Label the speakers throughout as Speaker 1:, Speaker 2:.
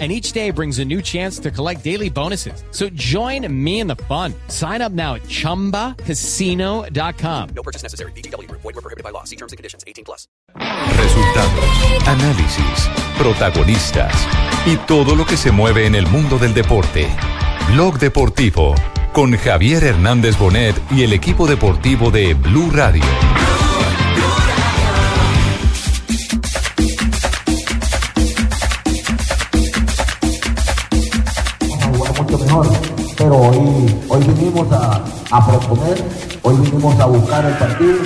Speaker 1: and each day brings a new chance to collect daily bonuses. So join me in the fun. Sign up now at ChumbaCasino.com.
Speaker 2: No purchase necessary. BGW. Void were prohibited by law. See terms and conditions. 18 plus.
Speaker 3: Resultados, análisis, protagonistas y todo lo que se mueve en el mundo del deporte. Blog Deportivo con Javier Hernández Bonet y el equipo deportivo de Blue Radio.
Speaker 4: jugar mucho mejor. Pero hoy, hoy vinimos a, a proponer, hoy vinimos a buscar el partido.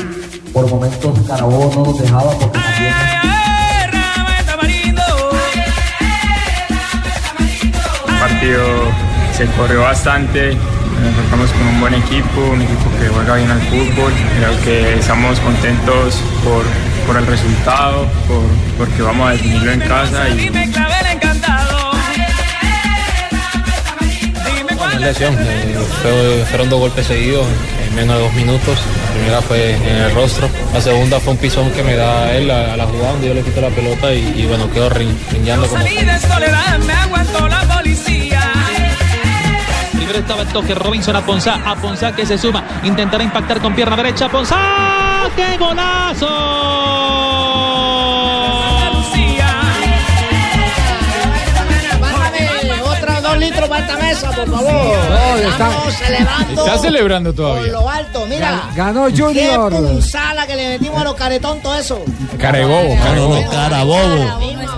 Speaker 4: Por momentos Carabobo no nos dejaba porque también
Speaker 5: partido se corrió bastante, nos encontramos con un buen equipo, un equipo que juega bien al fútbol, creo que estamos contentos por, por el resultado, por, porque vamos a definirlo en casa y
Speaker 6: Una lesión, eh, fue- fueron dos golpes seguidos en menos de dos minutos. La primera fue en el rostro, la segunda fue un pisón que me da él a, a la jugada donde yo le quito la pelota y, y bueno, quedo rin- riñando como.
Speaker 7: Salí de soledad, me aguantó la policía.
Speaker 8: Primero estaba el toque Robinson a Ponzá, a Ponzá que se suma, intentará impactar con pierna derecha, Ponzá, ¡qué golazo!
Speaker 9: Otras dos litros para esta mesa, por favor. Estamos celebrando.
Speaker 10: Está celebrando
Speaker 9: Por
Speaker 10: todavía.
Speaker 9: lo alto, mira.
Speaker 10: Ganó Junior.
Speaker 9: Qué punzala que le metimos a los caretón, todo eso.
Speaker 10: Carebobo, carebobo.
Speaker 9: Carabobo.
Speaker 11: No es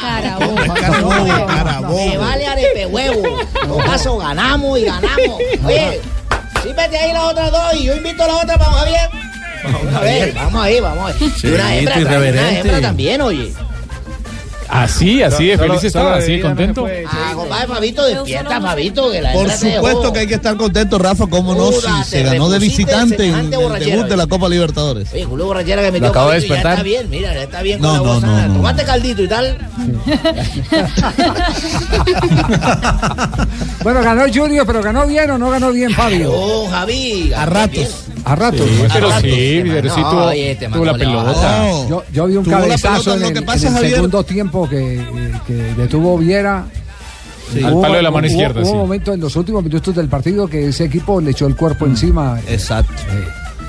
Speaker 11: carebobo, es carabobo.
Speaker 9: Que vale arepe huevo. Por caso, ganamos y ganamos. Oye, sípete ahí las otras dos y yo invito a las otras para Javier. Vamos a ver, vamos ahí, vamos a ver. Y una hembra,
Speaker 10: Chiquito,
Speaker 9: también, una
Speaker 10: irreverente.
Speaker 9: hembra también, oye.
Speaker 10: Así, así de feliz estaba, así de contento.
Speaker 9: Ah, compadre Fabito, despierta, Fabito, que la
Speaker 12: Por
Speaker 9: hembra te dejó.
Speaker 12: supuesto que hay que estar contento, Rafa, cómo no,
Speaker 9: Jura,
Speaker 12: si se
Speaker 9: te
Speaker 12: ganó de
Speaker 9: repusiste
Speaker 12: visitante en el
Speaker 9: semejante borrachera,
Speaker 12: debut de la
Speaker 9: oye.
Speaker 12: Copa Libertadores.
Speaker 9: Oye, Julio Borrachera que me
Speaker 12: Lo acabo de
Speaker 9: Ya
Speaker 12: despertar.
Speaker 9: está bien, mira, ya está bien
Speaker 12: No,
Speaker 9: con la
Speaker 12: no,
Speaker 9: voz
Speaker 12: no,
Speaker 9: sana.
Speaker 12: no.
Speaker 9: Tomate caldito y tal.
Speaker 13: Bueno, ganó Junior, pero ganó bien o no ganó bien Fabio.
Speaker 9: Oh, Javi. A
Speaker 13: ratos. A ratos.
Speaker 10: Sí,
Speaker 13: A
Speaker 10: pero
Speaker 13: ratos.
Speaker 10: sí, pero sí
Speaker 13: No,
Speaker 10: tuvo,
Speaker 13: oye, este
Speaker 10: tuvo
Speaker 13: mandó
Speaker 10: la
Speaker 13: la
Speaker 10: pelota.
Speaker 13: bajada. Yo, yo vi un
Speaker 10: Tuvo la
Speaker 13: cabezazo
Speaker 10: pelota,
Speaker 13: en
Speaker 10: lo
Speaker 13: el,
Speaker 10: que pasa,
Speaker 13: en el
Speaker 10: Javier-
Speaker 13: segundo tiempo que, eh, que detuvo Viera.
Speaker 10: Sí. Al palo de la mano
Speaker 13: hubo-
Speaker 10: izquierda,
Speaker 13: Hubo
Speaker 10: sí.
Speaker 13: un momento en los últimos minutos del partido que ese equipo le echó el cuerpo
Speaker 10: Mm.
Speaker 13: encima.
Speaker 12: Exacto.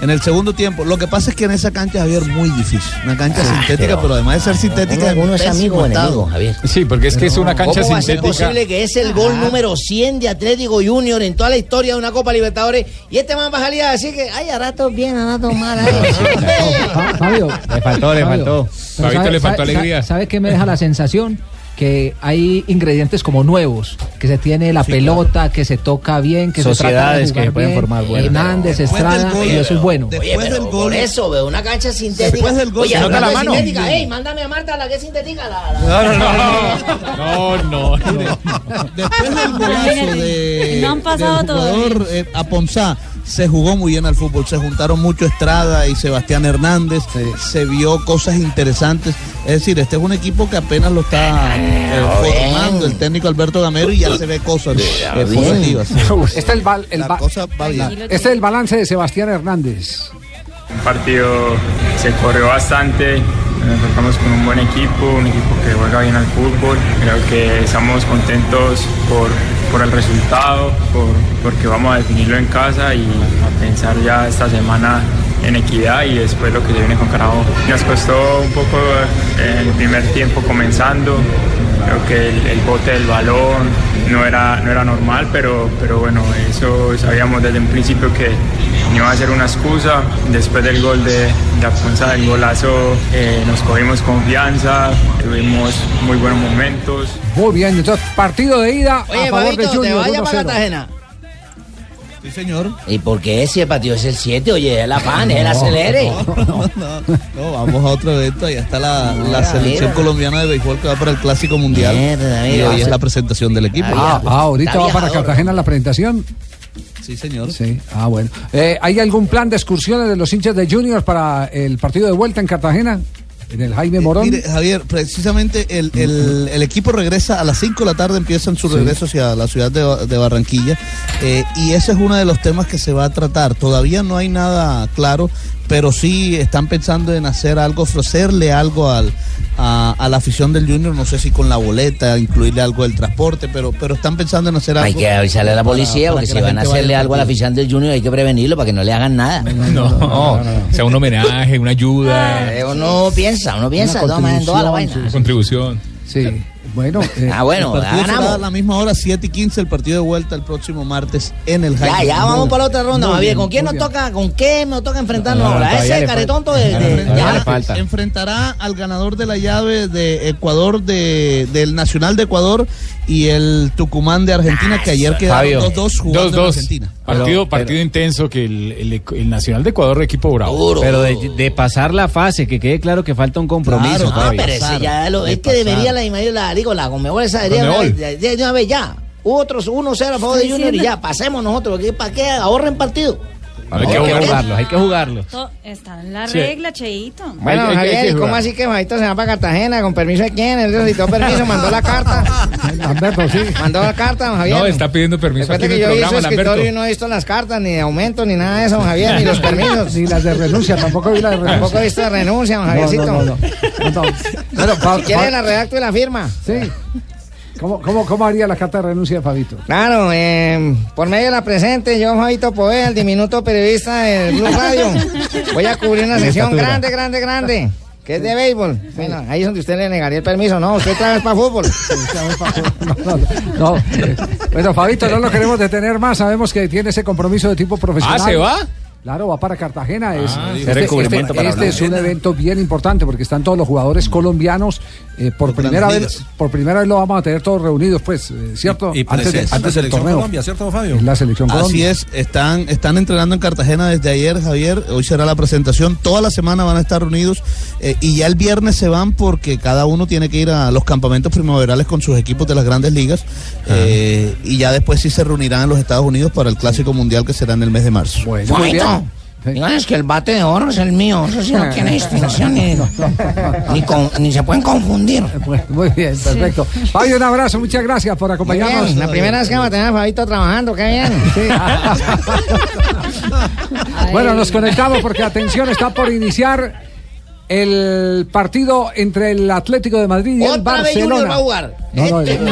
Speaker 12: En el segundo tiempo. Lo que pasa es que en esa cancha, Javier, muy difícil. Una cancha sintética, pero, además de ser sintética,
Speaker 9: Algunos
Speaker 12: es
Speaker 9: amigos o enemigos, Javier.
Speaker 10: Sí, porque es que es una cancha
Speaker 9: ¿Cómo va a ser
Speaker 10: sintética.
Speaker 9: posible que es el gol número 100 de Atlético Junior en toda la historia de una Copa Libertadores? Y este man va a salir a decir que, ay, a ratos bien, a ratos mal. ay.
Speaker 13: Ah,
Speaker 14: Fa- Fabio.
Speaker 10: Le faltó, le faltó.
Speaker 14: pero
Speaker 10: Fabito
Speaker 14: sabe-
Speaker 10: le faltó
Speaker 14: sabe-
Speaker 10: alegría.
Speaker 14: sa- ¿Sabe qué me deja la sensación? Que hay ingredientes como nuevos, que se tiene la pelota, que se toca bien, que
Speaker 15: Sociedades
Speaker 14: se trata de jugar
Speaker 15: que pueden
Speaker 14: bien,
Speaker 15: formar, bueno.
Speaker 14: Hernández,
Speaker 15: Después
Speaker 14: Estrada,
Speaker 15: del gol,
Speaker 14: y eso es bueno.
Speaker 9: Oye, pero por eso, veo una cancha sintética.
Speaker 14: Después del gol,
Speaker 9: Oye,
Speaker 14: se nota
Speaker 9: hablando
Speaker 14: la
Speaker 9: de
Speaker 14: mano.
Speaker 9: Sintética. eh, Ey, mándame a Marta la que es sintética. La, la-
Speaker 10: No, no, no. No, no, no.
Speaker 12: Después del golazo de,
Speaker 11: No han pasado
Speaker 12: del
Speaker 11: todavía.
Speaker 12: jugador eh, Aponzá, se jugó muy bien al fútbol. Se juntaron mucho Estrada y Sebastián Hernández. Se vio cosas interesantes. Es decir, este es un equipo que apenas lo
Speaker 11: Ah,
Speaker 12: está eh, formando el técnico Alberto Gamero y ya se ve cosas
Speaker 11: ah,
Speaker 12: eh, positivas.
Speaker 13: Este es el, bal- el ba- este es el balance de Sebastián Hernández.
Speaker 5: un partido se corrió bastante, nos encontramos con un buen equipo, un equipo que juega bien al fútbol, creo que estamos contentos por, por el resultado, por- porque vamos a definirlo en casa y a pensar ya esta semana en equidad y después lo que se viene con Carabobo. Nos costó un poco eh, el primer tiempo comenzando, creo que el, el bote del balón no era, no era normal, pero, pero bueno, eso sabíamos desde un principio que no iba a ser una excusa. Después del gol de, de Aponza, del golazo, eh, nos cogimos confianza, tuvimos muy buenos momentos.
Speaker 13: Muy bien, entonces partido de ida
Speaker 9: Oye,
Speaker 13: a favor
Speaker 9: Fabito,
Speaker 13: de
Speaker 9: te
Speaker 13: Junior.
Speaker 9: vaya para
Speaker 13: 1-0.
Speaker 9: Cartagena.
Speaker 12: Sí, señor.
Speaker 9: ¿Y por qué ese partido es el 7? Oye, es la pan, es el acelere.
Speaker 12: No, vamos a otro evento. Ahí está la, la
Speaker 9: Mira,
Speaker 12: selección
Speaker 9: mira.
Speaker 12: colombiana de béisbol que va para el Clásico Mundial.
Speaker 9: Mierda,
Speaker 12: y
Speaker 9: mira. Ah,
Speaker 12: hoy es la presentación del equipo.
Speaker 13: Ah, ah, ahorita va para Cartagena la presentación.
Speaker 12: Sí, señor.
Speaker 13: Sí. Ah, bueno. Eh, ¿Hay algún plan de excursiones de los hinchas de Junior para el partido de vuelta en Cartagena? En el
Speaker 16: Eh,
Speaker 13: Jaime Morón.
Speaker 12: Mire, Javier, precisamente el, el- el equipo regresa a las 5 de la tarde, empiezan su regreso hacia la ciudad de, de Barranquilla. eh, y ese es uno de los temas que se va a tratar. Todavía no hay nada claro, pero sí están pensando en hacer algo, ofrecerle algo al, a, a la afición del Junior. No sé si con la boleta, incluirle algo del transporte, pero, pero están pensando en hacer algo.
Speaker 9: Hay que avisarle a la
Speaker 12: para-
Speaker 9: policía
Speaker 12: para
Speaker 9: porque
Speaker 12: que
Speaker 9: si
Speaker 12: la
Speaker 9: van a
Speaker 12: gente vaya
Speaker 9: hacerle
Speaker 12: al
Speaker 9: algo a la
Speaker 12: partido.
Speaker 9: afición del Junior hay que prevenirlo para que no le hagan nada.
Speaker 10: No, o sea, un homenaje, una ayuda.
Speaker 16: Ah,
Speaker 9: Eh, Uno piensa, uno piensa,
Speaker 10: Una
Speaker 9: toma en toda la vaina.
Speaker 10: Una
Speaker 16: eh,
Speaker 10: contribución.
Speaker 13: Sí. Bueno,
Speaker 9: Ah, bueno,
Speaker 12: el partido será
Speaker 9: ganamos.
Speaker 12: a la misma hora, 7 y 15, el partido de vuelta el próximo martes en el
Speaker 9: Ya,
Speaker 12: Jaime.
Speaker 9: ya vamos para la otra ronda,
Speaker 12: Muy
Speaker 9: Javier.
Speaker 12: bien,
Speaker 9: ¿Con quién
Speaker 12: muy
Speaker 9: nos
Speaker 12: bien.
Speaker 9: toca? ¿Con qué nos toca enfrentarnos
Speaker 12: No,
Speaker 9: ahora?
Speaker 12: Ah, todavía
Speaker 9: Ese
Speaker 12: le falta.
Speaker 9: caretonto de. de-
Speaker 12: Enfrentará-
Speaker 9: ya.
Speaker 12: Enfrentará al ganador de la llave de Ecuador, de, del Nacional de Ecuador y el Tucumán de Argentina, que ayer
Speaker 10: Fabio,
Speaker 12: quedaron 2-2 jugando en
Speaker 10: 2-2.
Speaker 12: Argentina.
Speaker 10: Partido, partido intenso que el, el- el Nacional de Ecuador, equipo bravo.
Speaker 15: Pero de, de pasar la fase, que quede Eh, claro que falta un compromiso.
Speaker 10: Claro,
Speaker 15: Fabio.
Speaker 9: Ah, Pero ese ya lo- es que debería la Imagínate la digo, la Conmebol esa debería de
Speaker 15: Conmebol.
Speaker 9: una vez- de de una vez ya. Otros 1-0 a favor de Junior y ya, pasemos nosotros. ¿qué- ¿Para qué ahorren partido?
Speaker 15: hay que jugarlos, hay que jugarlos.
Speaker 11: To- Está en la
Speaker 15: Sí.
Speaker 11: regla, Cheito.
Speaker 15: Bueno, Hay- hay- Javier, hay que ¿y cómo jugar.
Speaker 16: así que Majito se va para Cartagena? ¿Con permiso de quién? Él solicitó permiso, mandó la carta.
Speaker 13: Lamberto, sí.
Speaker 16: Mandó la carta, don Javier.
Speaker 10: No, está pidiendo permiso aquí
Speaker 16: Recuerde
Speaker 10: en
Speaker 16: que
Speaker 10: el
Speaker 16: yo hice
Speaker 10: programa,
Speaker 16: escritorio y
Speaker 10: Lamberto.
Speaker 16: no he visto las cartas, ni de aumento, ni nada de eso, don Javier, ni los permisos.
Speaker 13: Ni las de renuncia, tampoco vi las de renuncia.
Speaker 16: Tampoco he visto de renuncia, don
Speaker 13: No,
Speaker 16: Javiercito.
Speaker 13: no, no, Bueno, pa-
Speaker 16: si quiere
Speaker 13: pa-
Speaker 16: la redacto y la firma.
Speaker 13: Sí. ¿Cómo, cómo, cómo haría la carta de renuncia de Fabito?
Speaker 16: Claro, eh, por medio de la presente, yo, Javito Poe, el diminuto periodista de Blue Radio, voy a cubrir una
Speaker 17: Y de
Speaker 16: sección
Speaker 17: estatura.
Speaker 16: grande, grande, grande, que es de béisbol. Bueno, ahí es donde usted le negaría el permiso, ¿no? Usted trae para fútbol.
Speaker 13: No. eh, Bueno, Fabito, no lo queremos detener más. Sabemos que tiene ese compromiso de tipo
Speaker 14: Pues
Speaker 13: profesional.
Speaker 10: Ah, ¿se va?
Speaker 13: Claro, va para Cartagena. Es,
Speaker 10: Ah,
Speaker 13: este,
Speaker 10: de
Speaker 13: este-
Speaker 10: recubrimiento para
Speaker 13: este es un
Speaker 10: Blanca.
Speaker 13: evento bien importante porque están todos los jugadores colombianos. eh, por, primera vez,
Speaker 18: ligas.
Speaker 13: por primera vez lo vamos a tener todos reunidos, pues, eh, ¿cierto?
Speaker 12: Y- y
Speaker 13: antes, de-
Speaker 12: presentes.
Speaker 13: antes del
Speaker 12: Selección
Speaker 13: torneo.
Speaker 12: Colombia,
Speaker 13: ¿cierto, Fabio? La selección
Speaker 12: Así
Speaker 13: Colombia.
Speaker 12: es, están, están entrenando en Cartagena desde ayer, Javier. Hoy será la presentación. Toda la semana van a estar reunidos eh, y ya el viernes se van porque cada uno tiene que ir a los campamentos primaverales con sus equipos de las grandes ligas.
Speaker 13: Ah.
Speaker 12: eh, y ya después sí se reunirán en los Estados Unidos para el Clásico Mundial que será en el mes de marzo.
Speaker 16: muy bien. Díganles que el bate de oro es el mío, eso
Speaker 13: Ah.
Speaker 16: sí no tiene distinción ni, ni con- ni se pueden confundir.
Speaker 13: Bueno, Pues, Muy bien, perfecto. Fabio, un abrazo, muchas gracias por
Speaker 16: Muy bien,
Speaker 13: acompañarnos.
Speaker 16: la primera vez que vamos a tener a Fabito trabajando, qué bien.
Speaker 13: Bueno, nos conectamos porque atención, está por iniciar el partido entre el Atlético de Madrid y el
Speaker 16: Otra vez Junior
Speaker 13: Barcelona.
Speaker 16: va a jugar.
Speaker 13: No, no,
Speaker 16: Este
Speaker 13: el-
Speaker 16: no,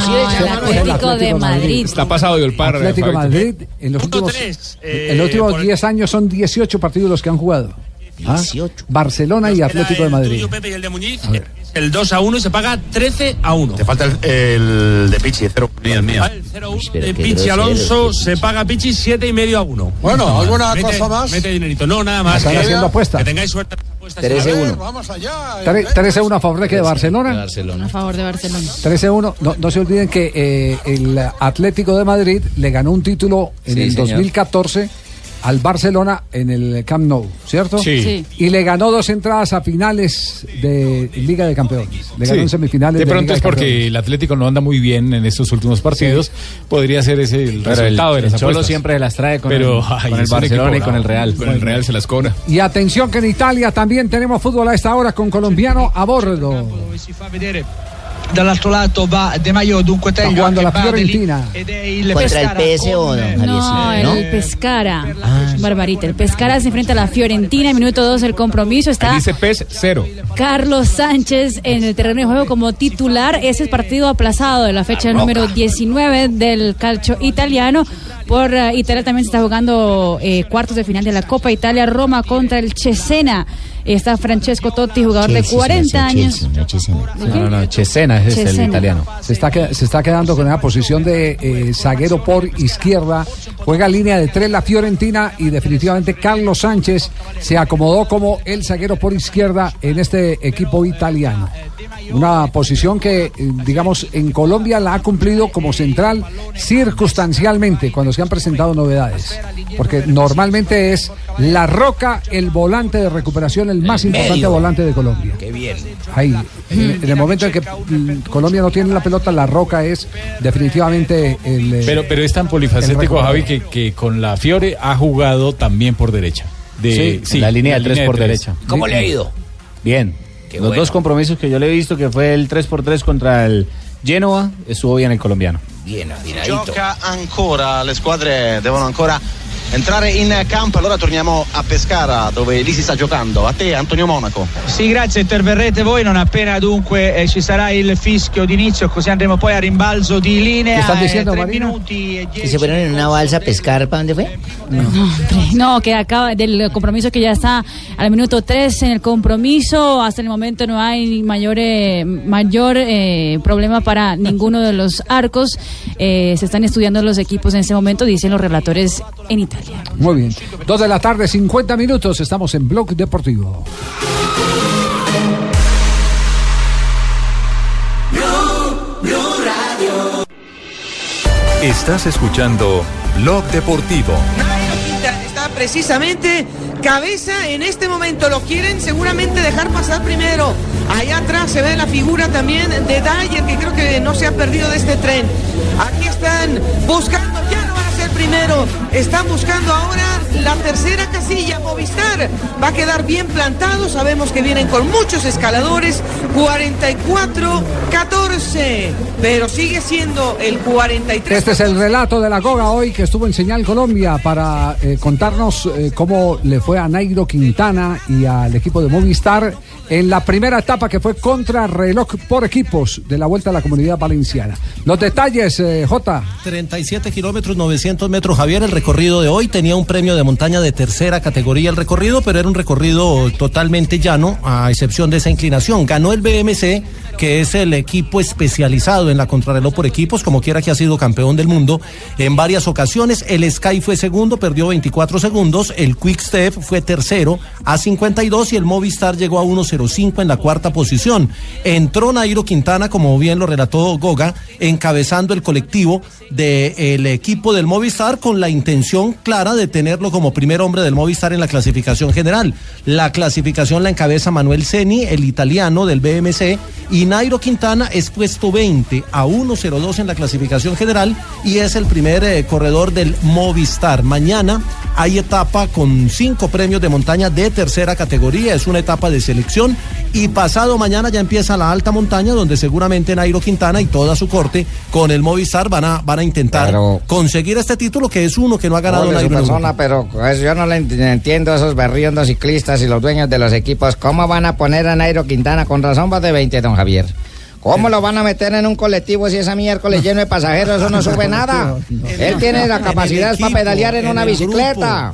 Speaker 13: el-
Speaker 16: el Atlético de Madrid.
Speaker 10: Está pasado de par.
Speaker 13: Atlético de Madrid en los últimos, en
Speaker 19: eh,
Speaker 13: los últimos 10 años son 18 partidos los que han jugado. ¿Ah? Barcelona y Atlético de Madrid.
Speaker 19: Pepe y el de Muñiz. El 2 a 1 y se paga 13 a 1. Te falta el, de Pichi, 0. Dios mío. El 0 1 de Eh, Pichi Alonso se paga Pichi 7 y medio a 1.
Speaker 20: Bueno, ¿alguna
Speaker 19: Mete-
Speaker 20: cosa más?
Speaker 19: Mete dinerito, no, nada más.
Speaker 13: Están haciendo apuestas.
Speaker 19: Que tengáis suerte.
Speaker 20: 13-1.
Speaker 19: eh,
Speaker 13: Tre- 13-1 a favor de que de Barcelona.
Speaker 11: A favor de Barcelona.
Speaker 13: 13-1. No, no se olviden que eh, el Atlético de Madrid le ganó un título en
Speaker 10: Sí,
Speaker 13: el
Speaker 10: señor.
Speaker 13: 2014 al Barcelona en el Camp Nou, ¿cierto?
Speaker 10: Sí. Sí.
Speaker 13: Y le ganó dos entradas a finales de Liga de Campeones. Le ganó
Speaker 10: Sí.
Speaker 13: en semifinales.
Speaker 10: De
Speaker 13: Liga
Speaker 10: pronto es porque el Atlético no anda muy bien en estos últimos partidos. Podría ser ese el
Speaker 15: Pero
Speaker 10: resultado
Speaker 15: el-
Speaker 10: de
Speaker 15: el
Speaker 10: las
Speaker 15: Cholo
Speaker 10: apuestas.
Speaker 15: siempre las trae con
Speaker 10: Pero,
Speaker 15: el-
Speaker 10: ay,
Speaker 15: con el
Speaker 10: es un
Speaker 15: Barcelona
Speaker 10: equipo
Speaker 15: y con el
Speaker 10: bravo.
Speaker 15: Real.
Speaker 10: Con el Real se las cobra.
Speaker 13: Y atención que en Italia también tenemos fútbol a esta hora con colombiano a bordo.
Speaker 8: fa vedere dall'altro lato va De Maio dunque
Speaker 13: Sta
Speaker 8: Teglio
Speaker 13: jugando
Speaker 8: che
Speaker 13: la
Speaker 8: va de lì
Speaker 13: Fiorentina.
Speaker 8: ed è il
Speaker 9: Contra
Speaker 8: Pescara
Speaker 9: el PSO,
Speaker 8: con-
Speaker 9: don
Speaker 11: No,
Speaker 9: Javiercito, ¿no?
Speaker 11: el Pescara.
Speaker 15: Ah,
Speaker 11: Barbarita, el Pescara se enfrenta a la Fiorentina. Minuto 2 el compromiso. Está
Speaker 10: Dice E PES 0.
Speaker 11: Carlos Sánchez en el terreno de juego como titular. Ese es partido aplazado de la fecha número 19 del calcio italiano. Por eh, Italia también se está jugando eh, cuartos de final de la Copa Italia. Roma contra el Chesena. Está Francesco Totti, jugador de 40 años.
Speaker 15: No, no, Chesena ese es el
Speaker 11: Chesena.
Speaker 15: italiano.
Speaker 13: Se está, que- se está quedando con una posición de eh, zaguero por izquierda. Juega línea de tres la Fiorentina y definitivamente Carlos Sánchez se acomodó como el zaguero por izquierda en este equipo italiano. Una posición que, eh, digamos, en Colombia la ha cumplido como central circunstancialmente cuando se han presentado novedades. Porque normalmente es la roca, el volante de recuperación, el el más
Speaker 14: El
Speaker 13: importante
Speaker 14: medio.
Speaker 13: volante de Colombia.
Speaker 14: Qué bien.
Speaker 13: Ahí, en, en el momento en que mm, Colombia no tiene la pelota, la roca es definitivamente el. eh,
Speaker 10: Pero, pero es tan polifacético,
Speaker 13: El
Speaker 10: Javi, que, que con la Fiore ha jugado también por derecha.
Speaker 15: Sí, la línea de tres por derecha.
Speaker 10: ¿Cómo le ha
Speaker 15: ido? Bien. Los
Speaker 10: bueno.
Speaker 15: dos compromisos que yo le he visto, que fue el 3x3 contra el Genoa, estuvo bien el colombiano.
Speaker 21: Bien, Gioca ancora, le squadre devono ancora entrare in campo. Allora torniamo a Pescara dove lì si sta giocando. A te Antonio Monaco.
Speaker 8: Sì, grazie, interverrete voi non appena dunque eh, ci sarà il fischio d'inizio, così andremo poi a rimbalzo di linea. eh, tre minuti e
Speaker 20: ¿Que se fueron en una balsa a pescar? ¿Para dónde fue?
Speaker 11: No, que acaba del compromiso que ya está al minuto 3 en el compromiso. Hasta el momento no hay mayor, eh, mayor eh, problema para ninguno de los arcos. Eh, se están estudiando los equipos en este momento, dicen los relatores en Italia.
Speaker 13: Muy bien. Dos de la tarde, 50 minutos. Estamos en Blog Deportivo.
Speaker 3: Estás escuchando Blog Deportivo.
Speaker 7: Está- Está precisamente cabeza en este momento. Lo quieren seguramente dejar pasar primero. Allá atrás se ve la figura también de Dyer, que creo que no se ha perdido de este tren. Aquí están buscando, ya no van a ser primero. Están buscando ahora la tercera casilla. Movistar va a quedar bien plantado. Sabemos que vienen con muchos escaladores. 44-14. Pero sigue siendo el 43.
Speaker 13: Este es el relato de la Goga hoy que estuvo en Señal Colombia para eh, contarnos eh, cómo le fue a Nairo Quintana y al equipo de Movistar en la primera etapa que fue contra reloj por equipos de la Vuelta a la Comunidad Valenciana. Los detalles, eh, J.
Speaker 22: 37 kilómetros, 900 metros. Javier, el recorrido de hoy tenía un premio de montaña de tercera categoría el recorrido, pero era un recorrido totalmente llano, a excepción de esa inclinación. Ganó el BMC, que es el equipo especializado en la contrarreloj por equipos, como quiera que ha sido campeón del mundo en varias ocasiones. El Sky fue segundo, perdió 24 segundos. El Quick Step fue tercero a 52 y el Movistar llegó a 1.05 en la cuarta posición. Entró Nairo Quintana, como bien lo relató Goga, encabezando el colectivo del equipo del Movistar con la intención clara de tenerlo como primer hombre del Movistar en la clasificación general. La clasificación la encabeza Manuel Ceni, el italiano del BMC, y Nairo Quintana es puesto 20 a 1.02 en la clasificación general y es el primer eh, corredor del Movistar. Mañana hay etapa con cinco premios de montaña de tercera categoría, es una etapa de selección y pasado mañana ya empieza la alta montaña donde seguramente Nairo Quintana y toda su corte con el Movistar van a, van a intentar conseguir este título que es uno que no ha ganado
Speaker 9: Pobre su
Speaker 22: Nairo. en
Speaker 9: persona, pero pues, yo no le ent- entiendo a esos berriondos ciclistas y los dueños de los equipos. ¿Cómo van a poner a Nairo Quintana? Con razón va de 20, don Javier. ¿Cómo lo van a meter en un colectivo si esa miércoles lleno de pasajeros? Eso no sube nada. Él tiene la
Speaker 22: En el
Speaker 9: capacidad para
Speaker 22: equipo,
Speaker 9: pedalear en
Speaker 22: en
Speaker 9: una
Speaker 22: el grupo. Ah.
Speaker 9: bicicleta.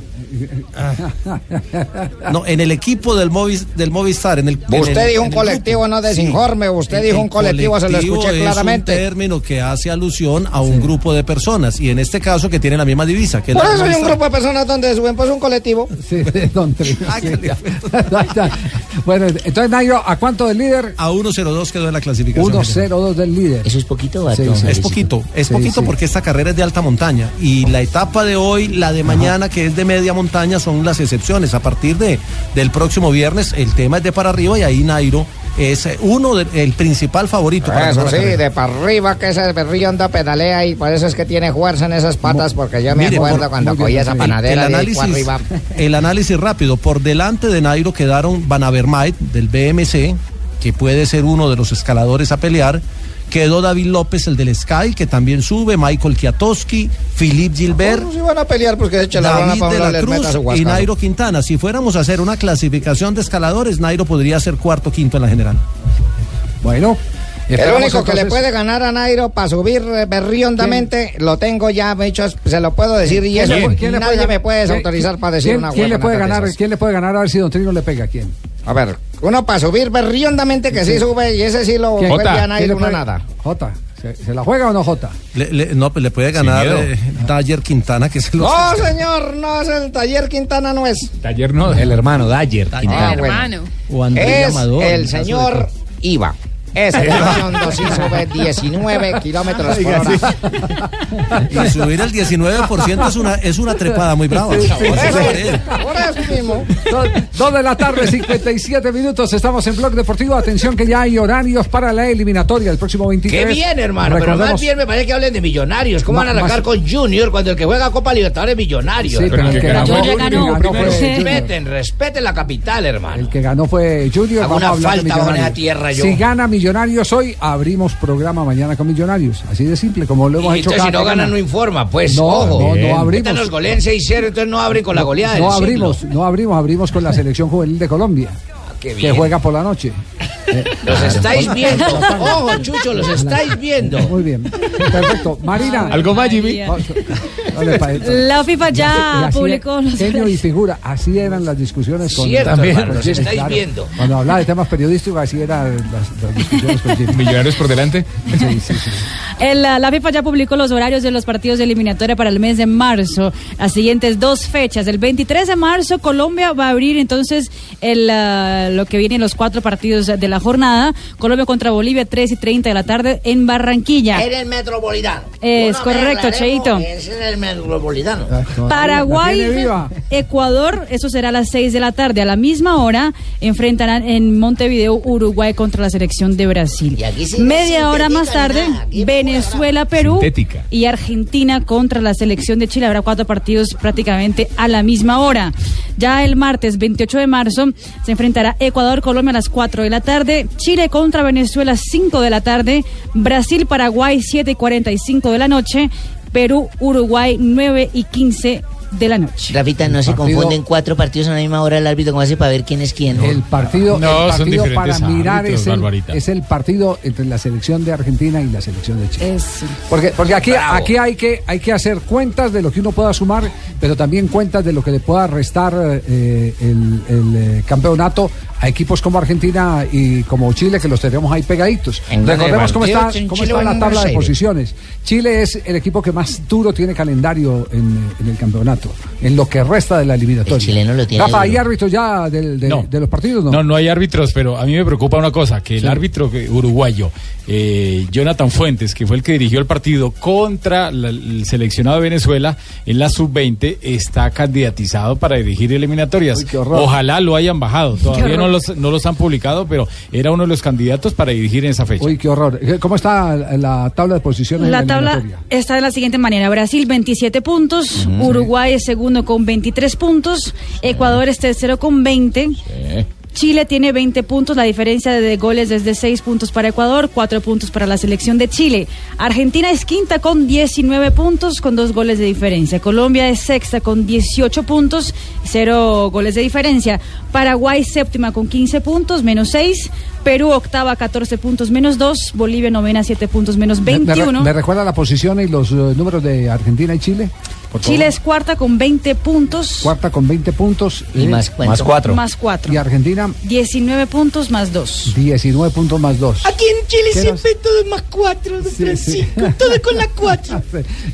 Speaker 22: No, en el equipo del, Movis- del Movistar. En el, en
Speaker 9: Usted
Speaker 22: el-
Speaker 9: dijo
Speaker 22: en
Speaker 9: un
Speaker 22: el
Speaker 9: colectivo, no desinforme. Usted dijo un colectivo, se lo escuché
Speaker 22: es un
Speaker 9: claramente.
Speaker 22: término que hace alusión a un grupo de personas y en este caso que tienen la misma divisa. Que es
Speaker 9: Por
Speaker 22: la
Speaker 9: eso hay un
Speaker 22: Movistar.
Speaker 9: grupo de personas donde suben pues un colectivo.
Speaker 13: Sí, don
Speaker 9: Ah,
Speaker 13: bueno, entonces Nairo, ¿a cuánto del líder?
Speaker 22: A 1.02 quedó en la clasificación.
Speaker 13: 1-0-2 del líder.
Speaker 9: Eso es poquito,
Speaker 13: vato.
Speaker 22: es poquito, es
Speaker 13: Sí,
Speaker 22: poquito
Speaker 13: sí.
Speaker 22: porque esta carrera es de alta montaña y la etapa de hoy, la de mañana que es de media montaña son las excepciones. A partir de del próximo viernes el tema es de para arriba y ahí Nairo es eh, uno de- el principal favorito. para
Speaker 9: Eso
Speaker 22: ganar
Speaker 9: sí,
Speaker 22: la carrera.
Speaker 9: de para arriba que ese berrillo anda pedalea y por eso es que tiene fuerza en esas patas, porque yo me
Speaker 22: Mire,
Speaker 9: acuerdo
Speaker 22: por-
Speaker 9: cuando
Speaker 22: muy bien,
Speaker 9: cogí esa
Speaker 22: el-
Speaker 9: panadera
Speaker 22: el,
Speaker 9: de ahí para
Speaker 22: análisis,
Speaker 9: arriba.
Speaker 22: el análisis rápido. Por delante de Nairo quedaron Van Avermaet del BMC, que puede ser uno de los escaladores a pelear. Quedó David López, el del Sky, que también sube. Michael Kiatowski, Philippe Gilbert.
Speaker 9: No se van a pelear porque de hecho la van a
Speaker 22: David
Speaker 9: poner
Speaker 22: de la
Speaker 9: a les meta
Speaker 22: Cruz
Speaker 9: su
Speaker 22: y
Speaker 9: guasca.
Speaker 22: Nairo Quintana. Si fuéramos a hacer una clasificación de escaladores, Nairo podría ser cuarto quinto en la general.
Speaker 13: Bueno,
Speaker 9: El único que le puede ganar a Nairo para subir eh, berriondamente, lo tengo ya, de hecho, se lo puedo decir y eso
Speaker 13: ¿Quién?
Speaker 9: pues,
Speaker 13: ¿Quién le puede
Speaker 9: nadie
Speaker 13: ganar?
Speaker 9: me puede desautorizar
Speaker 13: ¿Quién-
Speaker 9: para decir
Speaker 13: quién-
Speaker 9: una
Speaker 13: ¿Quién le
Speaker 9: huevonata
Speaker 13: puede
Speaker 9: de
Speaker 13: ganar?
Speaker 9: esas.
Speaker 13: ¿Quién le puede ganar a ver si Don Trino le pega? ¿Quién?
Speaker 9: A ver, uno para subir berriondamente que sí
Speaker 13: Sí.
Speaker 9: sube y ese sí lo
Speaker 13: ¿Quién?
Speaker 9: vuelve
Speaker 13: Jota.
Speaker 9: a
Speaker 13: ¿Quién le
Speaker 9: Nairo una
Speaker 13: puede-
Speaker 9: nada.
Speaker 13: Jota, ¿se, se la juega o no Jota?
Speaker 22: Le, le- no, pues le puede ganar
Speaker 13: miedo.
Speaker 22: eh, Dyer Quintana, que es el
Speaker 9: No, señor, no es el taller Quintana, no es.
Speaker 10: Taller no, el hermano, Dyer.
Speaker 9: Ah, bueno.
Speaker 22: O Andrés
Speaker 9: es
Speaker 22: Amador,
Speaker 9: el
Speaker 22: en caso de
Speaker 9: señor
Speaker 22: que-
Speaker 9: Iba.
Speaker 23: Ese Riondo sí sube 19 kilómetros por
Speaker 22: Oiga,
Speaker 23: hora.
Speaker 22: Y subir el 19% es una, es una trepada muy brava.
Speaker 13: Sí, sí, sí.
Speaker 22: Eso parece.
Speaker 23: Ahora es mismo.
Speaker 13: Dos, dos de la tarde, 57 minutos. Estamos en Blog Deportivo. Atención que ya hay horarios para la eliminatoria el próximo 23.
Speaker 9: Qué bien, hermano. Pero más
Speaker 13: Recordemos-
Speaker 9: bien me parece que hablen de millonarios. ¿Cómo
Speaker 13: Ma-
Speaker 9: van a arrancar
Speaker 13: más-
Speaker 9: con Junior cuando el que juega Copa Libertadores es millonario?
Speaker 13: Sí, pero el que ganó-
Speaker 9: Junior
Speaker 13: el que ganó fue Junior.
Speaker 9: Respeten, respeten la capital, hermano.
Speaker 13: El que ganó fue Junior. Vamos
Speaker 9: Hago una
Speaker 13: a hablar de
Speaker 9: falta con
Speaker 13: Millonarios.
Speaker 9: esa tierra yo.
Speaker 13: Si gana Millonarios hoy, abrimos programa mañana con Millonarios. Así de simple, como lo hemos
Speaker 9: Y
Speaker 13: hecho
Speaker 9: entonces si
Speaker 13: cada
Speaker 9: no
Speaker 13: semana.
Speaker 9: gana, no informa. Pues,
Speaker 13: No,
Speaker 9: ojo.
Speaker 13: no, no
Speaker 9: Bien.
Speaker 13: abrimos.
Speaker 9: Ahorita nos goleen 6-0, entonces no abre con la goleada del
Speaker 13: No
Speaker 9: siglo.
Speaker 13: abrimos, no abrimos, abrimos con la selección juvenil de Colombia.
Speaker 9: Ah, qué
Speaker 13: Que
Speaker 9: bien.
Speaker 13: juega por la noche.
Speaker 9: Los estáis viendo. Ojo, Chucho, los estáis viendo.
Speaker 13: Muy bien. Perfecto. Marina.
Speaker 11: ¿Algo más, Jimmy?
Speaker 13: Dale, pa' dentro.
Speaker 11: La FIFA
Speaker 13: Y
Speaker 11: ya
Speaker 13: así
Speaker 11: publicó
Speaker 13: era-
Speaker 11: los
Speaker 13: genio y figura, así eran las discusiones con
Speaker 11: Cierto,
Speaker 13: También.
Speaker 11: hermano,
Speaker 13: con
Speaker 11: los
Speaker 13: Jimmy,
Speaker 11: estáis viendo.
Speaker 13: Cuando hablaba de temas periodísticos, así eran las, las discusiones con Jimmy.
Speaker 10: Millonarios por delante.
Speaker 13: Sí, sí, sí.
Speaker 11: El, la la FIFA ya publicó los horarios de los partidos de eliminatoria para el mes de marzo. Las siguientes dos fechas. El 23 de marzo Colombia va a abrir entonces el, ah, lo que vienen los cuatro partidos de la jornada. Colombia contra Bolivia, 3 y 30 de la tarde en Barranquilla.
Speaker 9: En el metropolitano.
Speaker 11: Es correcto, Cheito.
Speaker 9: Es en el metropolitano.
Speaker 11: Paraguay, Ecuador, eso será a las 6 de la tarde. A la misma hora enfrentarán en Montevideo Uruguay contra la selección de Brasil.
Speaker 9: sí no
Speaker 11: Media hora más
Speaker 9: sintética ni
Speaker 11: tarde,
Speaker 9: nada,
Speaker 11: Venezuela, Perú
Speaker 10: Sintética.
Speaker 11: y Argentina contra la selección de Chile. Habrá cuatro partidos prácticamente a la misma hora. Ya el martes 28 de marzo se enfrentará Ecuador-Colombia a las 4 de la tarde, Chile contra Venezuela 5 de la tarde, Brasil-Paraguay 7 y 45 de la noche, Perú-Uruguay 9 y 15 de la noche.
Speaker 9: Rafita, no se confunden cuatro partidos a la misma hora el árbitro, ¿cómo hace para ver quién es quién?
Speaker 13: El partido, el partido para mirar es el,
Speaker 9: Barbarita.
Speaker 13: es el partido entre la selección de Argentina y la selección de Chile.
Speaker 11: Eso.
Speaker 13: Porque, porque aquí,
Speaker 9: Bravo.
Speaker 13: aquí hay, que, hay que hacer cuentas de lo que uno pueda sumar, pero también cuentas de lo que le pueda restar eh, el, el, eh, campeonato a equipos como Argentina y como Chile, que los tenemos ahí pegaditos.
Speaker 9: En
Speaker 13: Recordemos
Speaker 9: el
Speaker 13: cómo está,
Speaker 9: partido, en
Speaker 13: cómo
Speaker 9: Chile
Speaker 13: está
Speaker 9: van
Speaker 13: la
Speaker 9: un
Speaker 13: tabla de
Speaker 9: cero.
Speaker 13: posiciones. Chile es el equipo que más duro tiene calendario en, en el campeonato, en lo que resta de la eliminatoria.
Speaker 10: chileno lo tiene
Speaker 13: Rafa,
Speaker 10: duro.
Speaker 13: ¿hay árbitros ya del- del-
Speaker 10: No.
Speaker 13: de los
Speaker 15: pues
Speaker 13: partidos? No.
Speaker 10: No, no hay árbitros, pero a mí me preocupa una cosa, que el árbitro que- uruguayo, eh, Jonathan Fuentes, que fue el que dirigió el partido contra la- el seleccionado de Venezuela en la sub-20, está candidatizado para dirigir eliminatorias. Ojalá lo hayan bajado. Todavía no
Speaker 13: horror.
Speaker 10: los, no los han publicado, pero era uno de los candidatos para dirigir en esa fecha.
Speaker 13: Uy, qué horror. Eh, ¿Cómo está la- la tabla de posiciones? en
Speaker 11: La tabla
Speaker 13: eliminatoria?
Speaker 11: está de la siguiente manera. Brasil 27 puntos, Uruguay es segundo con 23 puntos, Ecuador es tercero con 20. Chile tiene 20 puntos, la diferencia de goles es de 6 puntos para Ecuador, 4 puntos para la selección de Chile. Argentina es quinta con 19 puntos, con 2 goles de diferencia. Colombia es sexta con 18 puntos, 0 goles de diferencia. Paraguay séptima con 15 puntos, menos 6. Perú octava 14 puntos, menos 2. Bolivia novena 7 puntos, menos
Speaker 13: Me- me re-
Speaker 11: 21.
Speaker 13: ¿Me, recuerda la posición y los eh, números de Argentina y Chile? Por favor.
Speaker 11: Chile es cuarta con 20 puntos,
Speaker 13: Cuarta con 20 puntos.
Speaker 11: Y
Speaker 13: eh,
Speaker 11: más cuánto? Más cuatro. Más cuatro.
Speaker 13: Y Argentina,
Speaker 11: 19 puntos más 2.
Speaker 13: 19 puntos más 2.
Speaker 11: Aquí en Chile Ah, siempre todo más 4, todo con la 4.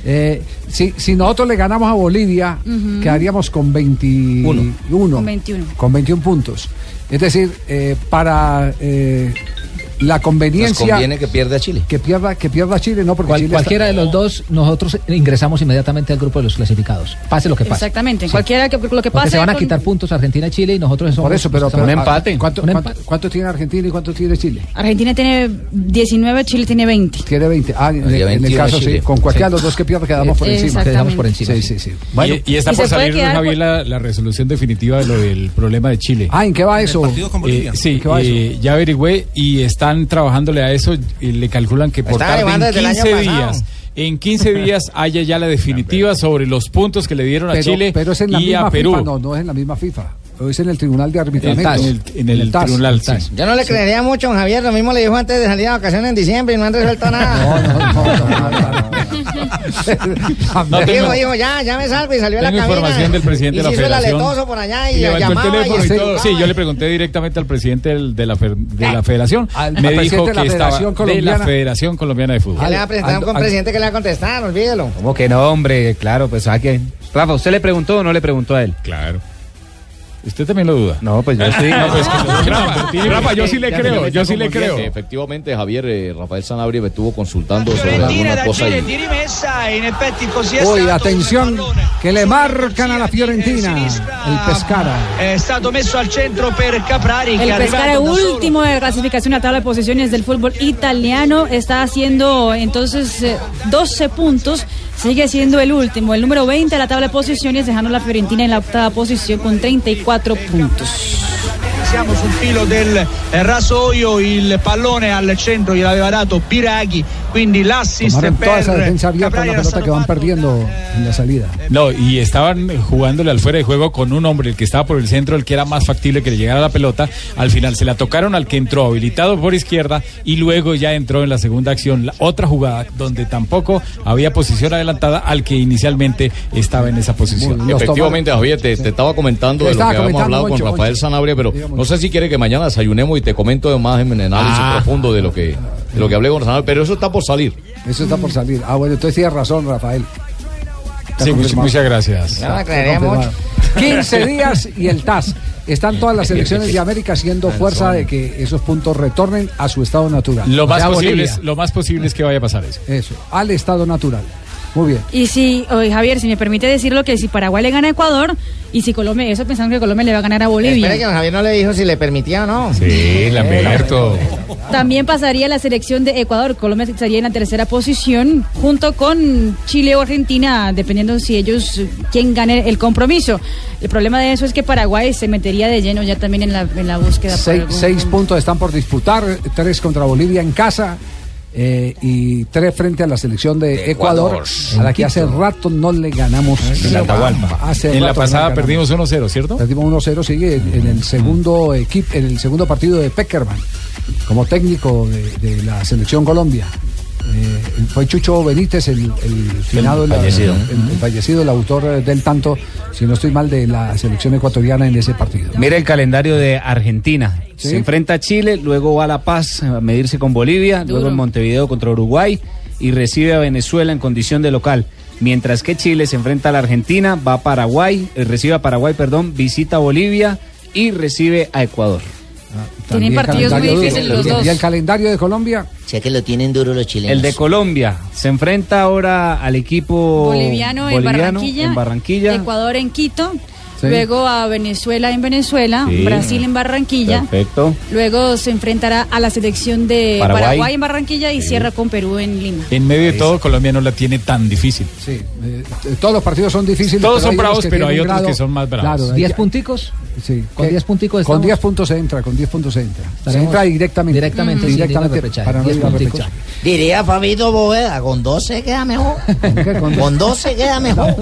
Speaker 13: Eh, si, si nosotros le ganamos a Bolivia,
Speaker 11: Ujú.
Speaker 13: quedaríamos con 21.
Speaker 11: Con 21.
Speaker 13: Con 21 puntos. Es decir, eh, para eh, la conveniencia.
Speaker 20: conviene que pierda Chile.
Speaker 13: Que pierda, que pierda Chile, no, porque
Speaker 14: Cual-
Speaker 13: Chile está-
Speaker 14: cualquiera de los dos, nosotros ingresamos inmediatamente al grupo de los clasificados. Pase lo que pase.
Speaker 11: Exactamente, cualquiera que lo que
Speaker 14: Porque
Speaker 11: pase.
Speaker 14: se van a
Speaker 11: con-
Speaker 14: quitar puntos Argentina y Chile y nosotros somos
Speaker 13: Por eso, pero,
Speaker 14: los que
Speaker 13: pero-
Speaker 14: estamos-
Speaker 13: ¿cuánto,
Speaker 14: Un
Speaker 13: cuánto-
Speaker 14: empate.
Speaker 13: cuánto tiene Argentina y cuánto tiene Chile?
Speaker 11: Argentina tiene 19, Chile tiene 20.
Speaker 13: Tiene 20. Ah, en,
Speaker 14: Ah, ya
Speaker 13: en el
Speaker 14: 21
Speaker 13: caso,
Speaker 14: Chile.
Speaker 13: sí. Con cualquiera de
Speaker 14: Sí.
Speaker 13: los dos que pierda quedamos por
Speaker 11: Eh,
Speaker 13: encima.
Speaker 11: Quedamos por
Speaker 13: encima. Sí, sí, sí.
Speaker 10: Bueno, y, y está
Speaker 11: Y
Speaker 10: por
Speaker 11: se puede
Speaker 10: salir,
Speaker 11: quedar
Speaker 10: Javier, la, la resolución definitiva de lo del problema de Chile.
Speaker 13: Ah, ¿en qué va eso?
Speaker 10: Eh, sí, eh, ya averigüé y están trabajándole a eso. y le calculan que por
Speaker 13: Están
Speaker 10: tarde
Speaker 13: llevando
Speaker 10: en
Speaker 13: desde el año
Speaker 10: 15
Speaker 13: pasado.
Speaker 10: días. En 15 días haya ya la definitiva sobre los puntos que le dieron a
Speaker 13: Pero,
Speaker 10: Chile
Speaker 13: pero es en la
Speaker 10: y
Speaker 13: misma
Speaker 10: a Perú.
Speaker 13: FIFA. No, no es en la misma FIFA. Es en el Tribunal de Arbitraje.
Speaker 10: En el- en el tribunal, sí.
Speaker 23: Yo no le creería mucho a Javier, lo mismo le dijo antes de salir a vacaciones en diciembre y no han resuelto nada.
Speaker 10: No tengo-
Speaker 23: El viejo dijo, ya, ya me salgo y salió a la
Speaker 10: Tengo
Speaker 23: cabina.
Speaker 10: información del presidente
Speaker 23: y
Speaker 10: de la
Speaker 23: se hizo
Speaker 10: federación.
Speaker 23: el aletoso por allá y,
Speaker 10: Y levantó el
Speaker 23: llamaba y
Speaker 10: teléfono y
Speaker 23: se
Speaker 10: todo.
Speaker 23: educaba.
Speaker 10: Sí, yo le pregunté directamente al presidente del- de, la, fer- de la federación.
Speaker 23: al
Speaker 10: me
Speaker 13: Ah, presidente
Speaker 10: dijo
Speaker 13: de
Speaker 10: que
Speaker 13: la
Speaker 10: estaba
Speaker 13: Federación
Speaker 10: de la
Speaker 13: Colombiana.
Speaker 10: Federación Colombiana de Fútbol.
Speaker 23: Ya Ah, le va a presentar un presidente que le va a contestar, olvídelo.
Speaker 24: ¿Cómo que no, hombre? Claro, pues a quién. Rafa, ¿usted le preguntó o no le preguntó a él?
Speaker 10: Claro. Usted también lo duda.
Speaker 15: No,
Speaker 25: Ah,
Speaker 15: pues yo estoy.
Speaker 10: No, pues, Rafa,
Speaker 24: Efectivamente,
Speaker 10: Rafa, yo sí le
Speaker 24: ya
Speaker 10: creo,
Speaker 24: se
Speaker 10: yo sí le
Speaker 24: confundió.
Speaker 10: creo.
Speaker 24: Efectivamente, Javier, eh, Rafael Sanabria me estuvo consultando sobre
Speaker 8: Fiorentina
Speaker 24: alguna
Speaker 8: da
Speaker 24: cosa.
Speaker 8: Gire
Speaker 24: y-
Speaker 8: di rimessa e in effetti così è
Speaker 13: Uy,
Speaker 8: stato.
Speaker 13: atención, que le marcan a la Fiorentina el Pescara.
Speaker 8: È stato messo al centro per Caprari che è
Speaker 11: El Pescara
Speaker 8: arrivato da solo.
Speaker 11: último de la clasificación a tabla de posiciones del fútbol italiano está haciendo entonces eh, 12 puntos, sigue siendo el último, el número 20 de la tabla de posiciones, dejando a la Fiorentina en la octava posición con 34 puntos.
Speaker 8: Siamo sul filo del eh, rasoio, il pallone al centro gliel'aveva dato Biraghi, quindi l'assist
Speaker 13: Tomaron toda esa
Speaker 8: per
Speaker 13: defensa abierta, la pelota que van perdiendo en la salida.
Speaker 10: No, y estaban jugándole al fuera de juego con un hombre, el que estaba por el centro, el que era más factible que le llegara la pelota. Al final se la tocaron al que entró habilitado por izquierda y luego ya entró en la segunda acción la otra jugada donde tampoco había posición adelantada al que inicialmente estaba en esa posición.
Speaker 24: Efectivamente, Javier, te, te estaba comentando
Speaker 10: Te
Speaker 24: de lo que
Speaker 10: estaba
Speaker 24: habíamos
Speaker 10: comentando,
Speaker 24: hablado
Speaker 10: Moncho,
Speaker 24: con Rafael
Speaker 10: Moncho.
Speaker 24: Sanabria, pero no sé si quiere que mañana desayunemos y te comento más en análisis
Speaker 13: Ah.
Speaker 24: profundo de lo que de lo que hablé con Sanabria, pero eso está por salir.
Speaker 13: Eso está por salir. Ah, bueno, entonces tienes razón, Rafael. Está
Speaker 10: Sí, muchas,
Speaker 13: confirmado.
Speaker 10: muchas gracias.
Speaker 13: Ya la creeremos. 15 días y el TAS. Están todas las selecciones de América haciendo fuerza de que esos puntos retornen a su estado natural.
Speaker 10: Lo
Speaker 13: O
Speaker 10: más,
Speaker 13: sea,
Speaker 10: posible
Speaker 13: Bolivia,
Speaker 10: es, lo más posible es que vaya a pasar eso.
Speaker 13: Eso, al estado natural. Muy bien.
Speaker 11: Y si, oye, Javier, si me permite decirlo, que si Paraguay le gana a Ecuador y si Colombia, eso pensando que Colombia le va a ganar a Bolivia.
Speaker 23: Espera que don Javier no le dijo si le permitía o no. Eh,
Speaker 10: Sí, Lamberto.
Speaker 9: Eh,
Speaker 11: También pasaría la selección de Ecuador. Colombia estaría en la tercera posición junto con Chile o Argentina, dependiendo si ellos, eh, quién gane el compromiso. El problema de eso es que Paraguay se metería de lleno ya también en la, en la búsqueda. por
Speaker 13: Seis,
Speaker 11: algún-
Speaker 13: seis puntos están por disputar, tres contra Bolivia en casa eh, y tres frente a la selección de, Ecuador,
Speaker 10: Ecuador.
Speaker 13: a la que hace rato no le ganamos.
Speaker 10: En la Atahualpa.
Speaker 13: Hace rato
Speaker 10: En la
Speaker 13: no le
Speaker 10: pasada
Speaker 13: ganamos.
Speaker 10: perdimos 1-0, ¿cierto?
Speaker 13: Perdimos 1-0, sigue en, en el segundo equipo, en el segundo partido de Peckerman, como técnico de, de la selección Colombia. Eh, fue Chucho Benítez el, el finado, la-
Speaker 1: fallecido.
Speaker 13: el- el fallecido, el autor eh, del tanto, si no estoy mal, de la selección ecuatoriana en ese partido.
Speaker 15: Mira el calendario de Argentina.
Speaker 13: Sí.
Speaker 15: Se enfrenta a Chile, luego va a La Paz a medirse con Bolivia, luego en Montevideo contra Uruguay y recibe a Venezuela en condición de local. Mientras que Chile se enfrenta a la Argentina, va a Paraguay, eh, recibe a Paraguay, perdón, visita a Bolivia y recibe a Ecuador.
Speaker 13: Ah, También calendario duro. Y el calendario de Colombia.
Speaker 15: Sé que lo tienen duro los chilenos. El de Colombia se enfrenta ahora al equipo
Speaker 11: Boliviano, en Barranquilla,
Speaker 15: oh, en Barranquilla.
Speaker 11: Ecuador en Quito.
Speaker 15: Sí.
Speaker 11: Luego a Venezuela en Venezuela,
Speaker 15: Sí.
Speaker 11: Brasil en Barranquilla.
Speaker 15: Perfecto.
Speaker 11: Luego se enfrentará a la selección de
Speaker 10: Paraguay.
Speaker 11: Paraguay, en Barranquilla y cierra con Perú en Lima.
Speaker 10: En medio de todo, Colombia no la tiene tan difícil.
Speaker 13: Sí, eh, todos los partidos son difíciles. pero
Speaker 10: Todos son
Speaker 13: hay unos
Speaker 10: bravos,
Speaker 13: que
Speaker 10: pero hay
Speaker 13: tienen
Speaker 10: otros
Speaker 13: grado-
Speaker 10: que son más bravos.
Speaker 13: Claro,
Speaker 10: ¿Diez
Speaker 13: ya-
Speaker 14: punticos?
Speaker 13: Sí.
Speaker 14: ¿Con
Speaker 13: que-
Speaker 14: 10 punticos
Speaker 13: Con
Speaker 14: estamos?
Speaker 13: 10 puntos se entra, con 10 puntos se entra. Se
Speaker 14: Estaremos
Speaker 13: entra directamente.
Speaker 14: directamente, sí,
Speaker 13: directamente
Speaker 14: directo al repechaje,
Speaker 13: para no
Speaker 14: 10
Speaker 13: ir al
Speaker 14: punticos.
Speaker 13: repechaje.
Speaker 9: Diría Fabito Boveda, con 12 queda mejor. Con 12 queda mejor.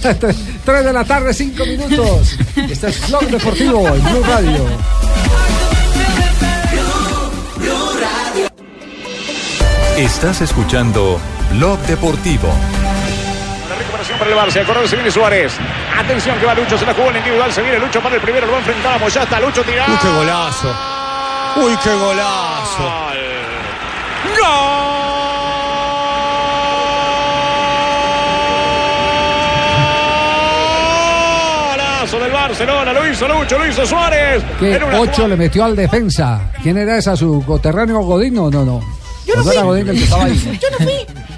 Speaker 13: 3 de la tarde, 5 minutos. Este es Blog Deportivo en Blue Radio.
Speaker 3: Estás escuchando Blog Deportivo.
Speaker 25: Recuperación para el Barça. Corre, se viene Suárez. Atención que va Lucho. Se la jugó el individual. Se viene Lucho para el primero. Lo va a enfrentar a Moyasta. Lucho tira.
Speaker 26: Uy, qué golazo. Uy, qué golazo.
Speaker 25: Golazo del Barcelona. Lo hizo Lucho. Lo hizo Suárez.
Speaker 13: Que
Speaker 25: En una
Speaker 13: 8 le metió al defensa. ¿Quién era esa? ¿Su coterráneo Godín o no? no? Yo no era Godín el que estaba ahí?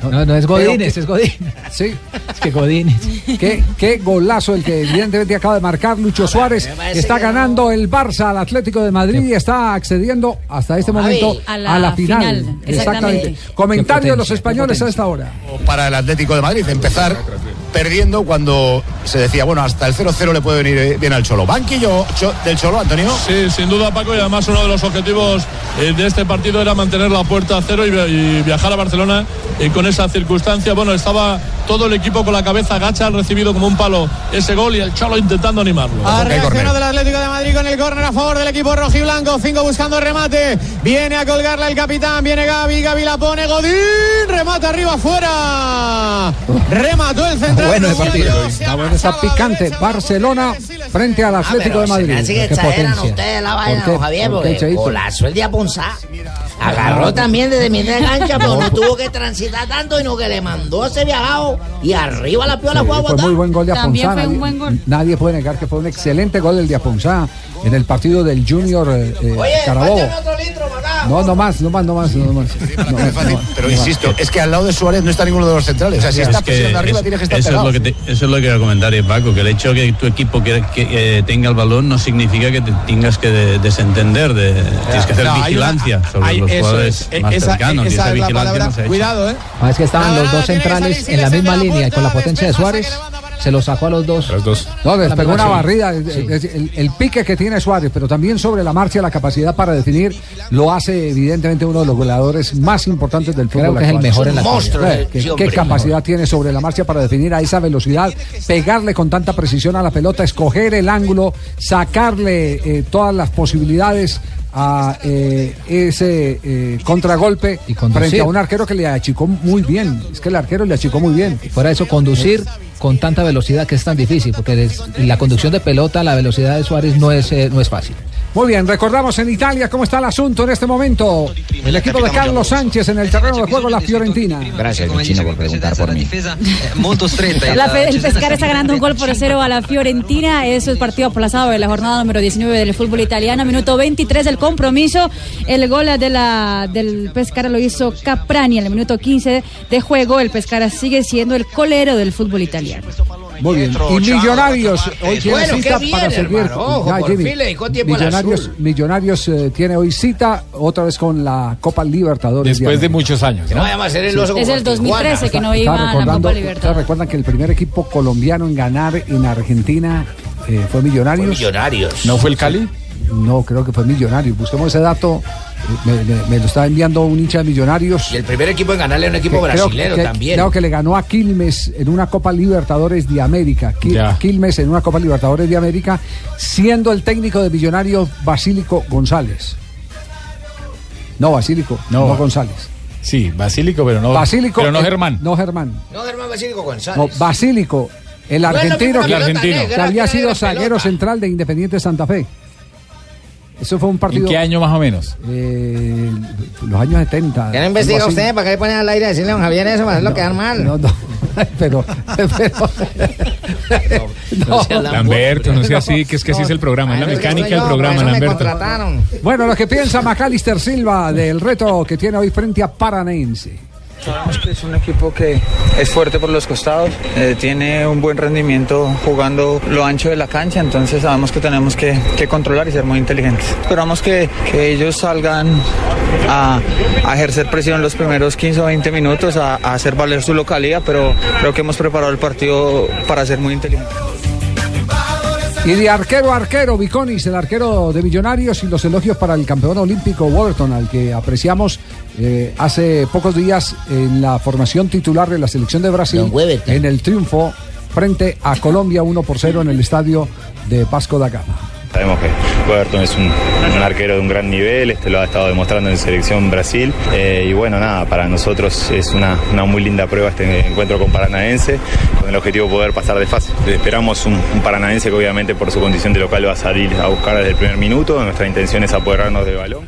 Speaker 14: No, no es
Speaker 13: Pero
Speaker 14: Godínez,
Speaker 13: que-
Speaker 14: es Godínez.
Speaker 13: Sí. Es que Godínez. Qué, qué golazo el que evidentemente acaba de marcar Lucho Suárez.
Speaker 14: me parece
Speaker 13: Está
Speaker 14: que no.
Speaker 13: ganando el Barça al Atlético de Madrid y está accediendo hasta este
Speaker 27: Javi,
Speaker 13: momento
Speaker 27: a
Speaker 13: a
Speaker 27: la
Speaker 13: la, final.
Speaker 27: final, exactamente.
Speaker 13: Comentario
Speaker 27: Qué
Speaker 13: de los
Speaker 27: potencia,
Speaker 13: españoles
Speaker 27: qué
Speaker 13: a esta hora.
Speaker 27: para el Atlético de Madrid empezar perdiendo cuando se decía, bueno, hasta el 0-0 le puede venir eh, bien al Cholo. Banquillo Cho- del Cholo, Antonio.
Speaker 28: Sí, sin duda Paco, y además uno de los objetivos eh, de este partido era mantener la puerta a cero y, via- y viajar a Barcelona eh, con esa circunstancia. Bueno, estaba todo el equipo con la cabeza gacha, han recibido como un palo ese gol y el Cholo intentando animarlo.
Speaker 26: Ha reaccionado el Atlético de Madrid con el córner a favor del equipo rojiblanco. Cinco buscando remate. Viene a colgarla el capitán. Viene Gaby. Gaby la pone. Godín. Remate arriba afuera. Remató el central.
Speaker 13: Bueno el
Speaker 26: uruguayo.
Speaker 13: partido. Está, bueno, está picante. Barcelona frente
Speaker 9: ah,
Speaker 13: al Atlético de Madrid.
Speaker 9: Así que
Speaker 13: Qué
Speaker 9: exageran
Speaker 13: potencia.
Speaker 9: ustedes la
Speaker 13: ¿Por
Speaker 9: vaina,
Speaker 13: qué? Ah,
Speaker 9: don Javier,
Speaker 13: ¿Por qué,
Speaker 20: ¿eh?
Speaker 9: porque
Speaker 13: Cheito?
Speaker 9: golazo el día Ponzá. Agarró también desde mitad de cancha, pero
Speaker 20: No,
Speaker 9: no
Speaker 20: pues-
Speaker 9: tuvo que transitar tanto, sino que le mandó ese viajado y arriba la piola
Speaker 13: Sí,
Speaker 9: fue a
Speaker 13: fue
Speaker 9: botar.
Speaker 13: muy buen gol de Aponzá. Nadie, nadie puede negar que fue un excelente gol el de Aponzá en el partido del Junior eh, eh, Carabobo. No, no más, no más, no más, no más. No más, no más.
Speaker 12: Pero insisto, es que al lado de Suárez no está ninguno de los centrales. O sea, si
Speaker 8: Es
Speaker 12: está
Speaker 8: que
Speaker 12: presionando arriba,
Speaker 8: es-
Speaker 12: tiene que estar
Speaker 8: eso es,
Speaker 12: pegado.
Speaker 8: lo que te- eso es lo que iba a comentar, eh, Paco, que el hecho que tu equipo que, que, eh, tenga el balón no significa que te tengas que de- desentender, de, tienes que hacer
Speaker 29: No, hay una-
Speaker 8: vigilancia sobre
Speaker 29: hay-
Speaker 8: los
Speaker 29: eso
Speaker 8: jugadores
Speaker 12: e-,
Speaker 29: es, eh,
Speaker 8: más
Speaker 29: esa-
Speaker 8: cercanos.
Speaker 29: esa
Speaker 8: y esa
Speaker 29: es la
Speaker 8: vigilancia
Speaker 29: palabra.
Speaker 8: no se ha hecho.
Speaker 29: Cuidado, ¿eh?
Speaker 14: Ah, es que estaban los dos centrales en la misma línea y con la potencia de Suárez se los sacó a los dos.
Speaker 13: No, les
Speaker 14: La
Speaker 13: pegó
Speaker 14: misma
Speaker 13: una
Speaker 14: acción.
Speaker 13: barrida. eh, eh, El, el pique que tiene Suárez, pero también sobre la marcha, la capacidad para definir, lo hace evidentemente uno de los goleadores más importantes del fútbol.
Speaker 14: que es el
Speaker 13: actual.
Speaker 14: mejor en la Monstruo,
Speaker 13: Eh,
Speaker 14: eh,
Speaker 13: ¿Qué,
Speaker 14: sí,
Speaker 13: qué
Speaker 14: hombre.
Speaker 13: capacidad tiene sobre la marcha para definir a esa velocidad, pegarle con tanta precisión a la pelota, escoger el ángulo, sacarle eh, todas las posibilidades a eh, ese eh, contragolpe frente a un arquero que le achicó muy bien. Es que el arquero le achicó muy bien.
Speaker 14: Fuera de eso, conducir con tanta velocidad que es tan difícil, porque es- la conducción de pelota, la velocidad de Suárez no es, eh, no es fácil.
Speaker 13: Muy bien, recordamos en Italia cómo está el asunto en este momento. El equipo de Carlos Sánchez en el terreno de juego, la Fiorentina.
Speaker 20: Gracias, Luchino, por preguntar por mí.
Speaker 30: molto stretta.
Speaker 11: La Fe- el Pescara está ganando un gol por cero a la Fiorentina. Eso es partido aplazado de la jornada número 19 del fútbol italiano. Minuto 23 del compromiso. El gol de la, del Pescara lo hizo Caprani en el minuto 15 de juego. El Pescara sigue siendo el colero del fútbol italiano.
Speaker 13: Muy bien. Y Millonarios hoy tiene
Speaker 9: Bueno, qué
Speaker 13: cita
Speaker 9: bien,
Speaker 13: para seguir.
Speaker 9: hermano. Ojo,
Speaker 13: Ya,
Speaker 9: por
Speaker 13: Jimmy.
Speaker 9: fin le dedicó tiempo al
Speaker 13: Millonarios,
Speaker 9: azul.
Speaker 13: Millonarios eh, tiene hoy cita otra vez con la Copa Libertadores.
Speaker 10: Después de
Speaker 13: América.
Speaker 10: muchos años.
Speaker 13: Que no
Speaker 10: ¿no?
Speaker 13: vaya a ser el
Speaker 10: Sí.
Speaker 13: oso como
Speaker 11: Desde el 2013 que no
Speaker 13: Está
Speaker 11: iba a la
Speaker 13: recordando-
Speaker 11: Copa Libertadores.
Speaker 13: ustedes recuerdan que el primer equipo colombiano en ganar en Argentina eh, fue Millonarios.
Speaker 10: Fue Millonarios. ¿No fue el Cali?
Speaker 13: No, creo que fue Millonarios. Busquemos ese dato. eh, Me, me- me lo está enviando un hincha de Millonarios.
Speaker 31: Y el primer equipo en ganarle a un equipo
Speaker 13: Que creo
Speaker 31: brasilero
Speaker 13: que-
Speaker 31: también.
Speaker 13: Creo que le ganó a Quilmes en una Copa Libertadores de América. Qui-
Speaker 31: Ya.
Speaker 13: Quilmes en una Copa Libertadores de América, siendo el técnico de Millonarios Basílico González. No, Basílico, no,
Speaker 10: No.
Speaker 13: González.
Speaker 10: Sí, Basílico, pero no,
Speaker 13: Basílico,
Speaker 10: pero no
Speaker 13: eh,
Speaker 10: Germán.
Speaker 13: No, Germán.
Speaker 31: No, Germán Basílico
Speaker 13: No,
Speaker 31: González.
Speaker 13: Basílico, el
Speaker 31: No es lo
Speaker 13: argentino,
Speaker 31: mismo
Speaker 13: que,
Speaker 31: la pelota
Speaker 10: argentino.
Speaker 31: negra
Speaker 13: que había
Speaker 31: que
Speaker 13: sido
Speaker 31: la
Speaker 13: zaguero
Speaker 31: pelota.
Speaker 13: central de Independiente Santa Fe. Eso fue un partido.
Speaker 10: ¿En qué año más o menos?
Speaker 13: Eh, los años 70.
Speaker 20: ¿Quién
Speaker 13: algo
Speaker 20: investiga
Speaker 13: así.
Speaker 20: usted? ¿Para qué le ponen al aire a decirle a don Javier eso? Para hacerlo quedar mal.
Speaker 13: No, no. Pero. pero
Speaker 32: No, Lamberto, no sea así, que es que así es el programa, es la
Speaker 20: Ay, no,
Speaker 32: mecánica
Speaker 20: yo,
Speaker 32: del
Speaker 20: por
Speaker 32: programa,
Speaker 20: eso me
Speaker 32: Lamberto.
Speaker 20: contrataron.
Speaker 13: Bueno, lo que piensa Macalister Silva del reto que tiene hoy frente a Paranense.
Speaker 33: Sabemos que Es un equipo que es fuerte por los costados, eh, tiene un buen rendimiento jugando lo ancho de la cancha, entonces sabemos que tenemos que, que controlar y ser muy inteligentes. Esperamos que, que ellos salgan a, a ejercer presión los primeros 15 o 20 minutos, a, a hacer valer su localidad, pero creo que hemos preparado el partido para ser muy inteligentes.
Speaker 13: Y de arquero a arquero, Viconis, el arquero de Millonarios y los elogios para el campeón olímpico Wolverton, al que apreciamos eh, hace pocos días en la formación titular de la selección de Brasil en el triunfo frente a Colombia 1 por 0 en el estadio de Vasco da Gama.
Speaker 34: Sabemos que Roberto es un, un arquero de un gran nivel, este lo ha estado demostrando en selección Brasil. eh, y bueno, nada, para nosotros es una, una muy linda prueba este encuentro con Paranaense, con el objetivo de poder pasar de fase. Esperamos un, un Paranaense que obviamente por su condición de local va a salir a buscar desde el primer minuto. Nuestra intención es apoderarnos del balón.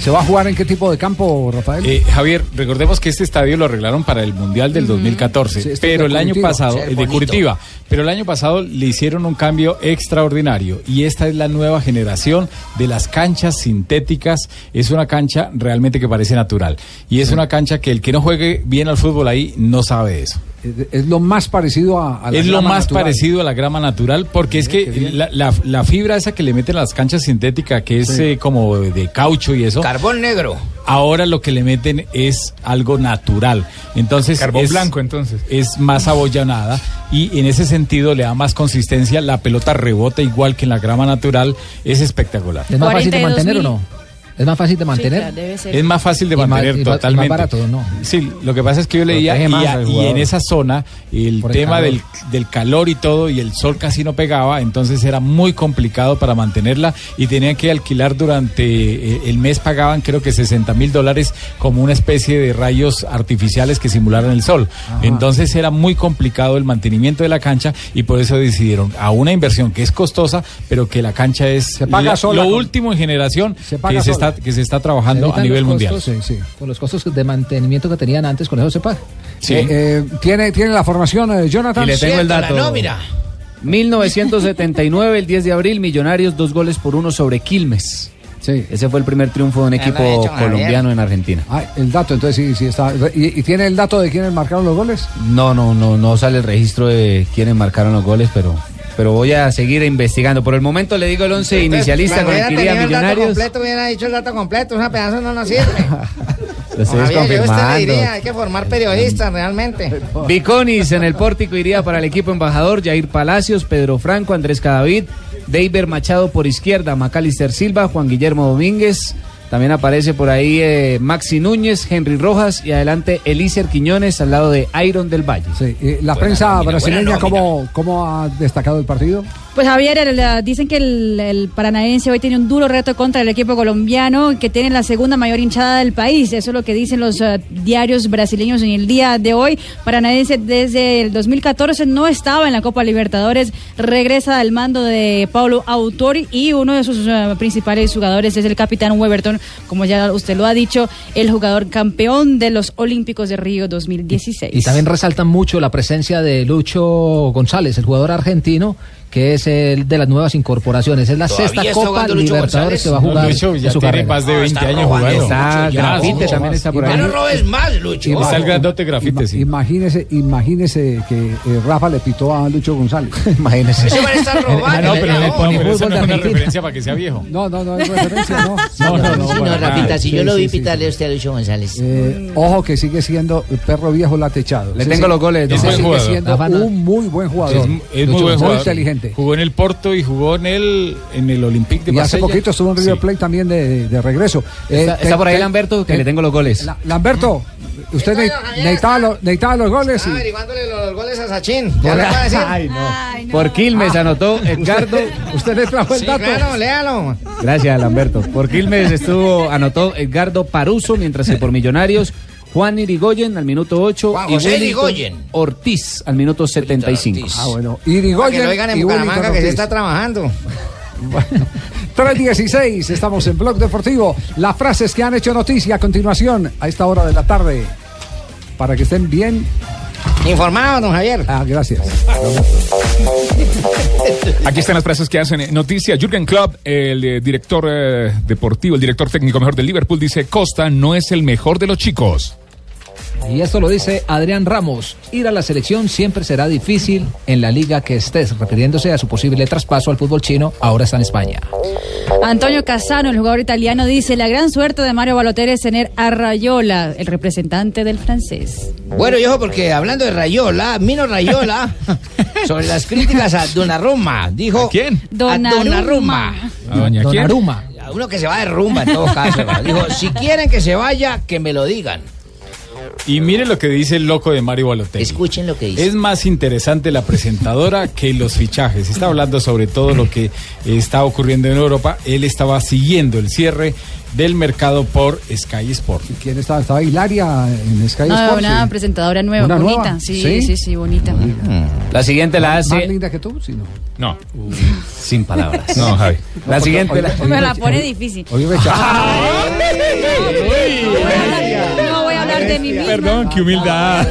Speaker 13: ¿Se va a jugar en qué tipo de campo, Rafael?
Speaker 10: Eh, Javier, recordemos que este estadio lo arreglaron para el Mundial del 2014,
Speaker 13: Mm. Sí, este
Speaker 10: pero
Speaker 13: es de
Speaker 10: el año
Speaker 13: Curitiba.
Speaker 10: pasado,
Speaker 13: Sí,
Speaker 10: el de
Speaker 13: bonito.
Speaker 10: Curitiba, pero el año pasado le hicieron un cambio extraordinario y esta es la nueva generación de las canchas sintéticas. Es una cancha realmente que parece natural y es una cancha que el que no juegue bien al fútbol ahí no sabe de eso.
Speaker 13: Eh, Es lo más parecido a, a la
Speaker 10: Es lo
Speaker 13: grama
Speaker 10: más
Speaker 13: natural.
Speaker 10: parecido a la grama natural porque es que la, la- la fibra esa que le meten a las canchas sintéticas, que es
Speaker 13: Sí.
Speaker 10: eh, como de caucho y eso. Carbón negro. Ahora lo que le meten es algo natural. Entonces
Speaker 32: Carbón
Speaker 10: es-
Speaker 32: blanco, entonces.
Speaker 10: es más abollonada y en ese sentido le da más consistencia, la pelota rebota igual que en la grama natural, es espectacular.
Speaker 14: ¿Es más fácil de
Speaker 11: 42.000.
Speaker 14: mantener o no? ¿Es más fácil de mantener?
Speaker 11: claro, debe ser.
Speaker 10: Es más fácil de
Speaker 14: Y más-
Speaker 10: mantener
Speaker 14: y más- y más
Speaker 10: totalmente.
Speaker 14: barato, ¿no?
Speaker 10: Sí, lo que pasa es que yo leía
Speaker 14: Protege
Speaker 10: y,
Speaker 14: más
Speaker 10: a-
Speaker 14: al
Speaker 10: y
Speaker 14: jugador.
Speaker 10: en esa zona el
Speaker 14: Por el
Speaker 10: tema
Speaker 14: calor.
Speaker 10: Del, del calor y todo y el sol casi no pegaba, entonces era muy complicado para mantenerla y tenían que alquilar durante eh, el mes pagaban creo que 60 mil dólares como una especie de rayos artificiales que simularan el sol. Entonces era muy complicado el mantenimiento de la cancha y por eso decidieron a una inversión que es costosa, pero que la cancha es
Speaker 13: paga
Speaker 10: la-
Speaker 13: sola
Speaker 10: lo
Speaker 13: con-
Speaker 10: último en generación
Speaker 13: paga
Speaker 10: que
Speaker 13: sola.
Speaker 10: se está, que se está trabajando a
Speaker 14: evitan
Speaker 10: nivel
Speaker 14: los
Speaker 10: mundial.
Speaker 14: costos, Por los costos de mantenimiento que tenían antes con eso se paga.
Speaker 10: Sí.
Speaker 13: Eh, eh, ¿tiene, ¿Tiene la formación, eh, Jonathan?
Speaker 15: Y le tengo el dato. 1979, el 10 de abril, Millonarios, dos goles por uno sobre Quilmes. Ese fue el primer triunfo de
Speaker 13: Ya
Speaker 15: un
Speaker 13: lo he
Speaker 15: equipo
Speaker 13: hecho, Javier.
Speaker 15: colombiano en Argentina.
Speaker 13: Ah, el dato, entonces sí, sí está. ¿Y, y tiene el dato de quiénes marcaron los goles?
Speaker 15: No, no, no, no sale el registro de quiénes marcaron los goles, pero, pero voy a seguir investigando. Por el momento le digo el once inicialista con
Speaker 23: Cuando
Speaker 15: el
Speaker 23: hubiera
Speaker 15: que iría
Speaker 23: tenido el dato
Speaker 15: Millonarios.
Speaker 23: completo, hubiera dicho el dato completo. Una pedazo no nos sirve.
Speaker 15: Lo estoy
Speaker 23: Javier, yo a usted le
Speaker 15: confirmando.
Speaker 23: diría, hay que formar
Speaker 13: Mm.
Speaker 23: periodistas realmente.
Speaker 15: Viconis en el pórtico iría para el equipo embajador, Jair Palacios, Pedro Franco, Andrés Cadavid, David Machado por izquierda, Macalister Silva, Juan Guillermo Domínguez. También aparece por ahí eh, Maxi Núñez, Henry Rojas y adelante Elícer Quiñones al lado de Iron del Valle.
Speaker 13: eh, ¿La prensa brasileña ¿cómo, cómo ha destacado el partido?
Speaker 11: Pues Javier, el, eh, dicen que el, el paranaense hoy tiene un duro reto contra el equipo colombiano, que tiene la segunda mayor hinchada del país. Eso es lo que dicen los eh, diarios brasileños en el día de hoy. Paranaense desde el 2014 no estaba en la Copa Libertadores, regresa al mando de Paulo Autori y uno de sus eh, principales jugadores es el capitán Weberton, como ya usted lo ha dicho, el jugador campeón de los Olímpicos de Río 2016.
Speaker 14: Y también resaltan mucho la presencia de Lucho González, el jugador argentino, que es el de las nuevas incorporaciones. Es la
Speaker 15: Todavía
Speaker 14: sexta
Speaker 15: está
Speaker 14: Copa
Speaker 15: jugando Lucho
Speaker 14: Libertadores
Speaker 15: González.
Speaker 14: que va a jugar.
Speaker 15: No, Lucho ya
Speaker 14: en su
Speaker 15: tiene
Speaker 14: carrera.
Speaker 15: más de No, 20 está años robando jugando.
Speaker 14: Está
Speaker 15: mucho, ya,
Speaker 14: Grafite
Speaker 15: mucho
Speaker 14: también
Speaker 15: más.
Speaker 14: está por
Speaker 15: Ya
Speaker 14: ahí.
Speaker 15: no
Speaker 13: robes
Speaker 23: más, Lucho.
Speaker 13: Y
Speaker 10: Está el
Speaker 13: bajo-
Speaker 10: grandote Este grafite,
Speaker 13: Ima-
Speaker 10: sí.
Speaker 13: Imagínese, imagínese que eh, Rafa le pitó a Lucho González. imagínese.
Speaker 10: Ese man está robando. Ah, no, pero en el ponifútbol de Argentina.
Speaker 13: No, no, no, es referencia, no.
Speaker 10: No, no, no,
Speaker 13: Sí,
Speaker 10: para nada.
Speaker 13: Rafita,
Speaker 10: Sí, sí, sí,
Speaker 13: pitarle a usted a Lucho González. Eh, ojo que sigue siendo el perro viejo latechado.
Speaker 10: Le tengo los goles,
Speaker 13: Ese
Speaker 10: es buen
Speaker 13: sigue
Speaker 10: jugador.
Speaker 13: siendo
Speaker 10: Rafa, no.
Speaker 13: un muy buen jugador.
Speaker 10: Es, es muy
Speaker 13: Lucho
Speaker 10: buen
Speaker 13: González,
Speaker 10: jugador.
Speaker 13: inteligente.
Speaker 10: Jugó en el Porto y jugó en el, en el Olympique de
Speaker 13: Y hace
Speaker 10: Marsella.
Speaker 13: poquito estuvo en River
Speaker 10: Sí.
Speaker 13: Plate también de, de- de regreso. Eh,
Speaker 10: Está- está por ahí
Speaker 15: Lamberto, que le tengo los goles.
Speaker 13: La- Lamberto, usted ne- necesitaba, los, necesitaba los goles. y-
Speaker 23: Averiguándole los, los goles a Sachin.
Speaker 13: Por-
Speaker 23: ¿Ya le va a decir?
Speaker 13: Ay,
Speaker 15: Por Quilmes anotó Edgardo.
Speaker 13: Ah. Usted le trajo el
Speaker 23: Sí,
Speaker 13: dato.
Speaker 23: claro, léalo.
Speaker 15: Gracias, Lamberto. Por Quilmes estuvo, anotó Edgardo Paruso, mientras que por Millonarios, Juan Irigoyen al minuto 8
Speaker 23: Juan
Speaker 15: y
Speaker 23: José
Speaker 15: Wellington
Speaker 23: Irigoyen.
Speaker 15: Ortiz al minuto 75.
Speaker 13: Ah, bueno.
Speaker 23: Para que
Speaker 13: Irigoyen
Speaker 23: lo oigan en
Speaker 13: y
Speaker 23: Bucaramanga
Speaker 13: Wellington
Speaker 23: que se
Speaker 13: Ortiz.
Speaker 23: está trabajando.
Speaker 13: 3.16, estamos en Blog Deportivo. Las frases que han hecho noticia a continuación, a esta hora de la tarde, para que estén bien
Speaker 23: informados, don Javier.
Speaker 13: Ah, gracias.
Speaker 32: Aquí están las frases que hacen eh, noticia. Jürgen Klopp, el eh, director eh, deportivo, el director técnico mejor del Liverpool, dice Costa no es el mejor de los chicos.
Speaker 14: Y esto lo dice Adrián Ramos. Ir a la selección siempre será difícil en la liga que estés, refiriéndose a su posible traspaso al fútbol chino. Ahora está en España.
Speaker 11: Antonio Casano, el jugador italiano, dice la gran suerte de Mario Balotelli es tener a Rayola, el representante del francés.
Speaker 9: Bueno, yo porque hablando de Rayola, Mino Rayola, sobre las críticas a Donnarumma, dijo... quién?
Speaker 11: Donnarumma.
Speaker 32: ¿A doña quién?
Speaker 9: A uno que se va de rumba en todo caso. hermano. Dijo, si quieren que se vaya, que me lo digan.
Speaker 10: Y mire lo que dice el loco de Mario Balotelli.
Speaker 9: Escuchen lo que dice.
Speaker 10: Es más interesante la presentadora que los fichajes. Está hablando sobre todo lo que está ocurriendo en Europa. Él estaba siguiendo el cierre del mercado por Sky Sport.
Speaker 13: ¿Quién estaba? Estaba Hilaria en Sky
Speaker 11: No,
Speaker 13: Sports.
Speaker 11: Ah, una
Speaker 13: sí.
Speaker 11: presentadora nueva,
Speaker 13: ¿Una
Speaker 11: bonita.
Speaker 13: nueva?
Speaker 11: Sí,
Speaker 13: ¿Sí?
Speaker 11: sí, sí, bonita.
Speaker 9: Mm.
Speaker 15: La siguiente la
Speaker 13: Más- Más
Speaker 15: hace.
Speaker 13: linda que tú, sí, no.
Speaker 32: No.
Speaker 15: Sin palabras.
Speaker 32: No, Javi.
Speaker 15: La siguiente la.
Speaker 11: Me la pone difícil.
Speaker 13: Oye,
Speaker 11: No voy a hablar de mi misma.
Speaker 32: Perdón, qué humildad.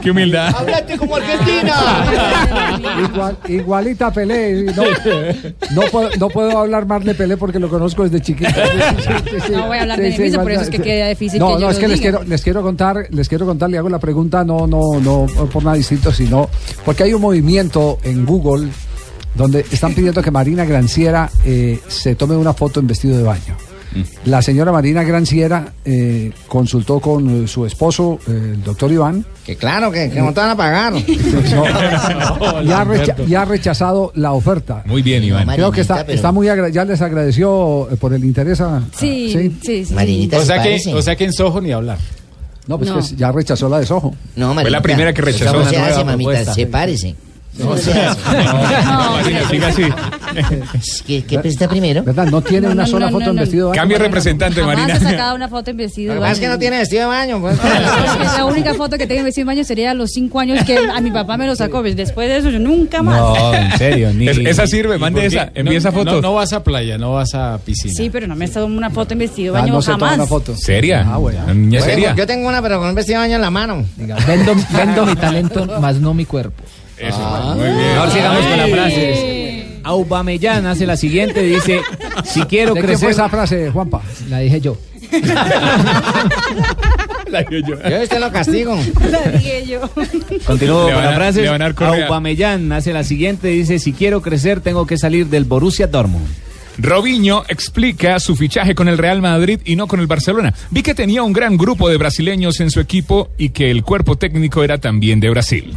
Speaker 32: qué humildad.
Speaker 9: ¡Háblate como Argentina!
Speaker 13: Igual- igualita a Pelé. No, no, puedo, no puedo hablar más de Pelé porque lo conozco desde chiquito.
Speaker 11: No voy a hablar de
Speaker 13: Sí,
Speaker 11: mi
Speaker 13: sí, igual-
Speaker 11: misma, por eso es que
Speaker 13: sí.
Speaker 11: queda difícil
Speaker 13: No,
Speaker 11: que yo
Speaker 13: no, es
Speaker 11: lo
Speaker 13: que les
Speaker 11: diga.
Speaker 13: quiero, les quiero contar, les quiero contar, le hago la pregunta, no, no, no por nada distinto, sino porque hay un movimiento en Google donde están pidiendo que Marina Granciera eh, se tome una foto en vestido de baño. La señora Marina Granciera eh, consultó con eh, su esposo, eh, el doctor Iván,
Speaker 23: Que claro, que, que no te van a pagar.
Speaker 13: y ha, recha- y ha rechazado la oferta.
Speaker 32: Muy bien, Iván.
Speaker 13: Creo que está,
Speaker 23: Marinita, pero-
Speaker 13: está muy agra- ya les agradeció eh, por el interés a, a-
Speaker 11: Sí, sí, sí. sí.
Speaker 13: Marinita,
Speaker 10: O sea,
Speaker 13: se
Speaker 10: que,
Speaker 13: parece.
Speaker 10: o sea que en Soho ni hablar.
Speaker 13: No, pues
Speaker 11: No.
Speaker 13: que ya rechazó la de Sojo.
Speaker 9: No,
Speaker 10: Fue la primera que rechazó
Speaker 9: Estamos
Speaker 10: la
Speaker 9: ya,
Speaker 10: nueva
Speaker 9: sí, mamita,
Speaker 10: propuesta.
Speaker 9: se parece.
Speaker 13: No, siga así.
Speaker 35: ¿Qué, qué presta primero?
Speaker 13: ¿Verdad? No tiene
Speaker 35: No,
Speaker 13: una
Speaker 35: no,
Speaker 13: sola
Speaker 35: no,
Speaker 13: foto
Speaker 35: no,
Speaker 13: en
Speaker 35: no.
Speaker 13: vestido de baño.
Speaker 35: Cambie
Speaker 13: representante,
Speaker 11: Jamás he sacado una foto en vestido
Speaker 35: Lo
Speaker 11: de
Speaker 35: que pasa es que
Speaker 11: baño.
Speaker 35: no tiene vestido de baño. pues.
Speaker 11: Es La única foto que tengo en vestido de baño sería a los cinco años que a mi papá me lo sacó. pues, Después de eso, yo nunca más.
Speaker 10: en serio.
Speaker 32: Es- esa sirve, mande
Speaker 10: ¿por qué?
Speaker 32: esa, envíe
Speaker 10: No,
Speaker 32: esa foto.
Speaker 10: No, no vas a playa, no vas a piscina.
Speaker 11: Sí, pero no me he estado en una foto en
Speaker 9: Ah,
Speaker 11: vestido de baño jamás.
Speaker 32: ¿Seria?
Speaker 10: Ah, bueno.
Speaker 32: Niña
Speaker 10: Bueno,
Speaker 32: seria.
Speaker 9: yo-
Speaker 35: Yo tengo una, pero con un vestido de baño en la mano.
Speaker 14: Vendo, vendo mi talento, más no mi cuerpo.
Speaker 13: Ah.
Speaker 28: muy bien.
Speaker 14: Ahora
Speaker 28: sigamos con
Speaker 14: las
Speaker 28: las
Speaker 14: frases.
Speaker 15: Aubameyang hace la siguiente, dice, si
Speaker 13: ¿De
Speaker 15: quiero
Speaker 13: quién
Speaker 15: crecer...
Speaker 13: fue esa frase, Juanpa?
Speaker 14: La dije yo.
Speaker 35: Yo a
Speaker 23: este
Speaker 35: usted lo castigo.
Speaker 15: Continúo con
Speaker 35: Le van
Speaker 15: la
Speaker 35: a-
Speaker 15: frase.
Speaker 35: le van a dar correa.
Speaker 15: Aubameyang hace la siguiente, dice, si quiero crecer tengo que salir del Borussia Dortmund.
Speaker 32: Robinho explica su fichaje con el Real Madrid y no con el Barcelona. Vi que tenía un gran grupo de brasileños en su equipo y que el cuerpo técnico era también de Brasil.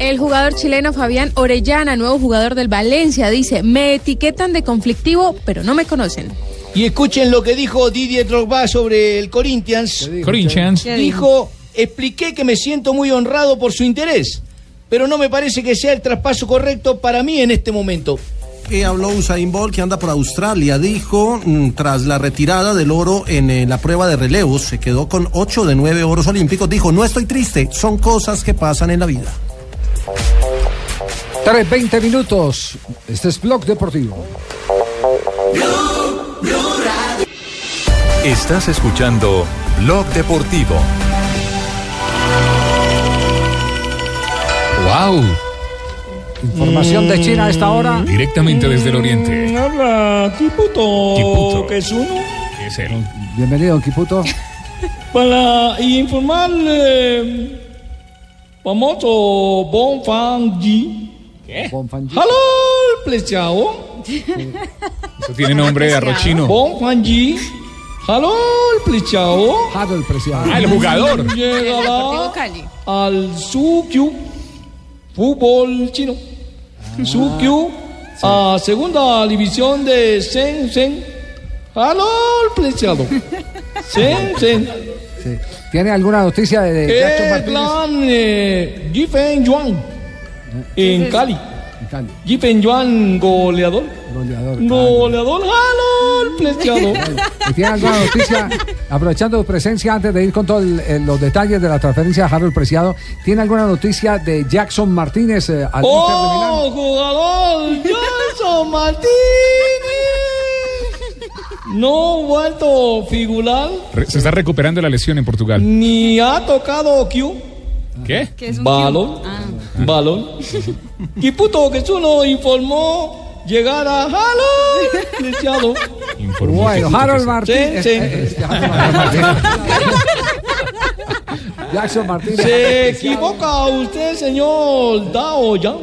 Speaker 17: El jugador chileno Fabián Orellana, nuevo jugador del Valencia, dice, me etiquetan de conflictivo, pero no me conocen. Y escuchen lo que dijo Didier Drogba sobre el Corinthians.
Speaker 32: Corinthians.
Speaker 17: Dijo, expliqué que me siento muy honrado por su interés, pero no me parece que sea el traspaso correcto para mí en este momento.
Speaker 12: que habló Usain Bolt, que anda por Australia, dijo, mm, tras la retirada del oro en eh, la prueba de relevos, se quedó con 8 de 9 oros olímpicos, dijo, no estoy triste, son cosas que pasan en la vida.
Speaker 13: 3.20 minutos. Este es Blog Deportivo.
Speaker 3: Estás escuchando Blog Deportivo.
Speaker 32: ¡Wow!
Speaker 13: Información de China a esta hora.
Speaker 32: Mm. Directamente desde el oriente.
Speaker 18: Habla Kiputo, que es uno.
Speaker 32: ¿Qué es él?
Speaker 13: Bienvenido, don Quiputo.
Speaker 18: Para informarle, famoso Bon Fang Ji. ¿Qué? ¡Halo, plechao!
Speaker 32: Eso tiene nombre de arroz chino.
Speaker 18: Bon Fang Ji. ¡Halo, plechao!
Speaker 13: ¡Halo, plechao!
Speaker 32: Ah, el jugador.
Speaker 18: Llegará al Sukyu fútbol chino.
Speaker 13: Ah,
Speaker 18: Sukyu a segunda división de Shenzhen. ¡Halo, plechao! Shenzhen.
Speaker 13: Sí. ¿Tiene alguna noticia de, de Jackson
Speaker 18: El
Speaker 13: Martínez?
Speaker 18: gran eh, Giffen Yuan en
Speaker 13: Sí.
Speaker 18: Cali.
Speaker 13: Cali.
Speaker 18: Giffen Yuan, goleador.
Speaker 13: Goleador.
Speaker 18: Goleador, jalón, plechado.
Speaker 13: ¿Y tiene alguna noticia? Aprovechando tu presencia, antes de ir con todos los detalles de la transferencia de Harold Preciado, ¿tiene alguna noticia de Jackson Martínez eh, al
Speaker 18: ¡Oh, jugador! ¡Johnson Martínez! No ha vuelto a figurar
Speaker 32: Re- Se está recuperando la lesión en Portugal.
Speaker 18: ni ha tocado Q.
Speaker 32: ¿Qué?
Speaker 18: Balón.
Speaker 32: Ah.
Speaker 18: Balón. Kiputo que uno informó llegar a jalón, plechado.
Speaker 13: Inter Bueno, Harold Martínez.
Speaker 18: Sí, sí.
Speaker 13: eh, este, Harold Martínez. Jackson Martínez.
Speaker 18: Se equivoca usted, señor Dao Yang.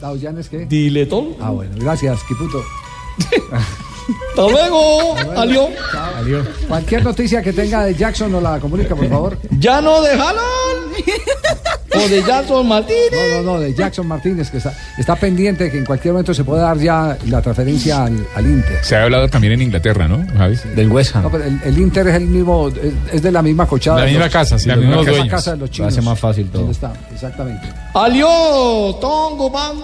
Speaker 13: Daoyan es que.
Speaker 18: Diletón.
Speaker 13: Ah, bueno, gracias, Quiputo.
Speaker 18: Hasta luego, adiós.
Speaker 13: Adiós. Cualquier noticia que tenga de Jackson nos la comunica, por favor.
Speaker 18: Ya no de Haaland. O de Jackson Martínez.
Speaker 13: No, no, no, de Jackson Martínez, que está, está pendiente de que en cualquier momento se pueda dar ya la transferencia al, al Inter.
Speaker 32: Se ha hablado también en Inglaterra, ¿no, Javi?
Speaker 15: Del West
Speaker 13: No, pero el, el Inter es el mismo, es- es de la misma cochada.
Speaker 15: La
Speaker 13: de
Speaker 15: misma
Speaker 13: los-
Speaker 15: casa, sí,
Speaker 13: la
Speaker 15: los
Speaker 13: misma
Speaker 15: mismos
Speaker 13: casa,
Speaker 15: dueños.
Speaker 13: casa de los
Speaker 15: Lo
Speaker 13: chinos.
Speaker 15: hace más fácil todo.
Speaker 13: ¿Dónde está? Exactamente.
Speaker 18: Adiós, Tongo Man.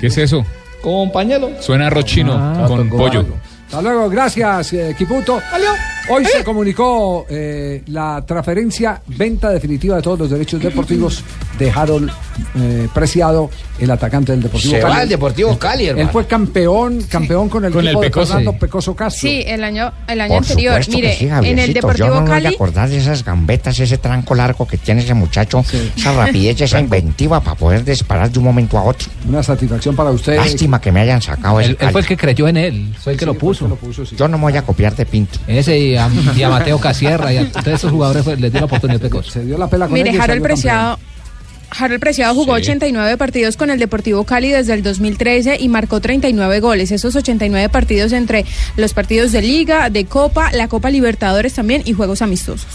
Speaker 32: ¿Qué es eso?
Speaker 18: Compañero.
Speaker 32: Suena
Speaker 13: Ah,
Speaker 32: arroz chino con pollo.
Speaker 13: Hasta luego, gracias, eh, Kiputo. Hoy se comunicó eh, la transferencia, venta definitiva de todos los derechos deportivos de Harold eh, Preciado, el atacante del Deportivo
Speaker 23: Se va
Speaker 13: Cali.
Speaker 23: al Deportivo Cali, hermano.
Speaker 13: Él fue campeón, campeón con el
Speaker 23: Con el
Speaker 13: equipo de
Speaker 23: Pecose.
Speaker 13: Fernando Pecoso Castro.
Speaker 17: Sí, el año, el año
Speaker 23: Por
Speaker 17: anterior.
Speaker 23: supuesto que
Speaker 17: Mire,
Speaker 23: sí,
Speaker 17: en el
Speaker 23: Javiercito,
Speaker 17: Deportivo
Speaker 23: yo no me voy a
Speaker 17: Cali.
Speaker 23: acordar de esas gambetas, ese tranco largo que tiene ese muchacho, esa rapidez, esa inventiva para poder disparar de un momento a otro.
Speaker 13: Una satisfacción para usted.
Speaker 23: Lástima que me hayan sacado ese
Speaker 14: Él, él fue el
Speaker 23: Cali.
Speaker 14: que creyó en él, fue el que lo puso.
Speaker 23: Yo no me voy a copiar de Pinto.
Speaker 14: Ese y a, y a Mateo Casierra y a todos esos jugadores fue- les dio la oportunidad Pecos.
Speaker 13: Se dio la pela
Speaker 17: Mire, Harold Preciado. Harold Preciado jugó
Speaker 14: Sí.
Speaker 17: 89 partidos con el Deportivo Cali desde el 2013 y marcó 39 goles. Esos 89 partidos entre los partidos de Liga, de Copa, la Copa Libertadores también y juegos amistosos.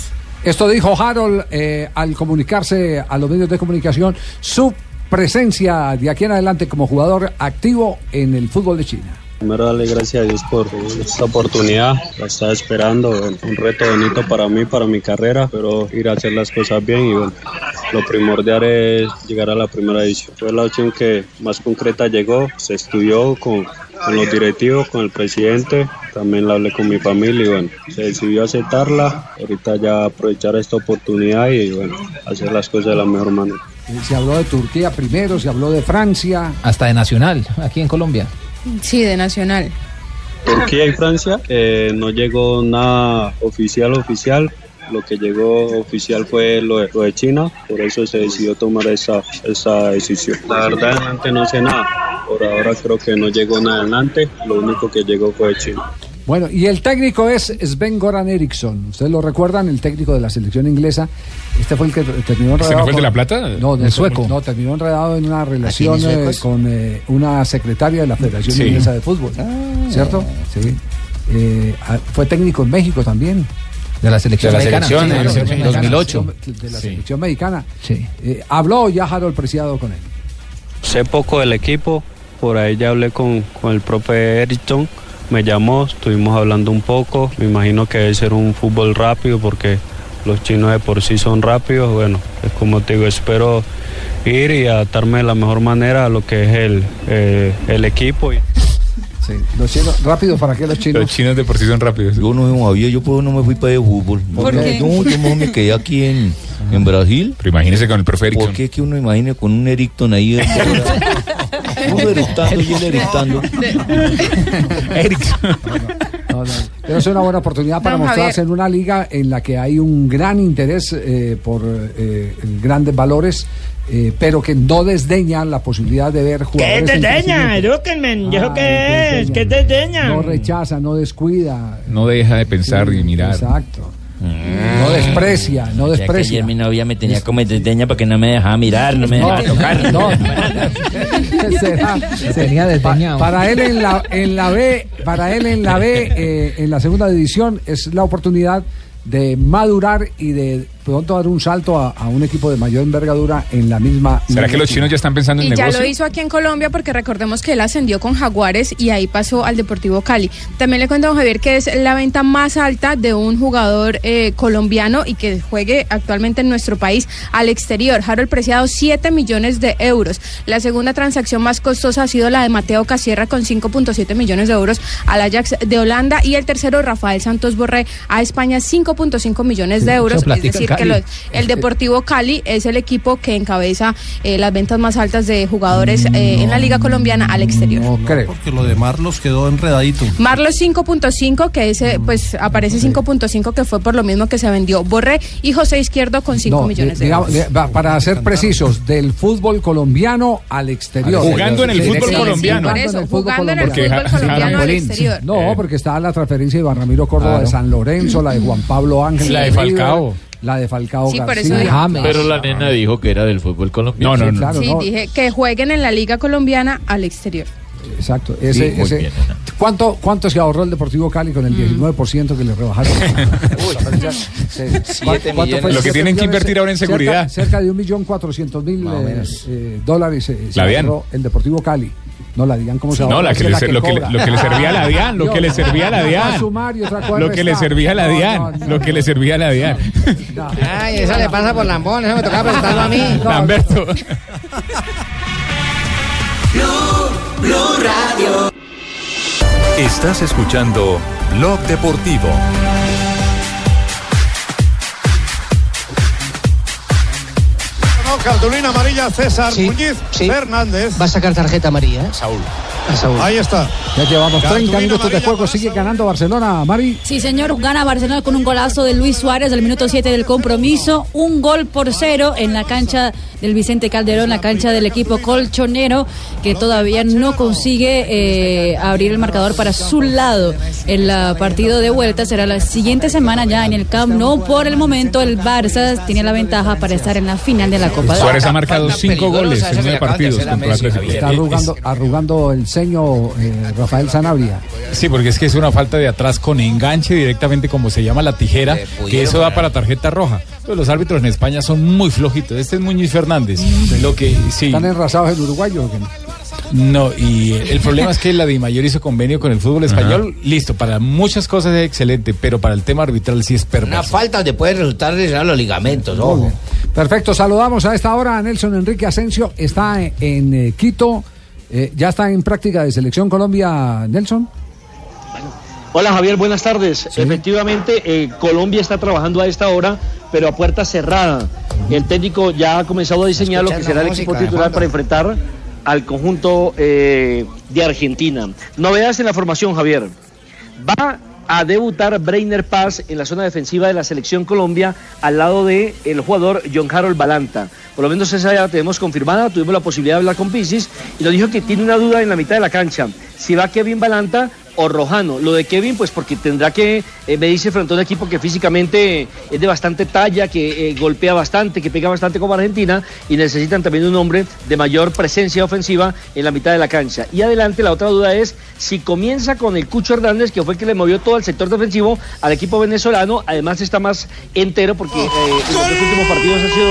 Speaker 13: Esto dijo Harold eh, al comunicarse a los medios de comunicación su presencia de aquí en adelante como jugador activo en el fútbol de China.
Speaker 24: Primero darle gracias a Dios por esta oportunidad. La estaba esperando, bueno, un reto bonito para mí, para mi carrera, pero ir a hacer las cosas bien y bueno, lo primordial es llegar a la primera edición. Fue la opción que más concreta llegó, se estudió con, con los directivos, con el presidente, también la hablé con mi familia y bueno, se decidió aceptarla. Ahorita ya aprovechar esta oportunidad y bueno, hacer las cosas de la mejor manera.
Speaker 13: Eh, Se habló de Turquía primero, se habló de Francia.
Speaker 14: Hasta de Nacional, aquí en Colombia.
Speaker 17: Sí, de Nacional.
Speaker 24: Turquía y Francia eh, no llegó nada oficial oficial. Lo que llegó oficial fue lo de, lo de China, por eso se decidió tomar esa, esa decisión. La verdad, adelante no sé nada. Por ahora creo que no llegó nada adelante. Lo único que llegó fue de China.
Speaker 13: Bueno, y el técnico es Sven Goran Eriksson. Ustedes lo recuerdan, el técnico de la selección inglesa. Este fue el que terminó enredado.
Speaker 32: ¿Este no fue el de
Speaker 13: con-
Speaker 32: La Plata?
Speaker 13: No, del
Speaker 32: ¿El
Speaker 13: sueco.
Speaker 32: sueco? Ah,
Speaker 13: No, terminó enredado en una relación eh,
Speaker 32: suecos?
Speaker 13: con eh, una secretaria de la Federación
Speaker 32: Sí. Ah.
Speaker 13: Inglesa de Fútbol. ¿Cierto? Sí. Eh, ah, fue técnico en México también.
Speaker 14: De la selección
Speaker 13: De la
Speaker 14: mexicana.
Speaker 13: selección, eh, en
Speaker 14: Sí, claro,
Speaker 13: 2008.
Speaker 14: De la
Speaker 13: selección mexicana. Eh, habló ya Harold Preciado con él.
Speaker 24: Sé poco del equipo, por ahí ya hablé con, con el profe Erickson, me llamó, estuvimos hablando un poco, me imagino que debe ser un fútbol rápido porque los chinos de por sí son rápidos, bueno, es como te digo, espero ir y adaptarme de la mejor manera a lo que es el, eh, el equipo.
Speaker 13: Los chinos, rápido, ¿para qué los chinos?
Speaker 19: Los chinos de por sí son rápidos. Yo no había, yo por eso no me fui para el fútbol.
Speaker 13: ¿Por
Speaker 19: No,
Speaker 13: qué?
Speaker 19: Yo, yo mejor me quedé aquí en, en Brasil. Pero imagínese con el profe Erickson. ¿Por qué es que uno imagina con un Erickson ahí? de- uno eructando y él eructando.
Speaker 13: Pero es una buena oportunidad para
Speaker 19: No, Javier.
Speaker 13: mostrarse en una liga en la que hay un gran interés eh, por eh, grandes valores, eh, pero que no desdeña la posibilidad de ver
Speaker 20: ¿Qué
Speaker 13: jugadores.
Speaker 20: te
Speaker 13: en
Speaker 20: deña?
Speaker 13: crecimiento.
Speaker 20: Edúquenme. ¿Y eso
Speaker 13: Ah,
Speaker 20: qué es? ¿Qué te deña?
Speaker 13: No rechaza, no descuida,
Speaker 32: No deja de pensar y mirar.
Speaker 13: Exacto.
Speaker 32: Ah.
Speaker 13: no desprecia, no
Speaker 8: O sea, que
Speaker 13: desprecia.
Speaker 8: ayer mi novia me tenía como desdeña porque no me dejaba mirar, no me dejaba tocar.
Speaker 13: Será-
Speaker 8: Lo ah, tenía desdeñado.
Speaker 13: pa- para él en la en la B, para él en la B, eh, en la segunda división es la oportunidad de madurar y de pronto dar un salto a, a un equipo de mayor envergadura en la misma.
Speaker 32: ¿Será que los chinos ya están pensando en
Speaker 17: Y ya
Speaker 32: negocio?
Speaker 17: lo hizo aquí en Colombia porque recordemos que él ascendió con Jaguares y ahí pasó al Deportivo Cali. También le cuento a don Javier que es la venta más alta de un jugador eh, colombiano y que juegue actualmente en nuestro país al exterior. Harold Preciado, 7 millones de euros. La segunda transacción más costosa ha sido la de Mateo Casierra con 5.7 millones de euros al Ajax de Holanda y el tercero Rafael Santos Borré a España 5.5 millones de
Speaker 22: Sí,
Speaker 17: euros.
Speaker 22: mucha
Speaker 17: Es
Speaker 22: plática,
Speaker 17: decir, que
Speaker 22: Cali.
Speaker 17: los, el Deportivo Cali es el equipo que encabeza eh, las ventas más altas de jugadores eh, en la Liga Colombiana al exterior.
Speaker 12: Porque lo de Marlos quedó enredadito.
Speaker 17: Marlos 5.5, que ese, pues aparece 5.5, que fue por lo mismo que se vendió Borré, y José Izquierdo con 5
Speaker 13: No,
Speaker 17: millones
Speaker 13: di-
Speaker 17: de
Speaker 13: digamos,
Speaker 17: euros.
Speaker 13: di- va- para ser precisos, del fútbol colombiano al exterior.
Speaker 32: Jugando en el fútbol Sí, sí,
Speaker 13: Jugando
Speaker 32: colombiano. por
Speaker 13: en
Speaker 17: eso,
Speaker 13: el fútbol
Speaker 17: jugando en el
Speaker 13: colombiano.
Speaker 17: fútbol Porque ja- colombiano al trampolín, sí. exterior.
Speaker 32: Eh.
Speaker 13: No, porque está la transferencia de Iván Ramiro Córdoba
Speaker 14: Claro.
Speaker 13: de San Lorenzo, la de Juan Pablo Ángel.
Speaker 14: Sí. La de
Speaker 13: River,
Speaker 14: Falcao.
Speaker 13: La de Falcao
Speaker 17: Sí, por eso
Speaker 13: García.
Speaker 17: digo. James.
Speaker 25: Pero la
Speaker 24: Ah.
Speaker 25: nena dijo que era del fútbol colombiano.
Speaker 13: No, no, Sí, no. claro,
Speaker 17: sí, dije que jueguen en la Liga Colombiana al exterior.
Speaker 13: Exacto.
Speaker 25: Sí,
Speaker 13: Ese,
Speaker 25: muy
Speaker 13: ese-
Speaker 25: bien,
Speaker 13: ¿cuánto, ¿Cuánto se ahorró el Deportivo Cali
Speaker 32: Mm.
Speaker 13: con el 19% que le rebajaron?
Speaker 32: Siete millones. Lo que tienen que invertir ahora en
Speaker 13: Cerca-
Speaker 32: seguridad.
Speaker 13: Cerca de 1.400.000 eh, eh, dólares eh, se
Speaker 32: La DIAN.
Speaker 13: ahorró el Deportivo Cali. No, la DIAN, ¿cómo se
Speaker 32: No,
Speaker 13: ahorró?
Speaker 32: la que
Speaker 13: Esa
Speaker 32: le
Speaker 13: es
Speaker 32: ser- lo que le-
Speaker 13: cobra.
Speaker 32: lo que le servía a la DIAN, lo que le servía a la
Speaker 13: Una fue
Speaker 32: DIAN.
Speaker 13: sumar y otra fue
Speaker 32: Lo que le
Speaker 13: restar.
Speaker 32: servía a la
Speaker 13: No,
Speaker 32: DIAN. Lo que le servía a la DIAN.
Speaker 16: Ay, esa le pasa por lambón, eso me tocaba presentarlo a mí.
Speaker 32: Lamberto.
Speaker 3: Estás escuchando Blog Deportivo.
Speaker 27: No, cartulina amarilla César Muñiz Fernández.
Speaker 9: Va a sacar tarjeta amarilla. ¿eh?
Speaker 27: Saúl.
Speaker 9: A Saúl.
Speaker 27: Ahí está.
Speaker 13: Ya llevamos
Speaker 27: Cartulina
Speaker 13: 30 minutos de juego, sigue ganando Barcelona, Mari.
Speaker 11: Sí, señor, gana Barcelona con un golazo de Luis Suárez al minuto 7 del compromiso, un gol por cero en la cancha del Vicente Calderón, la cancha del equipo colchonero, que todavía no consigue eh, abrir el marcador para su lado. El ah, partido de vuelta será la siguiente semana ya en el Camp Nou. Por el momento el Barça tiene la ventaja para estar en la final de la
Speaker 13: Pues
Speaker 11: Copa de
Speaker 32: Suárez ha marcado cinco goles en nueve partidos contra Atlético.
Speaker 13: Está arrugando, arrugando el ceño eh, Rafael Sanabria.
Speaker 14: Sí, porque es que es una falta de atrás con enganche directamente, como se llama la tijera, que eso da para tarjeta roja. Pero los árbitros en España son muy flojitos. Este es Muñiz Fernández. Lo que sí.
Speaker 13: ¿Están enrasados el uruguayo? o qué?
Speaker 10: No, y eh, el problema es que la Di Mayor hizo convenio con el fútbol español. Listo, para muchas cosas es excelente, pero para el tema arbitral sí es
Speaker 36: Una
Speaker 10: perverso.
Speaker 36: falta te puede resultar lesionar los ligamentos, ojo.
Speaker 13: Perfecto, saludamos a esta hora a Nelson Enrique Asensio, está en, en, eh, Quito, eh, ya está en práctica de Selección Colombia, Nelson.
Speaker 37: Hola Javier, buenas tardes. Efectivamente, eh, Colombia está trabajando a esta hora, pero a puerta cerrada. El técnico ya ha comenzado a diseñar lo que
Speaker 38: Escuchando
Speaker 37: será el
Speaker 38: música
Speaker 37: equipo
Speaker 38: de
Speaker 37: titular
Speaker 38: fondo.
Speaker 37: para enfrentar al conjunto eh, de Argentina. Novedades en la formación, Javier. Va a debutar Brainer Paz en la zona defensiva de la selección Colombia al lado de el jugador John Harold Balanta. Por lo menos esa ya la tenemos confirmada, tuvimos la posibilidad de hablar con Pisis y nos dijo que tiene una duda en la mitad de la cancha, si va Kevin Balanta o Rojano. Lo de Kevin, pues porque tendrá que, eh, me dice, frente a un equipo que físicamente es de bastante talla, que eh, golpea bastante, que pega bastante como Argentina y necesitan también un hombre de mayor presencia ofensiva en la mitad de la cancha. Y adelante, la otra duda es si comienza con el Cucho Hernández, que fue el que le movió todo el sector defensivo al equipo venezolano, además está más entero porque eh, en los dos últimos partidos ha sido...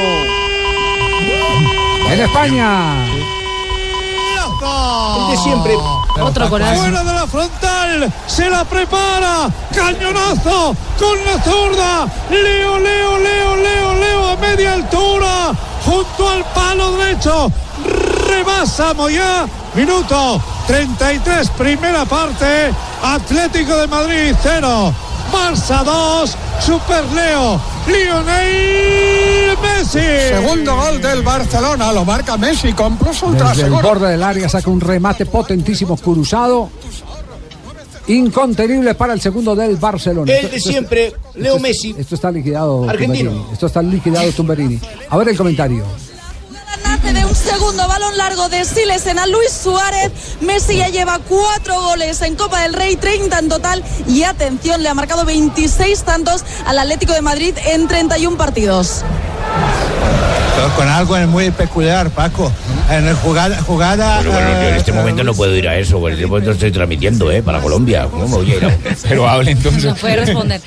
Speaker 13: En España.
Speaker 37: El de siempre.
Speaker 11: Oh.
Speaker 9: Oh,
Speaker 11: Otro golazo.
Speaker 9: ¿eh?
Speaker 37: Fuera
Speaker 28: de la frontal. Se la prepara. Cañonazo. Con la zurda. Leo, Leo, Leo, Leo, Leo. A media altura. Junto al palo derecho. Rebasa Moyá. Minuto 33. Primera parte. Atlético de Madrid 0. Barça 2. Super Leo. Lionel Messi.
Speaker 12: Segundo gol del Barcelona, lo marca Messi con plus ultra
Speaker 13: Desde el
Speaker 12: seguro.
Speaker 13: borde del área saca un remate potentísimo cruzado. Incontenible para el segundo del Barcelona.
Speaker 36: El de siempre, Leo
Speaker 13: esto-
Speaker 36: Messi.
Speaker 13: Esto está liquidado.
Speaker 36: Argentino.
Speaker 13: Tumberini. Esto está liquidado Tumberini. A ver el comentario.
Speaker 39: remate de un segundo balón largo de Silesen a Luis Suárez. Messi ya lleva cuatro goles en Copa del Rey, 30 en total. Y atención, le ha marcado 26 tantos al Atlético de Madrid en 31 partidos.
Speaker 12: Pero con algo es muy peculiar, Paco. En el jugada, jugada
Speaker 8: Pero bueno, yo en este momento no puedo ir a eso, porque yo pues no estoy transmitiendo, ¿eh? Para Colombia. ¿Cómo me voy a ir a-
Speaker 40: Pero hable entonces.
Speaker 11: No puede responder.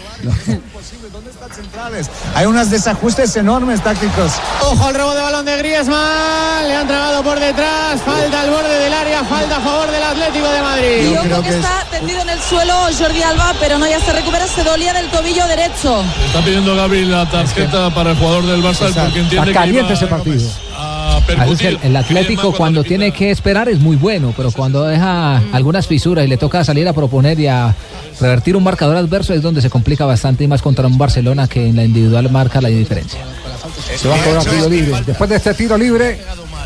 Speaker 12: hay unos desajustes enormes tácticos.
Speaker 28: Ojo al robo de balón de Griezmann. Le han tragado por detrás. Falta al borde del área. Falta a favor del Atlético de Madrid.
Speaker 39: Y ojo que está tendido en el suelo Jordi Alba, pero no ya se recupera, se dolía del tobillo derecho.
Speaker 41: Está pidiendo Gabriel la tarjeta para el jugador del Barça porque entiende que iba pues,
Speaker 13: partido.
Speaker 41: a
Speaker 14: Además, el,
Speaker 41: percutir.
Speaker 14: el Atlético cuando tiene que esperar es muy bueno, pero cuando deja algunas fisuras y le toca salir a proponer y a revertir un marcador adverso es donde se complica bastante y más contra un Barcelona que en la individual marca la diferencia.
Speaker 13: Se va a cobrar tiro libre. Después de este tiro libre,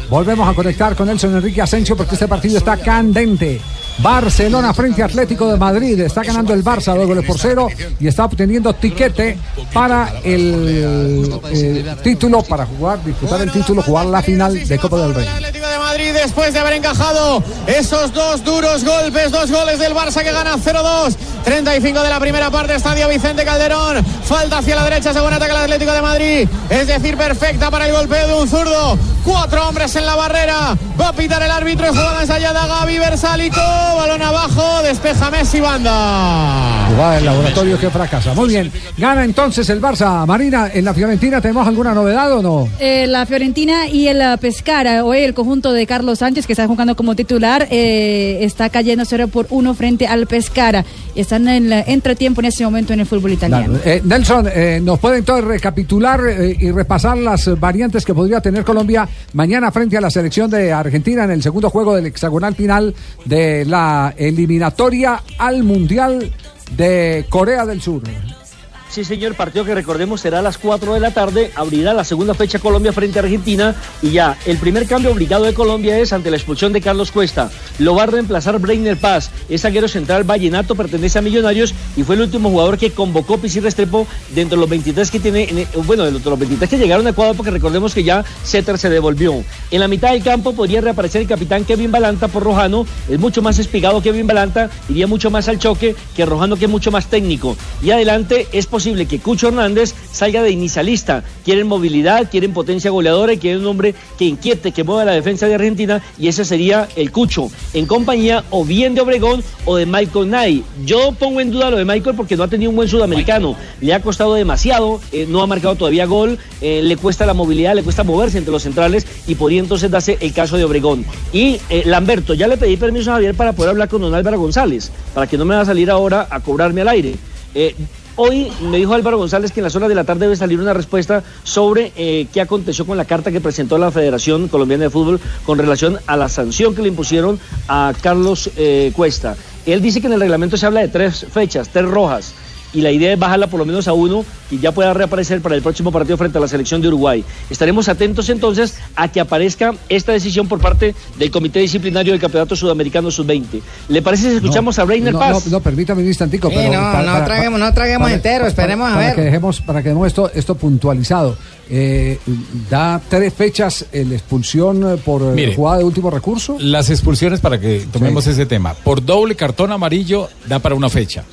Speaker 13: volvemos a conectar con Nelson Enrique Asensio porque este partido está candente. Barcelona frente a Atlético de Madrid. Está ganando el Barça dos goles por cero y está obteniendo tiquete para el eh, título, para jugar, disputar el título, jugar la final de Copa del Rey.
Speaker 28: Atlético de Madrid después de haber encajado esos dos duros golpes, dos goles del Barça que gana 0-2. 35 de la primera parte, estadio Vicente Calderón. Falta hacia la derecha, según ataque el Atlético de Madrid. Es decir, perfecta para el golpeo de un zurdo. Cuatro hombres en la barrera. Va a pitar el árbitro y jugada ensayada Gaby Bersálico. Balón abajo, despeja Messi banda.
Speaker 13: Jugada del laboratorio que fracasa. Muy bien. Gana entonces el Barça. Marina, en la Fiorentina, ¿tenemos alguna novedad o no?
Speaker 11: Eh, la Fiorentina y el eh, Pescara, hoy el conjunto de Carlos Sánchez, que está jugando como titular, eh, está cayendo 0 por 1 frente al Pescara. Están en el entretiempo en ese momento en el fútbol italiano.
Speaker 13: Claro. Eh, Nelson, eh, ¿nos puede entonces recapitular eh, y repasar las eh, variantes que podría tener Colombia mañana frente a la selección de Argentina en el segundo juego del hexagonal final de la eliminatoria al Mundial de Corea del Sur?
Speaker 37: Sí, señor, partido que recordemos será a las 4 de la tarde, abrirá la segunda fecha Colombia frente a Argentina y ya, el primer cambio obligado de Colombia es ante la expulsión de Carlos Cuesta. Lo va a reemplazar Breiner Paz, es zaguero central vallenato, pertenece a Millonarios y fue el último jugador que convocó Pisis Restrepo dentro de los 23 que tiene, en el- bueno, dentro de los 23 que llegaron a Ecuador porque recordemos que ya Ceter se devolvió. En la mitad del campo podría reaparecer el capitán Kevin Balanta por Rojano, es mucho más espigado Kevin Balanta, iría mucho más al choque que Rojano que es mucho más técnico. Y adelante es posible posible que Cucho Hernández salga de inicialista. Quieren movilidad, quieren potencia goleadora y quieren un hombre que inquiete, que mueva la defensa de Argentina y ese sería el Cucho, en compañía o bien de Obregón o de Michael Knight. Yo pongo en duda lo de Michael porque no ha tenido un buen sudamericano, le ha costado demasiado, eh, no ha marcado todavía gol, eh, le cuesta la movilidad, le cuesta moverse entre los centrales y podría entonces darse el caso de Obregón. Y eh, Lamberto, ya le pedí permiso a Javier para poder hablar con don Álvaro González, para que no me va a salir ahora a cobrarme al aire. Eh, hoy me dijo Álvaro González que en las horas de la tarde debe salir una respuesta sobre eh, qué aconteció con la carta que presentó la Federación Colombiana de Fútbol con relación a la sanción que le impusieron a Carlos eh, Cuesta. Él dice que en el reglamento se habla de tres fechas, tres rojas. Y la idea es bajarla por lo menos a uno y ya pueda reaparecer para el próximo partido frente a la selección de Uruguay. Estaremos atentos entonces a que aparezca esta decisión por parte del Comité Disciplinario del Campeonato Sudamericano Sub-20. ¿Le parece si escuchamos
Speaker 13: No,
Speaker 37: a Reiner
Speaker 13: no,
Speaker 37: Paz?
Speaker 13: No, no, permítame un instantico.
Speaker 37: Sí,
Speaker 13: pero
Speaker 37: no, no traguemos- no traguemos entero, esperemos a
Speaker 13: para
Speaker 37: ver.
Speaker 13: Que dejemos, para que dejemos esto, esto puntualizado. Eh, da tres fechas eh, la expulsión eh, por eh,
Speaker 10: Mire.
Speaker 13: jugada de último recurso.
Speaker 10: Las expulsiones para que tomemos ese tema. Por doble cartón amarillo da para una fecha.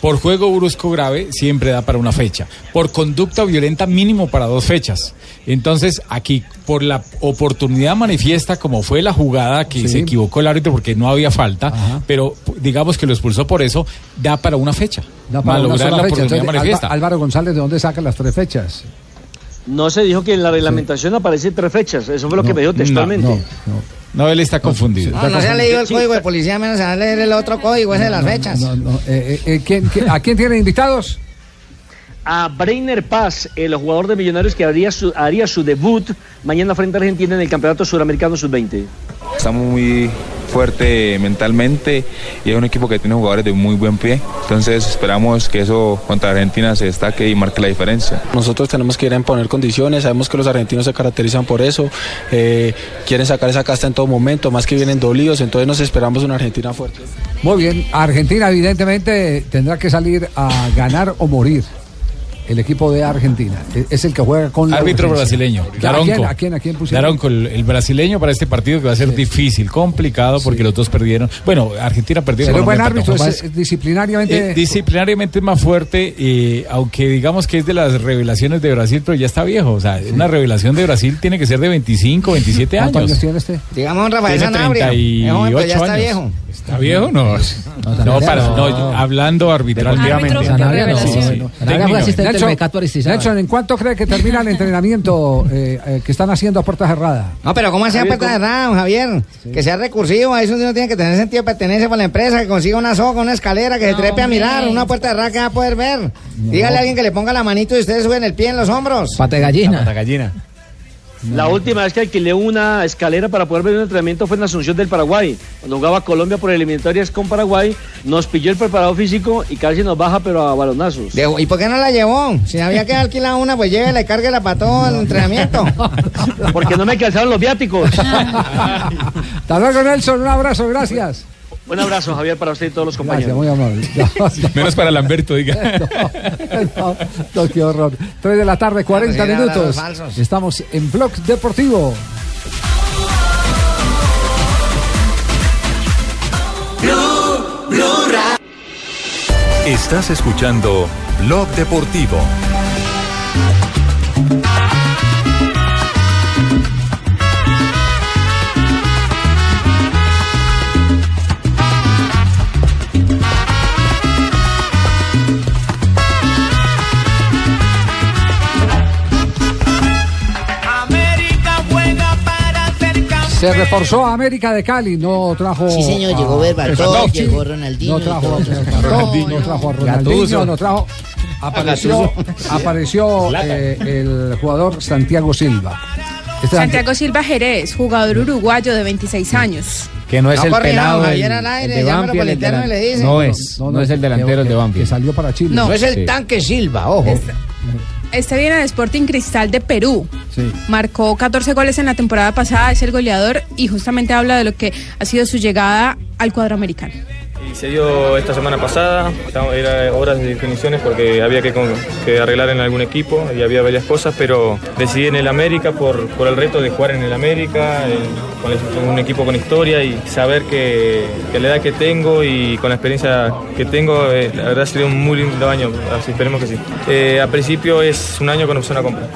Speaker 10: Por juego brusco grave siempre da para una fecha. Por conducta violenta mínimo para dos fechas. Entonces aquí por la oportunidad manifiesta como fue la jugada que
Speaker 13: Sí.
Speaker 10: se equivocó el árbitro porque no había falta, pero p- digamos que lo expulsó por eso, da para una fecha.
Speaker 13: Da para una
Speaker 10: Malograr
Speaker 13: sola fecha.
Speaker 10: la oportunidad
Speaker 13: Entonces, Alba-
Speaker 10: manifiesta.
Speaker 13: Álvaro González, ¿de dónde saca las tres fechas?
Speaker 37: No se dijo que en la reglamentación aparecen tres fechas. Eso fue lo que me dijo textualmente.
Speaker 13: No,
Speaker 10: No, él está confundido.
Speaker 9: Ah, No, no se ha leído el código de policía, menos se va a leer el otro código, ese de las fechas.
Speaker 13: no, no, eh, eh, eh, ¿quién- quién- ¿A quién tienen invitados?
Speaker 37: A Brainer Paz, el jugador de Millonarios que haría su, haría su debut mañana frente a Argentina en el Campeonato Suramericano Sub-20.
Speaker 32: Estamos muy fuerte mentalmente y es un equipo que tiene jugadores de muy buen pie. Entonces esperamos que eso contra Argentina se destaque y marque la diferencia.
Speaker 35: Nosotros tenemos que ir a imponer condiciones, sabemos que los argentinos se caracterizan por eso, eh, quieren sacar esa casta en todo momento, más que vienen dolidos, entonces nos esperamos una Argentina fuerte.
Speaker 13: Muy bien, Argentina evidentemente tendrá que salir a ganar o morir. El equipo de Argentina E- es el que juega con la
Speaker 10: Árbitro
Speaker 13: urgencia.
Speaker 10: brasileño,
Speaker 13: ¿A quién,
Speaker 10: Daronco.
Speaker 13: a quién, a quién pusieron?
Speaker 10: Daronco, el, el brasileño para este partido que va a ser difícil, complicado, porque los dos perdieron. Bueno, Argentina perdió.
Speaker 13: Será un buen
Speaker 10: Colombia
Speaker 13: árbitro,
Speaker 10: perdió.
Speaker 13: es- es disciplinariamente.
Speaker 10: Eh, disciplinariamente es más fuerte, eh, aunque digamos que es de las revelaciones de Brasil, pero ya está viejo. O sea, una revelación de Brasil tiene que ser de 25, 27 años.
Speaker 13: ¿Cuántos años tiene este?
Speaker 9: Digamos Rafael
Speaker 10: Tiene
Speaker 9: Sanabria.
Speaker 10: 38
Speaker 9: Es joven, pero ya está
Speaker 10: años.
Speaker 9: viejo.
Speaker 10: ¿Está viejo? No. No,
Speaker 14: no,
Speaker 10: para, no,
Speaker 14: no.
Speaker 10: yo- hablando arbitralmente.
Speaker 14: Árbitro, Sanabria no, sí, sí. Sanabria fue asistente del Mecato Aristizábal.
Speaker 13: Nelson, ¿en cuánto cree que termina el entrenamiento eh, eh, que están haciendo a puertas cerradas?
Speaker 9: No, pero ¿cómo hacía puerta cerrada, don Javier? Que sea recursivo, ahí es donde uno tiene que tener sentido de pertenencia para la empresa, que consiga una soga, una escalera, que se trepe a mirar, una puerta cerrada que va a poder ver. Dígale a alguien que le ponga la manito y ustedes suben el pie en los hombros.
Speaker 14: Pata de gallina. Pata
Speaker 10: gallina.
Speaker 37: La última vez que alquilé una escalera para poder ver un entrenamiento fue en Asunción del Paraguay. Cuando jugaba Colombia por eliminatorias con Paraguay, nos pilló el preparado físico y casi nos baja, pero a balonazos.
Speaker 9: ¿Y por qué no la llevó? Si había que alquilar una, pues llévela y cárguela para todo el entrenamiento.
Speaker 37: Porque no me calzaron los viáticos.
Speaker 13: Hasta luego, Nelson, un abrazo, gracias.
Speaker 37: Un abrazo, Javier, para usted y todos los
Speaker 13: Gracias,
Speaker 37: compañeros.
Speaker 13: muy amable.
Speaker 8: Menos para Lamberto, diga.
Speaker 13: No, no, qué horror. 3 de la tarde, 40
Speaker 8: sí, eran
Speaker 13: minutos.
Speaker 8: los falsos.
Speaker 13: Estamos en Blog Deportivo.
Speaker 3: Estás escuchando Blog Deportivo.
Speaker 28: América juega para ser
Speaker 13: Se reforzó a América de Cali, no trajo.
Speaker 28: Sí, señor,
Speaker 13: a-
Speaker 28: llegó Berbatov,
Speaker 13: Lewandowski.
Speaker 28: llegó Ronaldinho,
Speaker 13: No trajo a
Speaker 28: llegó
Speaker 13: Berbatov, no trajo a Ronaldinho,
Speaker 28: Gattuso.
Speaker 13: no trajo. Apareció,
Speaker 28: Gattuso.
Speaker 13: apareció
Speaker 28: Zlatan.
Speaker 13: eh, el jugador Santiago Silva. Este
Speaker 17: Santiago Silva Jerez, jugador uruguayo de 26 años.
Speaker 15: Que no es
Speaker 13: No
Speaker 15: el
Speaker 13: corrija,
Speaker 15: pelado.
Speaker 13: don
Speaker 15: el-
Speaker 13: Javier, al
Speaker 15: el
Speaker 13: aire,
Speaker 15: de
Speaker 13: llámelo
Speaker 15: Banfield,
Speaker 13: por
Speaker 15: el
Speaker 13: interno
Speaker 15: delan-
Speaker 13: y le dicen.
Speaker 15: No es,
Speaker 13: No,
Speaker 15: no,
Speaker 13: no,
Speaker 15: es el
Speaker 13: que-
Speaker 15: delantero
Speaker 13: que-
Speaker 15: de Banfield.
Speaker 13: que salió para Chile.
Speaker 17: No. No es el
Speaker 9: tanque Silva, ojo.
Speaker 17: Este viene de Sporting Cristal de Perú.
Speaker 13: Sí.
Speaker 17: Marcó 14 goles en la temporada pasada, es el goleador y justamente habla de lo que ha sido su llegada al cuadro americano.
Speaker 6: y se dio esta semana pasada. Estaba- Era horas de definiciones porque había que, con- que arreglar en algún equipo y había varias cosas, pero decidí en el América por, por el reto de jugar en el América, en- con el- con un equipo con historia y saber que, que la edad que tengo y con la experiencia que tengo, eh, la verdad ha sido un muy lindo año, así esperemos que sí. Eh, a principio es un año con opción a compra.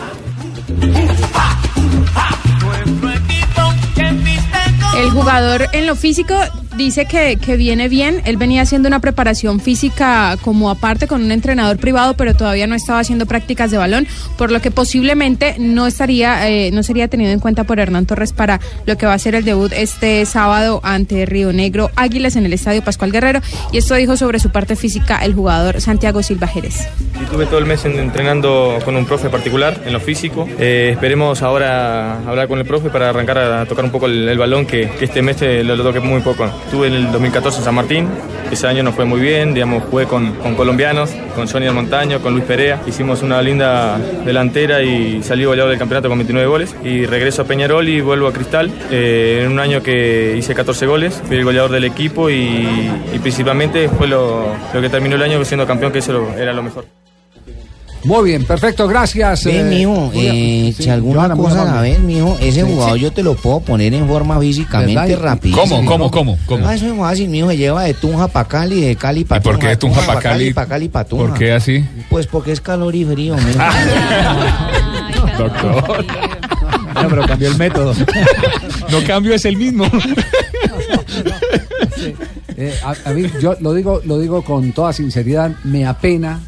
Speaker 17: El jugador en lo físico dice que, que viene bien. Él venía haciendo una preparación física como aparte con un entrenador privado, pero todavía no estaba haciendo prácticas de balón, por lo que posiblemente no estaría, eh, no sería tenido en cuenta por Hernán Torres para lo que va a ser el debut este sábado ante Río Negro Águilas en el Estadio Pascual Guerrero. Y esto dijo sobre su parte física el jugador Santiago Silva Jerez.
Speaker 6: Y tuve todo el mes en- entrenando con un profe particular en lo físico. Eh, esperemos ahora hablar con el profe para arrancar a tocar un poco el, el balón, que, que este mes eh, lo, lo toqué muy poco. Estuve en el 2014 en San Martín, ese año nos fue muy bien, digamos, jugué con, con colombianos, con Johnny del Montaño, con Luis Perea. Hicimos una linda delantera y salí goleador del campeonato con 29 goles. Y regreso a Peñarol y vuelvo a Cristal. eh, en un año que hice 14 goles, fui el goleador del equipo y, y principalmente fue lo, lo que terminó el año siendo campeón, que eso lo- era lo mejor.
Speaker 13: Muy bien, perfecto, gracias.
Speaker 9: Ve,
Speaker 13: eh,
Speaker 9: mijo,
Speaker 13: muy
Speaker 9: eh,
Speaker 13: amable.
Speaker 9: si
Speaker 13: Sí,
Speaker 9: alguna
Speaker 13: Johanna, muy
Speaker 9: cosa la
Speaker 13: amable.
Speaker 9: ves, mijo, ese
Speaker 13: Sí,
Speaker 9: jugador
Speaker 13: sí.
Speaker 9: yo te lo puedo poner en forma
Speaker 13: ¿Verdad?
Speaker 9: físicamente
Speaker 13: ¿Y-
Speaker 9: rápido.
Speaker 13: ¿Cómo, cómo, cómo, cómo?
Speaker 9: Ah, ese jugador sin mijo se lleva de Tunja para Cali, de Cali para Tunja.
Speaker 32: por qué de Tunja pa' Cali?
Speaker 9: para Cali para Tunja.
Speaker 32: ¿Por qué así?
Speaker 9: Pues porque es calor y frío, mijo.
Speaker 32: Doctor.
Speaker 8: Ah,
Speaker 9: No, pero cambió el método.
Speaker 32: No cambio, es el mismo.
Speaker 13: Eh, a, a mí, yo lo digo, lo digo con toda sinceridad, me apena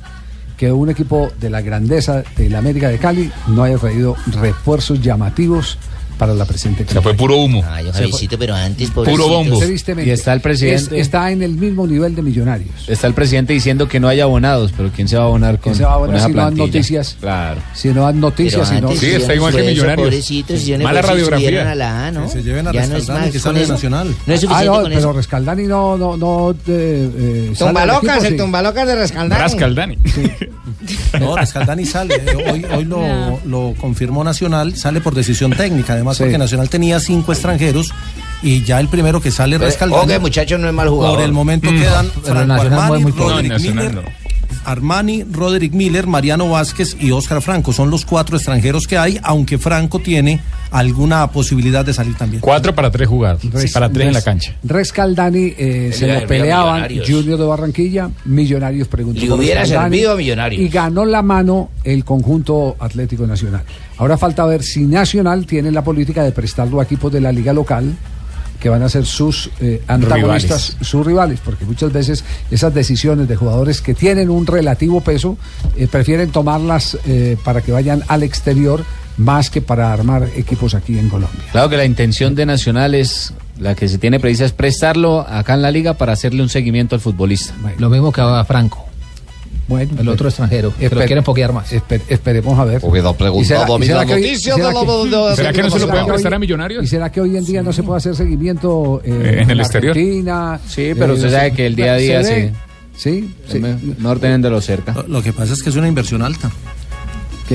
Speaker 13: que un equipo de la grandeza del América de Cali no haya traído refuerzos llamativos para la presente
Speaker 32: Se fue puro humo.
Speaker 9: pero antes,
Speaker 32: Puro bombo.
Speaker 13: Tristemente.
Speaker 15: Y Este está el presidente.
Speaker 13: Es- está en el mismo nivel de millonarios.
Speaker 15: Está el presidente diciendo que no hay abonados, pero ¿quién se va a abonar con,
Speaker 13: se va a abonar
Speaker 15: con esa
Speaker 13: si no dan
Speaker 15: plantilla?
Speaker 13: noticias?
Speaker 15: Claro.
Speaker 13: Si no dan noticias, si no.
Speaker 9: Pobrecitos, si yo no fuese, estuvieran a la A, ¿no?
Speaker 13: Que se lleven a
Speaker 9: Ya no es
Speaker 13: Rescaldani,
Speaker 9: más
Speaker 13: que
Speaker 9: con
Speaker 13: sale de
Speaker 9: eso.
Speaker 13: Nacional.
Speaker 9: No es suficiente
Speaker 13: Ah, no,
Speaker 9: con
Speaker 13: pero
Speaker 9: eso.
Speaker 13: Rescaldani no, no, no. Eh, eh, sale del
Speaker 9: Tumbalocas,
Speaker 13: equipo,
Speaker 9: el
Speaker 13: sí.
Speaker 9: tumbalocas de Rescaldani.
Speaker 12: No, Rescaldani sale. eh, Hoy, hoy lo,
Speaker 9: No.
Speaker 12: lo confirmó Nacional, sale por decisión técnica. Además, porque Nacional tenía cinco extranjeros y ya el primero que sale
Speaker 9: Pero,
Speaker 12: Rescaldani.
Speaker 9: oye, muchacho, no es mal jugador.
Speaker 12: Por el momento
Speaker 9: Mm.
Speaker 12: quedan
Speaker 9: Pero
Speaker 12: Franco
Speaker 22: Ah,
Speaker 9: Nacional
Speaker 12: Armani,
Speaker 9: mueve muy poco.
Speaker 12: Roderick
Speaker 9: No, Nacional
Speaker 12: Miller, Armani, Roderick Miller, Mariano Vázquez y Oscar Franco son los cuatro extranjeros que hay, aunque Franco tiene alguna posibilidad de salir también.
Speaker 32: Cuatro para tres jugar, para tres en la cancha.
Speaker 13: Rescaldani eh, se
Speaker 32: Era
Speaker 13: lo
Speaker 32: de
Speaker 13: peleaban
Speaker 32: Millonarios.
Speaker 13: Junior de Barranquilla, Millonarios preguntó.
Speaker 9: Le
Speaker 13: por
Speaker 9: hubiera
Speaker 13: Rescaldani,
Speaker 9: servido a Millonarios.
Speaker 13: Y ganó la mano el conjunto Atlético Nacional. Ahora falta ver si Nacional tiene la política de prestarlo a equipos de la liga local que van a ser sus eh, antagonistas, sus rivales, porque muchas veces esas decisiones de jugadores que tienen un relativo peso eh, prefieren tomarlas eh, para que vayan al exterior más que para armar equipos aquí en Colombia.
Speaker 15: Claro que la intención de Nacional es la que se tiene precisa es prestarlo acá en la liga para hacerle un seguimiento al futbolista.
Speaker 14: Lo mismo que haga Franco.
Speaker 13: Bueno,
Speaker 14: el otro extranjero. Que lo
Speaker 15: Esper-
Speaker 14: quieren poquear más.
Speaker 13: esperemos a ver.
Speaker 14: Porque no
Speaker 13: ¿Y será que hoy- será que-
Speaker 32: ¿Será que no se lo pueden prestar a
Speaker 13: Millonarios? ¿Y será que hoy en día no se puede hacer seguimiento eh,
Speaker 32: Eh, en el exterior.
Speaker 13: Argentina?
Speaker 15: Sí, pero
Speaker 8: Eh,
Speaker 15: usted sabe que el día a día
Speaker 13: se
Speaker 15: se...
Speaker 13: ve. Sí, sí.
Speaker 15: Mejor teniéndolo cerca.
Speaker 12: Lo que pasa es que es una inversión alta.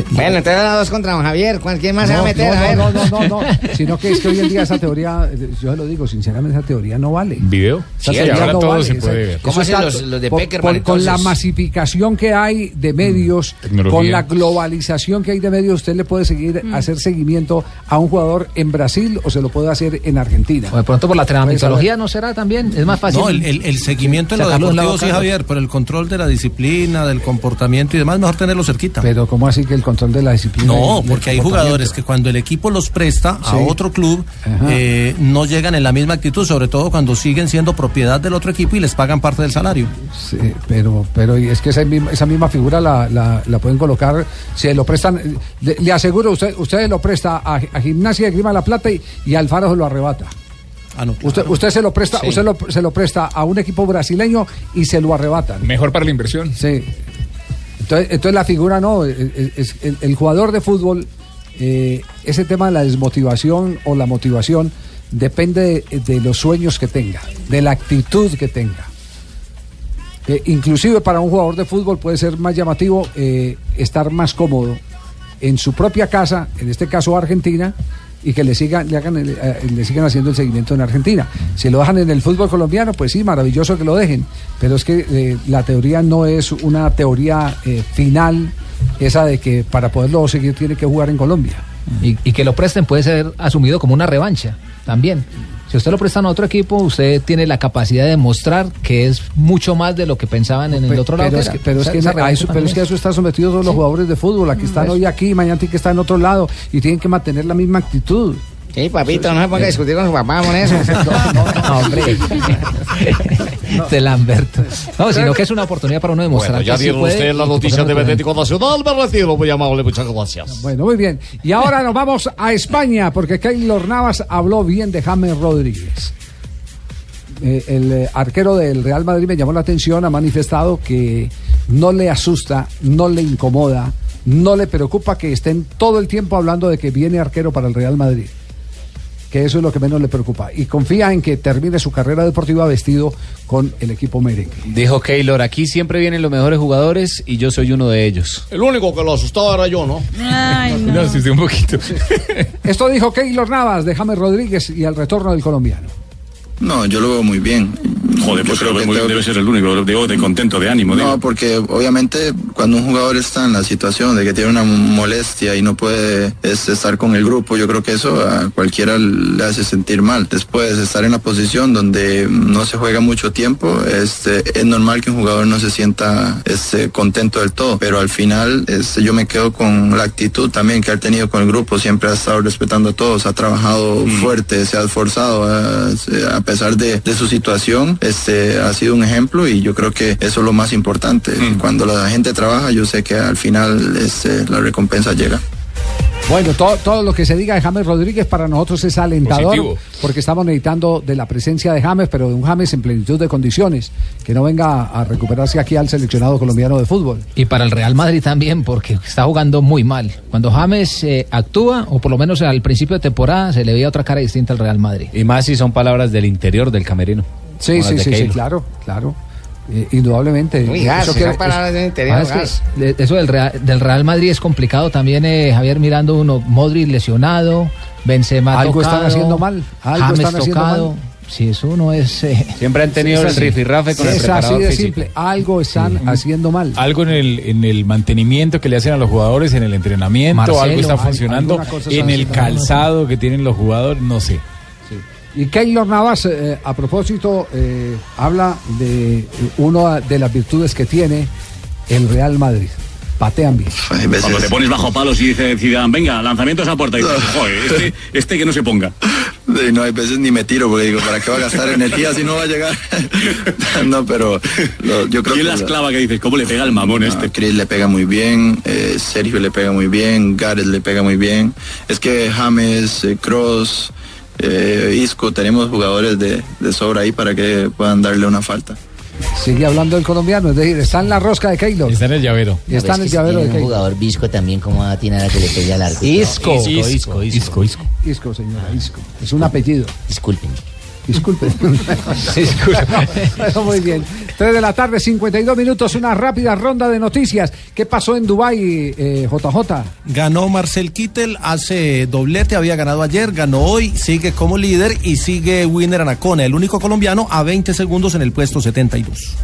Speaker 9: Bueno, entonces era dos contra don Javier. ¿Cuál- ¿Quién más se va a
Speaker 13: Ah, No,
Speaker 9: meter?
Speaker 13: no,
Speaker 9: a ver.
Speaker 13: no, no, no, no, sino que es que hoy en día esa teoría, eh, yo se lo digo, sinceramente esa teoría no vale.
Speaker 32: ¿Video?
Speaker 13: Esa
Speaker 32: Sí,
Speaker 13: teoría
Speaker 32: ahora
Speaker 13: no
Speaker 32: todo
Speaker 13: vale,
Speaker 32: se
Speaker 13: esa-
Speaker 32: puede ver.
Speaker 13: eso está- por- por- Con la masificación que hay de medios,
Speaker 32: Mm. tecnología.
Speaker 13: con la globalización que hay de medios, usted le puede seguir, hacer seguimiento a un jugador en Brasil o se lo puede hager en Argentina.
Speaker 14: O de pronto por la
Speaker 13: Pues,
Speaker 14: tramitología no será también. Es más fácil.
Speaker 12: No, el, el- el seguimiento en lo
Speaker 14: Sacarlo de un lado
Speaker 12: deportivo sí,
Speaker 14: a otro.
Speaker 12: Javier, pero el control de la disciplina, del comportamiento y demás, mejor tenerlo cerquita.
Speaker 13: Pero ¿cómo así que el control de la disciplina? y
Speaker 12: No,
Speaker 13: del
Speaker 12: porque hay
Speaker 13: comportamiento?
Speaker 12: jugadores que cuando el equipo los presta a
Speaker 13: Sí.
Speaker 12: otro club,
Speaker 13: Ajá.
Speaker 12: eh, no llegan en la misma actitud, sobre todo cuando siguen siendo propiedad del otro equipo y les pagan parte del salario.
Speaker 13: Sí, pero, pero y es que esa misma, esa misma figura la, la, la pueden colocar, se lo prestan, eh, le, le aseguro, usted, usted lo presta a, a Gimnasia de Grima de la Plata y, y Alfaro se lo arrebata. Usted, usted se lo presta,
Speaker 32: Ah, Sí.
Speaker 13: usted lo- se lo presta a un equipo brasileño y se lo arrebatan.
Speaker 32: Mejor para la inversión.
Speaker 13: Sí. Entonces, entonces la figura no, es- es- el, el jugador de fútbol, eh, ese tema de la desmotivación o la motivación depende de, de los sueños que tenga, de la actitud que tenga. Eh, inclusive para un jugador de fútbol puede ser más llamativo eh, estar más cómodo en su propia casa, en este caso Argentina, y que le sigan, le hagan el, eh, le sigan haciendo el seguimiento en Argentina. Si lo dejan en el fútbol colombiano, pues sí, maravilloso que lo dejen. Pero es que eh, la teoría no es una teoría eh, final, esa de que para poderlo seguir tiene que jugar en Colombia.
Speaker 14: Y, y que lo presten puede ser asumido como una revancha también. Si usted lo prestan a otro equipo, usted tiene la capacidad de demostrar que es mucho más de lo que pensaban en el otro lado.
Speaker 13: Pero es
Speaker 14: que
Speaker 13: que,
Speaker 14: era.
Speaker 13: pero es
Speaker 14: O sea,
Speaker 13: que
Speaker 14: esa
Speaker 13: a
Speaker 14: revancha
Speaker 13: eso, pero
Speaker 14: también Mm,
Speaker 13: es que a eso están sometidos todos los jugadores de fútbol, aquí están hoy aquí, mañana tienen que estar en otro lado y tienen que mantener la misma actitud.
Speaker 9: Sí, papito, no se
Speaker 13: Eh.
Speaker 9: ponga a discutir con su papá con eso.
Speaker 14: No, hombre. de Lamberto. No, sino que es una oportunidad para uno demostrar
Speaker 8: Bueno, ya
Speaker 14: que sí
Speaker 8: dieron
Speaker 14: puede
Speaker 8: ustedes las
Speaker 14: y que
Speaker 8: noticias
Speaker 14: pusieron
Speaker 8: de
Speaker 14: el problema.
Speaker 8: Atlético Nacional. Me retiro, muy amable, muchas gracias.
Speaker 13: Bueno, muy bien. Y ahora nos vamos a España, porque Keylor Navas habló bien de James Rodríguez. Eh, el eh, arquero del Real Madrid me llamó la atención, ha manifestado que no le asusta, no le incomoda, no le preocupa que estén todo el tiempo hablando de que viene arquero para el Real Madrid. Que eso es lo que menos le preocupa. Y confía en que termine su carrera deportiva vestido con el equipo merengue.
Speaker 15: Dijo Keylor, aquí siempre vienen los mejores jugadores y yo soy uno de ellos.
Speaker 8: El único que lo asustaba era yo, ¿no?
Speaker 11: Ay,
Speaker 15: no. asusté un poquito.
Speaker 13: Esto dijo Keylor Navas de James Rodríguez y al retorno del colombiano.
Speaker 16: No, yo lo veo muy bien.
Speaker 18: Joder, pues creo que muy- debe ser el único, digo, de contento, de ánimo.
Speaker 16: No, porque obviamente cuando un jugador está en la situación de que tiene una molestia y no puede es, estar con el grupo, yo creo que eso a cualquiera le hace sentir mal. Después, estar en la posición donde no se juega mucho tiempo, este, es normal que un jugador no se sienta este, contento del todo, pero al final este, yo me quedo con la actitud también que ha tenido con el grupo, siempre ha estado respetando a todos, ha trabajado fuerte, se ha esforzado, eh, se- a pesar de, de su situación, este, ha sido un ejemplo y yo creo que eso es lo más importante. Cuando la gente trabaja, yo sé que al final este, la recompensa llega.
Speaker 13: Bueno, todo, todo lo que se diga de James Rodríguez para nosotros es alentador
Speaker 16: Positivo.
Speaker 13: porque estamos necesitando de la presencia de James, pero de un James en plenitud de condiciones, que no venga a recuperarse aquí al seleccionado colombiano de fútbol.
Speaker 14: Y para el Real Madrid también, porque está jugando muy mal. Cuando James eh, actúa, o por lo menos al principio de temporada, se le veía otra cara distinta al Real Madrid.
Speaker 15: Y más si son palabras del interior del camerino.
Speaker 13: Sí,
Speaker 15: Como las
Speaker 13: sí,
Speaker 15: de
Speaker 13: sí, sí,
Speaker 15: Keylor.
Speaker 13: claro, claro. Eh, indudablemente.
Speaker 14: Uy, gas,
Speaker 13: Eso
Speaker 14: esas
Speaker 13: que-
Speaker 14: palabras
Speaker 13: es-
Speaker 14: del interior,
Speaker 13: ah, es que-
Speaker 14: gas. Le- Eso del Real, del Real Madrid es complicado también, eh, Javier, mirando uno, Modric lesionado, Benzema
Speaker 13: Algo
Speaker 14: tocado,
Speaker 13: están haciendo mal, algo
Speaker 14: James
Speaker 13: están haciendo
Speaker 14: tocado.
Speaker 13: mal.
Speaker 14: Si eso no es... eh,
Speaker 15: Siempre han tenido
Speaker 14: es
Speaker 15: el
Speaker 14: así.
Speaker 15: rifirrafe con el
Speaker 13: es así
Speaker 15: preparador
Speaker 13: de
Speaker 15: físico.
Speaker 13: simple, algo están haciendo mal.
Speaker 1: Algo en el, en el mantenimiento que le hacen a los jugadores, en el entrenamiento,
Speaker 13: Marcelo,
Speaker 1: algo está
Speaker 13: al-
Speaker 1: funcionando,
Speaker 13: alguna cosa
Speaker 1: en
Speaker 13: está
Speaker 1: el
Speaker 13: haciendo.
Speaker 1: calzado que tienen los jugadores, no sé.
Speaker 13: Y Keylor Navas, eh, a propósito, eh, habla de eh, una de las virtudes que tiene el Real Madrid. Patean bien.
Speaker 18: Cuando te pones bajo palos y dice Zidane, venga, lanzamiento a esa puerta. Y dices, joder, este, este que no se ponga.
Speaker 16: Y no hay veces ni me tiro porque digo, ¿para qué va a gastar energía si no va a llegar? no, pero lo- yo creo
Speaker 18: ¿Quién
Speaker 16: que...
Speaker 18: la esclava que dices? ¿Cómo le pega el mamón
Speaker 16: No,
Speaker 18: este?
Speaker 16: Chris le pega muy bien, eh, Sergio le pega muy bien, Gareth le pega muy bien. Es que James, eh, Cross, eh, Isco, tenemos jugadores de, de sobra ahí para que puedan darle una falta.
Speaker 13: Sigue hablando el colombiano, es decir, está en la rosca de Keylor. Está
Speaker 1: en el llavero.
Speaker 13: Está en el llavero de
Speaker 19: un
Speaker 13: Keylor.
Speaker 19: jugador visco también, como va a atinar a que le pegue al arco?
Speaker 13: Isco. Isco,
Speaker 19: Isco,
Speaker 1: Isco, Isco.
Speaker 13: Isco, señora, Isco. Es un apellido.
Speaker 19: Disculpen.
Speaker 13: Disculpen. Bueno, muy bien. 3 de la tarde, 52 minutos, una rápida ronda de noticias. ¿Qué pasó en Dubái, eh, JJ?
Speaker 12: Ganó Marcel Kittel, hace doblete, había ganado ayer, ganó hoy, sigue como líder y sigue Winner Anacona, el único colombiano a 20 segundos en el puesto 72.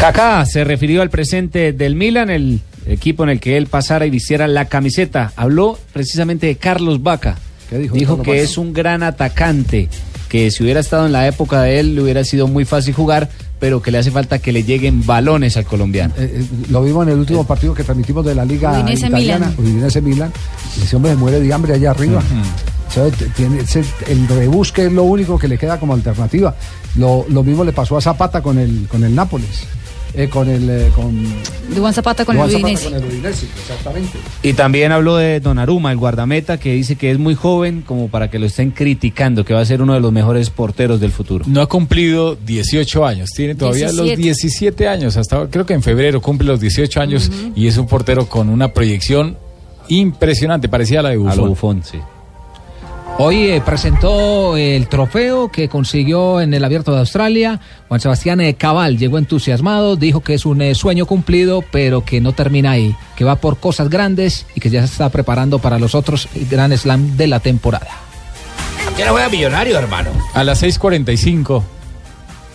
Speaker 15: Kaká se refirió al presente del Milan, el equipo en el que él pasara y vistiera la camiseta. Habló precisamente de Carlos Vaca.
Speaker 13: dijo
Speaker 15: Dijo
Speaker 13: Carlos
Speaker 15: que
Speaker 13: Vaca?
Speaker 15: es un gran atacante, que si hubiera estado en la época de él le hubiera sido muy fácil jugar, pero que le hace falta que le lleguen balones al colombiano.
Speaker 13: Eh, eh, lo vimos en el último partido que transmitimos de la Liga
Speaker 11: Udinese
Speaker 13: Italiana, Udinese Milan. Ese hombre se muere de hambre allá arriba. Entonces, t- tiene ese- el rebusque es lo único que le queda como alternativa. Lo, lo mismo le pasó a Zapata con el, con el Nápoles. Eh, con el. eh, con,
Speaker 11: Duván Zapata con
Speaker 13: Duván
Speaker 11: el
Speaker 13: Zapata
Speaker 11: Udinese.
Speaker 13: con el Udinese, exactamente.
Speaker 15: Y también habló de Donnarumma, el guardameta, que dice que es muy joven como para que lo estén criticando, que va a ser uno de los mejores porteros del futuro.
Speaker 1: No ha cumplido 18 años, tiene todavía los
Speaker 15: 17.
Speaker 1: 17 años, hasta ahora, creo que en febrero cumple los 18 años y es un portero con una proyección impresionante, parecida a la de Buffon.
Speaker 15: Buffon, sí.
Speaker 14: Hoy eh, presentó el trofeo que consiguió en el Abierto de Australia. Juan Sebastián eh, Cabal llegó entusiasmado, dijo que es un eh, sueño cumplido, pero que no termina ahí, que va por cosas grandes y que ya se está preparando para los otros Grand Slam de la temporada.
Speaker 8: ¿Qué era a millonario, hermano?
Speaker 1: A las 6.45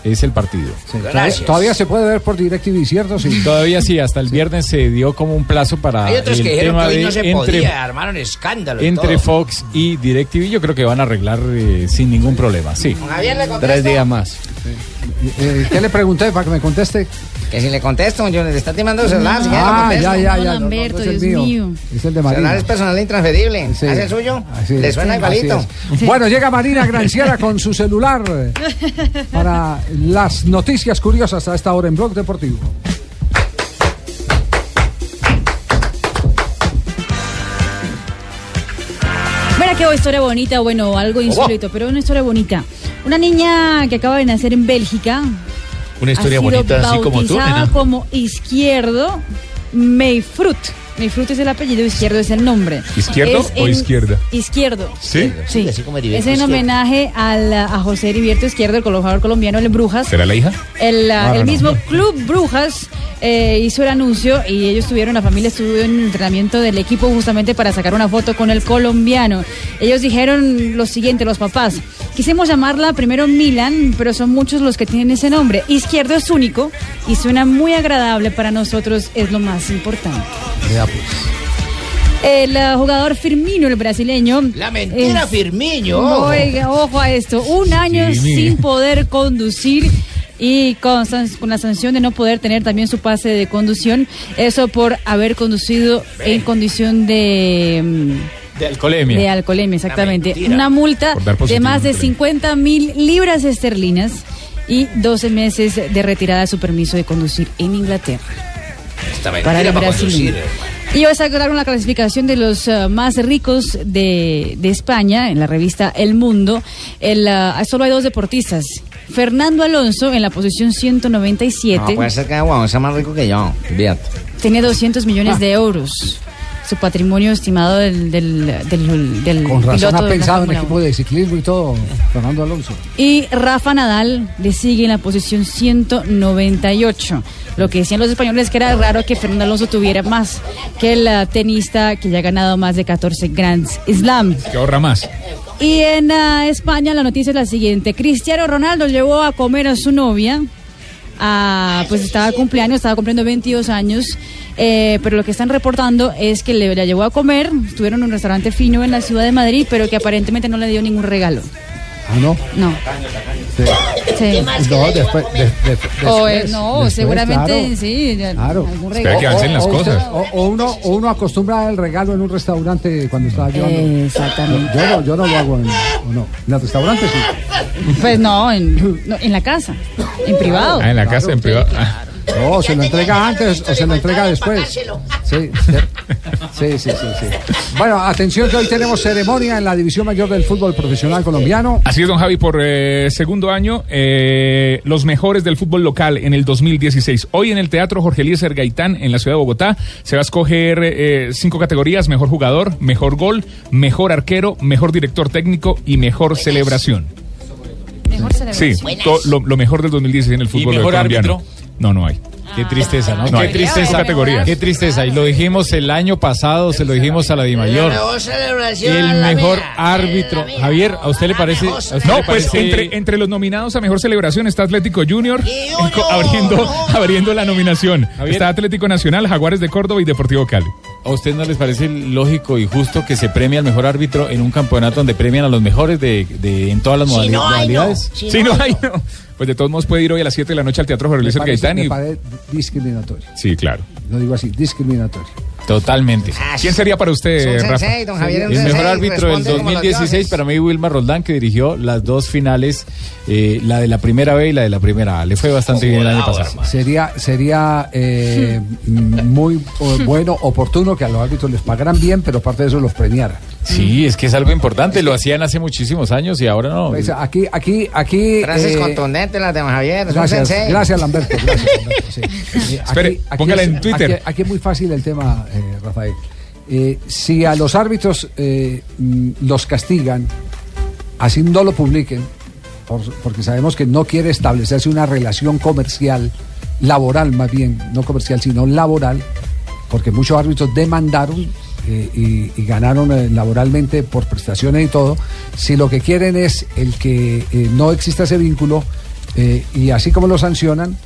Speaker 1: es el partido.
Speaker 13: Todavía- Todavía se puede ver por DirecTV, ¿cierto? Sí.
Speaker 1: Todavía sí, hasta el viernes se dio como un plazo para
Speaker 8: Hay otros
Speaker 1: el
Speaker 8: que dijeron que
Speaker 1: tema
Speaker 8: hoy
Speaker 1: de
Speaker 8: no se
Speaker 1: entre,
Speaker 8: podía, armaron escándalo. y
Speaker 1: entre
Speaker 8: todo.
Speaker 1: Fox y DirecTV. Yo creo que van a arreglar eh, sin ningún problema, sí.
Speaker 9: Javier, ¿le contesto?
Speaker 1: Tres días más.
Speaker 13: Eh, ¿Qué le pregunté para que me conteste?
Speaker 9: Que si le contesto, yo le está timando el celular. si quiere le
Speaker 13: Ah,
Speaker 9: contesto.
Speaker 13: ya, ya, ya. No, no, no es el mío. Es el de
Speaker 9: Celular
Speaker 13: Marina.
Speaker 9: es personal e intransferible.
Speaker 13: Sí.
Speaker 9: ¿Hace el suyo?
Speaker 13: Así
Speaker 9: Le
Speaker 13: es.
Speaker 9: suena
Speaker 13: Así
Speaker 9: igualito.
Speaker 13: es. Bueno, llega Marina Granciera con su celular para las noticias curiosas a esta hora en Blog Deportivo.
Speaker 11: Mira qué historia bonita, bueno,
Speaker 8: Oh,
Speaker 11: algo insólito, pero una historia bonita. Una niña que acaba de nacer en Bélgica
Speaker 8: Una historia
Speaker 11: ha sido
Speaker 8: bonita, así como tú,
Speaker 11: bautizada
Speaker 8: nena.
Speaker 11: como Izquierdo Mayfrut. Mayfrut es el apellido, Izquierdo es el nombre.
Speaker 32: ¿Izquierdo
Speaker 11: Es
Speaker 32: o
Speaker 11: en-
Speaker 32: izquierda?
Speaker 11: Izquierdo.
Speaker 32: Sí.
Speaker 11: Sí.
Speaker 19: Así como
Speaker 11: Es en homenaje al, a José Heriberto Izquierdo, el jugador colombiano de Brujas.
Speaker 32: ¿Será la hija?
Speaker 11: El, ah,
Speaker 32: Ah,
Speaker 11: el
Speaker 32: no.
Speaker 11: mismo Club Brujas eh, hizo el anuncio y ellos tuvieron, la familia estuvo en el entrenamiento del equipo justamente para sacar una foto con el colombiano. Ellos dijeron lo siguiente, los papás, quisimos llamarla primero Milan, pero son muchos los que tienen ese nombre. Izquierdo es único y suena muy agradable para nosotros, es lo más importante. El eh, jugador Firmino, el brasileño. La
Speaker 8: mentira, Firmino.
Speaker 11: Oiga, ojo a esto. Un año
Speaker 8: Sí, mire.
Speaker 11: sin poder conducir y con, san- con la sanción de no poder tener también su pase de conducción. Eso por haber conducido en condición de. mm,
Speaker 1: De alcoholemia.
Speaker 11: de alcoholemia, exactamente.
Speaker 1: mentira.
Speaker 11: Una multa
Speaker 1: Por dar positivo
Speaker 11: de más
Speaker 1: en
Speaker 11: de
Speaker 1: alcoholemia.
Speaker 11: 50 mil libras esterlinas y 12 meses de retirada de su permiso de conducir en Inglaterra.
Speaker 8: Esta
Speaker 11: Para
Speaker 8: mentira
Speaker 11: el
Speaker 8: para,
Speaker 11: brasileño.
Speaker 8: conducir.
Speaker 11: Y hoy sacaron la clasificación de los eh, más ricos de, de España en la revista El Mundo. El, ah, solo hay dos deportistas. Fernando Alonso en la posición 197
Speaker 13: Ah,
Speaker 9: No, puede
Speaker 13: pues.
Speaker 9: ser que Juan sea más rico que yo. Fíjate.
Speaker 11: tiene 200 millones de euros. Su patrimonio estimado del, del, del, del
Speaker 13: Con razón
Speaker 11: piloto
Speaker 13: ha
Speaker 11: de la
Speaker 13: pensado en
Speaker 11: Fórmula
Speaker 13: equipo de ciclismo y todo, Fernando Alonso.
Speaker 11: Y Rafa Nadal le sigue en la posición 198. Lo que decían los españoles que era raro que Fernando Alonso tuviera más que el ah, tenista que ya ha ganado más de 14 Grand Slam.
Speaker 32: Que ahorra más.
Speaker 11: Y en ah, España la noticia es la siguiente. Cristiano Ronaldo llevó a comer a su novia. a- pues estaba de cumpleaños, estaba cumpliendo 22 años. eh, pero lo que están reportando es que le, la llevó a comer. Estuvieron en un restaurante fino en la ciudad de Madrid, pero que aparentemente no le dio ningún regalo.
Speaker 13: Ah, no.
Speaker 11: No.
Speaker 13: Sí.
Speaker 11: Sí.
Speaker 13: No, después, de- de- después,
Speaker 11: O, eh, no,
Speaker 13: después,
Speaker 11: seguramente
Speaker 13: claro.
Speaker 11: sí. ya-
Speaker 13: Claro.
Speaker 11: Algún regalo.
Speaker 13: O- o usted- o, o uno, o uno acostumbra el regalo en un restaurante cuando está llevando.
Speaker 11: Exactamente.
Speaker 13: Yo, no, yo no lo hago en, o no. en el restaurante sí.
Speaker 11: Pues no en, no, en la casa, en privado.
Speaker 32: Ah, en la casa, en privado.
Speaker 13: No, se lo entrega antes o se lo entrega después. Sí, sí, sí, sí, sí. Bueno, atención que hoy tenemos ceremonia en la división mayor del fútbol profesional colombiano.
Speaker 32: Así es, don Javi, por eh, segundo año, eh, los mejores del fútbol local en el 2016. Hoy en el Teatro Jorge Eliezer Gaitán, en la ciudad de Bogotá, se va a escoger eh, cinco categorías, mejor jugador, mejor gol, mejor arquero, mejor director técnico y mejor celebración.
Speaker 11: Mejor
Speaker 32: Sí,
Speaker 11: celebración.
Speaker 32: to- lo, lo mejor del 2016 en el fútbol
Speaker 1: mejor
Speaker 32: colombiano.
Speaker 1: árbitro?
Speaker 32: No, no hay.
Speaker 1: Qué tristeza, ¿no?
Speaker 32: No
Speaker 1: Qué
Speaker 32: hay.
Speaker 1: tristeza.
Speaker 32: Categorías.
Speaker 1: Qué tristeza. Y lo dijimos el año pasado, se lo dijimos a la Dimayor. El mejor árbitro. Javier, ¿a usted le parece? a usted
Speaker 32: No,
Speaker 1: le
Speaker 32: pues
Speaker 1: parece-
Speaker 32: entre, entre los nominados a mejor celebración está Atlético Junior co- abriendo, abriendo la nominación. Está Atlético Nacional, Jaguares de Córdoba y Deportivo Cali.
Speaker 1: ¿A usted no les parece lógico y justo que se premie al mejor árbitro en un campeonato donde premian a los mejores de, de- en todas las
Speaker 32: Si
Speaker 1: modali-
Speaker 32: no hay, no.
Speaker 1: modalidades?
Speaker 32: Si no hay, no. Pues de todos modos puede ir hoy a las 7 de la noche al Teatro Jorge
Speaker 13: Me
Speaker 32: Luis
Speaker 13: parece,
Speaker 32: Gaitán
Speaker 13: me
Speaker 32: y...
Speaker 13: parece discriminatorio.
Speaker 32: Sí, claro. Ah,
Speaker 13: Lo digo así, discriminatorio.
Speaker 1: Totalmente.
Speaker 32: ¿Quién sería para usted,
Speaker 13: Es un
Speaker 32: Rafa?
Speaker 13: sensei, don Javier, un
Speaker 1: El mejor
Speaker 13: sensei,
Speaker 1: árbitro del
Speaker 13: responde como los
Speaker 1: 2016
Speaker 13: dioses.
Speaker 1: para mí Wilmar Roldán que dirigió las dos finales, eh, la de la primera B y la de la primera A. Le fue bastante bien el año pasado.
Speaker 13: Sería, sería eh, mm, muy o- bueno, oportuno que a los árbitros les pagaran bien, pero aparte de eso los premiara.
Speaker 1: Sí, es que es algo importante. Lo hacían hace muchísimos años y ahora no.
Speaker 13: Pues aquí, aquí, aquí.
Speaker 9: Frases
Speaker 13: eh,
Speaker 9: contundentes las de Javier. es un
Speaker 13: Gracias,
Speaker 9: sensei.
Speaker 13: gracias Lamberto. Gracias, Lamberto, sí. Eh,
Speaker 9: Espere, póngala
Speaker 13: es-
Speaker 9: en Twitter.
Speaker 13: Aquí, aquí es muy fácil el tema, eh, Rafael. Eh, si a los árbitros eh, mm, los castigan así no lo publiquen, por- porque sabemos que no quiere establecerse una relación comercial, laboral más bien, no comercial, sino laboral, porque muchos árbitros demandaron eh, y, y ganaron eh, laboralmente por prestaciones y todo, si lo que quieren es el que eh, no exista ese vínculo eh, y así como lo sancionan,